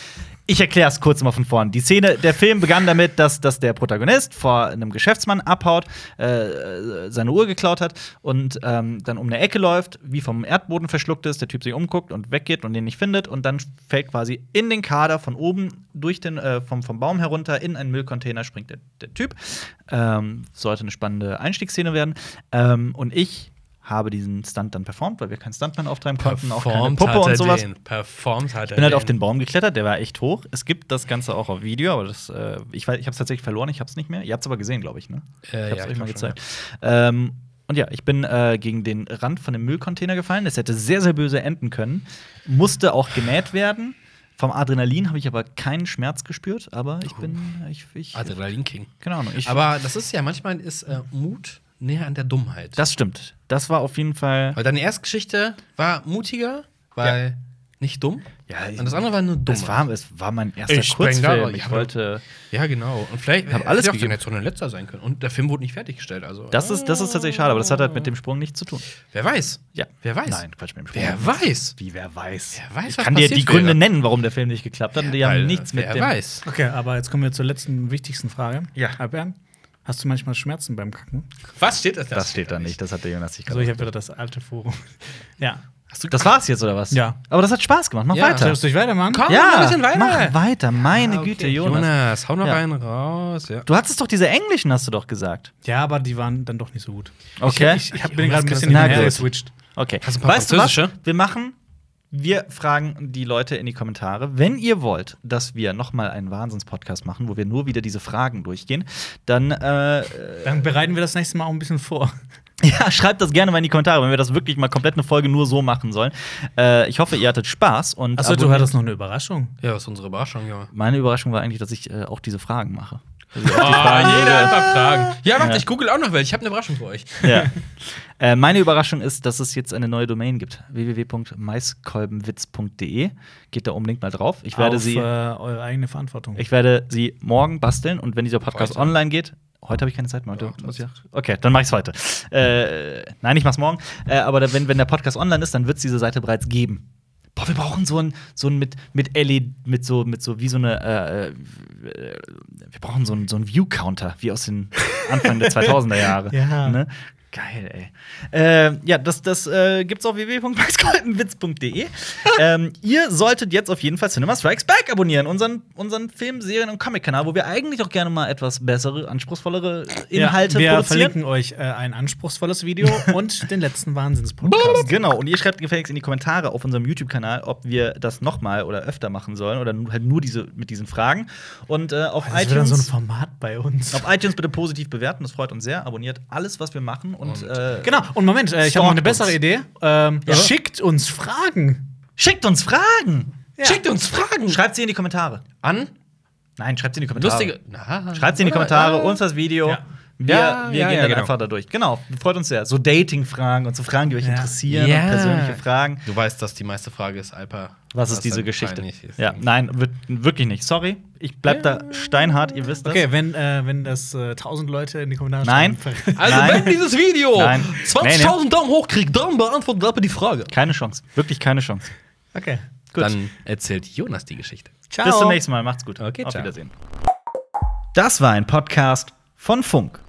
[SPEAKER 2] Ich erkläre es kurz mal von vorn. Die Szene, der Film begann damit, dass, dass der Protagonist vor einem Geschäftsmann abhaut, äh, seine Uhr geklaut hat und ähm, dann um eine Ecke läuft, wie vom Erdboden verschluckt ist, der Typ sich umguckt und weggeht und den nicht findet und dann fällt quasi in den Kader von oben durch den, äh, vom, vom Baum herunter in einen Müllcontainer springt der, der Typ. Ähm, sollte eine spannende Einstiegsszene werden. Ähm, und ich habe diesen Stunt dann performt, weil wir keinen Stuntman auftreiben konnten, auch keine
[SPEAKER 3] Performt
[SPEAKER 2] Puppe
[SPEAKER 3] hat er
[SPEAKER 2] und sowas.
[SPEAKER 3] den. Performt hat er
[SPEAKER 2] Ich bin halt auf
[SPEAKER 3] den.
[SPEAKER 2] den Baum geklettert, der war echt hoch. Es gibt das Ganze auch auf Video, aber das, äh, ich, weiß- ich habe es tatsächlich verloren, ich habe es nicht mehr. Ihr habt es aber gesehen, glaube ich, ne?
[SPEAKER 3] Äh,
[SPEAKER 2] ich habe
[SPEAKER 3] ja,
[SPEAKER 2] es
[SPEAKER 3] ich
[SPEAKER 2] euch mal
[SPEAKER 3] glaub schon,
[SPEAKER 2] gezeigt. Ähm, und ja, ich bin äh, gegen den Rand von dem Müllcontainer gefallen. Das hätte sehr, sehr böse enden können. Musste auch genäht werden. Vom Adrenalin habe ich aber keinen Schmerz gespürt, aber ich bin. Ich, ich,
[SPEAKER 3] ne? Adrenalin King.
[SPEAKER 2] keine Ahnung. Ich,
[SPEAKER 3] Aber das ist ja, manchmal ist äh, Mut näher an der Dummheit.
[SPEAKER 2] das stimmt. Das war auf jeden Fall.
[SPEAKER 3] weil deine Erstgeschichte war mutiger, weil nicht dumm.
[SPEAKER 2] Ja, ich-
[SPEAKER 3] und das andere war nur dumm.
[SPEAKER 2] Das war, es war mein erster
[SPEAKER 3] Ich bin da-
[SPEAKER 2] Kurzfilm.
[SPEAKER 3] ja,
[SPEAKER 2] Ich
[SPEAKER 3] aber-
[SPEAKER 2] wollte.
[SPEAKER 3] ja, genau. Und vielleicht
[SPEAKER 2] hab alles
[SPEAKER 3] hätte auch
[SPEAKER 2] gegeben.
[SPEAKER 3] dann jetzt so ein letzter sein können. Und der Film wurde nicht fertiggestellt. Also,
[SPEAKER 2] Das ist, das ist tatsächlich schade, aber das hat halt mit dem Sprung nichts zu tun.
[SPEAKER 3] wer weiß.
[SPEAKER 2] Ja.
[SPEAKER 3] Wer weiß.
[SPEAKER 2] Nein, Quatsch mit dem Sprung.
[SPEAKER 3] Wer weiß.
[SPEAKER 2] Wie, wer weiß?
[SPEAKER 3] Wer weiß,
[SPEAKER 2] ich
[SPEAKER 3] was
[SPEAKER 2] kann dir die
[SPEAKER 3] passiert
[SPEAKER 2] Gründe
[SPEAKER 3] wäre.
[SPEAKER 2] nennen, warum der Film nicht geklappt hat. und Die
[SPEAKER 3] Weil,
[SPEAKER 2] haben nichts mit
[SPEAKER 3] wer
[SPEAKER 2] dem.
[SPEAKER 3] weiß.
[SPEAKER 1] Okay, aber jetzt kommen wir zur letzten wichtigsten Frage.
[SPEAKER 2] Ja.
[SPEAKER 1] Albert, hast du manchmal Schmerzen beim Kacken?
[SPEAKER 3] Was steht das?
[SPEAKER 2] Das steht da nicht, das hat der Jonas sich
[SPEAKER 1] Also ich habe wieder das alte Forum. <laughs> ja.
[SPEAKER 2] Das war's jetzt, oder was?
[SPEAKER 1] Ja.
[SPEAKER 2] Aber das hat Spaß gemacht. Mach
[SPEAKER 3] Ja.
[SPEAKER 2] weiter.
[SPEAKER 1] Sollst du dich weitermachen?
[SPEAKER 3] Komm,
[SPEAKER 2] ja,
[SPEAKER 3] noch ein bisschen weiter.
[SPEAKER 2] mach weiter. Meine
[SPEAKER 3] Ah, okay.
[SPEAKER 2] Güte, Jonas.
[SPEAKER 3] Jonas, hau noch
[SPEAKER 2] Ja.
[SPEAKER 3] einen raus. Ja.
[SPEAKER 2] Du hattest doch diese englischen, hast du doch gesagt.
[SPEAKER 1] Ja, aber die waren dann doch nicht so gut.
[SPEAKER 2] Okay.
[SPEAKER 1] Ich, ich hab, bin gerade ein bisschen
[SPEAKER 2] Na
[SPEAKER 1] hinterher
[SPEAKER 2] gut.
[SPEAKER 1] geswitcht.
[SPEAKER 2] Okay.
[SPEAKER 3] Hast du ein paar
[SPEAKER 2] weißt du was?
[SPEAKER 3] französische?
[SPEAKER 2] Wir machen, wir fragen die Leute in die Kommentare, wenn ihr wollt, dass wir nochmal einen Wahnsinns-Podcast machen, wo wir nur wieder diese Fragen durchgehen, dann äh, <laughs>
[SPEAKER 1] Dann bereiten wir das nächste Mal auch ein bisschen vor.
[SPEAKER 2] Ja, schreibt das gerne mal in die Kommentare, wenn wir das wirklich mal komplett eine Folge nur so machen sollen. Äh, ich hoffe, ihr hattet Spaß und
[SPEAKER 1] Achso, du
[SPEAKER 2] abonniert-
[SPEAKER 1] hattest noch eine Überraschung.
[SPEAKER 3] ja, was ist unsere Überraschung, Junge?
[SPEAKER 2] Meine Überraschung war eigentlich, dass ich äh, auch diese Fragen mache.
[SPEAKER 3] Oh, jeder hat mal Fragen. Ja, warte, ich google auch noch welche. Ich habe eine Überraschung für euch.
[SPEAKER 2] Ja. <laughs> äh, meine Überraschung ist, dass es jetzt eine neue Domain gibt: www.maiskolbenwitz.de. Geht da unbedingt mal drauf. Ich werde
[SPEAKER 1] Auf,
[SPEAKER 2] sie
[SPEAKER 1] äh, eure eigene Verantwortung.
[SPEAKER 2] Ich werde sie morgen basteln und wenn dieser Podcast
[SPEAKER 3] Heute.
[SPEAKER 2] online geht, heute habe ich keine Zeit mehr. Heute
[SPEAKER 3] Doch,
[SPEAKER 2] muss ich auch- okay, dann mache ich es heute. Äh, nein, ich mache es morgen. Äh, aber da- wenn, wenn der Podcast online ist, dann wird es diese Seite bereits geben. Boah, wir brauchen so ein so ein mit mit LED, mit so mit so wie so eine äh, äh, wir brauchen so einen so einen View Counter wie aus den
[SPEAKER 1] <laughs>
[SPEAKER 2] Anfang der 2000er Jahre.
[SPEAKER 1] Ja.
[SPEAKER 2] Ne? Geil, ey. Äh, ja, das, das äh, gibt's
[SPEAKER 1] <laughs>
[SPEAKER 2] auf www.maxkolbenwitz.de. ähm, ihr solltet jetzt auf jeden Fall Cinema Strikes Back abonnieren, unseren, unseren Film, Serien und Comic-Kanal, wo wir eigentlich auch gerne mal etwas bessere, anspruchsvollere Inhalte
[SPEAKER 1] ja, Wir
[SPEAKER 2] produzieren.
[SPEAKER 1] verlinken euch äh, ein anspruchsvolles
[SPEAKER 2] <laughs>
[SPEAKER 1] Video und den letzten Wahnsinns-Podcast.
[SPEAKER 2] Genau, und ihr schreibt gefälligst in die Kommentare auf unserem YouTube-Kanal, ob wir das nochmal oder öfter machen sollen oder nu- halt nur diese, mit diesen Fragen. Und äh, auf
[SPEAKER 1] Oh, Das wird dann
[SPEAKER 2] iTunes.
[SPEAKER 1] Also so ein Format bei uns.
[SPEAKER 2] auf iTunes bitte positiv bewerten, das freut uns sehr. Abonniert alles, was wir machen und, äh,
[SPEAKER 1] Genau, und Moment, äh, ich habe noch eine
[SPEAKER 2] Stalkt uns.
[SPEAKER 1] bessere Idee. Ähm,
[SPEAKER 2] Ja.
[SPEAKER 1] Schickt uns Fragen.
[SPEAKER 2] schickt uns Fragen!
[SPEAKER 3] Schickt uns Fragen
[SPEAKER 2] Schreibt sie in die Kommentare.
[SPEAKER 3] an
[SPEAKER 2] Nein, schreibt sie in die Kommentare.
[SPEAKER 3] lustige. Na,
[SPEAKER 2] Schreibt sie in die
[SPEAKER 3] oder?
[SPEAKER 2] Kommentare,
[SPEAKER 3] Ah.
[SPEAKER 2] uns das Video.
[SPEAKER 1] Ja.
[SPEAKER 2] Wir,
[SPEAKER 3] Ja,
[SPEAKER 2] wir
[SPEAKER 3] ja,
[SPEAKER 2] gehen
[SPEAKER 3] ja,
[SPEAKER 2] dann
[SPEAKER 3] genau.
[SPEAKER 2] einfach da durch. Genau, freut uns sehr. So Dating-Fragen und so Fragen, die euch
[SPEAKER 1] Ja.
[SPEAKER 2] interessieren
[SPEAKER 3] Ja.
[SPEAKER 2] und persönliche Fragen.
[SPEAKER 3] Du weißt, dass die meiste Frage ist, Alper.
[SPEAKER 2] Was ist diese
[SPEAKER 3] dann
[SPEAKER 2] Geschichte?
[SPEAKER 3] peinlich ist.
[SPEAKER 2] Ja, nein, wird, wirklich nicht. Sorry, ich bleib da steinhart, ihr wisst das.
[SPEAKER 1] Okay, wenn, äh, wenn das äh, 1000 Leute in die Kommentare
[SPEAKER 2] Nein.
[SPEAKER 1] schreiben.
[SPEAKER 2] <laughs>
[SPEAKER 3] Also,
[SPEAKER 2] Nein.
[SPEAKER 3] wenn dieses Video
[SPEAKER 2] Nein.
[SPEAKER 3] 20.000 Daumen hoch kriegt, dann beantwortet Alper die Frage.
[SPEAKER 2] Keine Chance, wirklich keine Chance.
[SPEAKER 1] Okay.
[SPEAKER 2] Gut.
[SPEAKER 3] Dann erzählt Jonas die Geschichte.
[SPEAKER 1] Ciao.
[SPEAKER 2] Bis zum nächsten Mal, macht's gut.
[SPEAKER 3] Okay,
[SPEAKER 2] Auf
[SPEAKER 3] ciao.
[SPEAKER 2] Wiedersehen. Das war ein Podcast von Funk.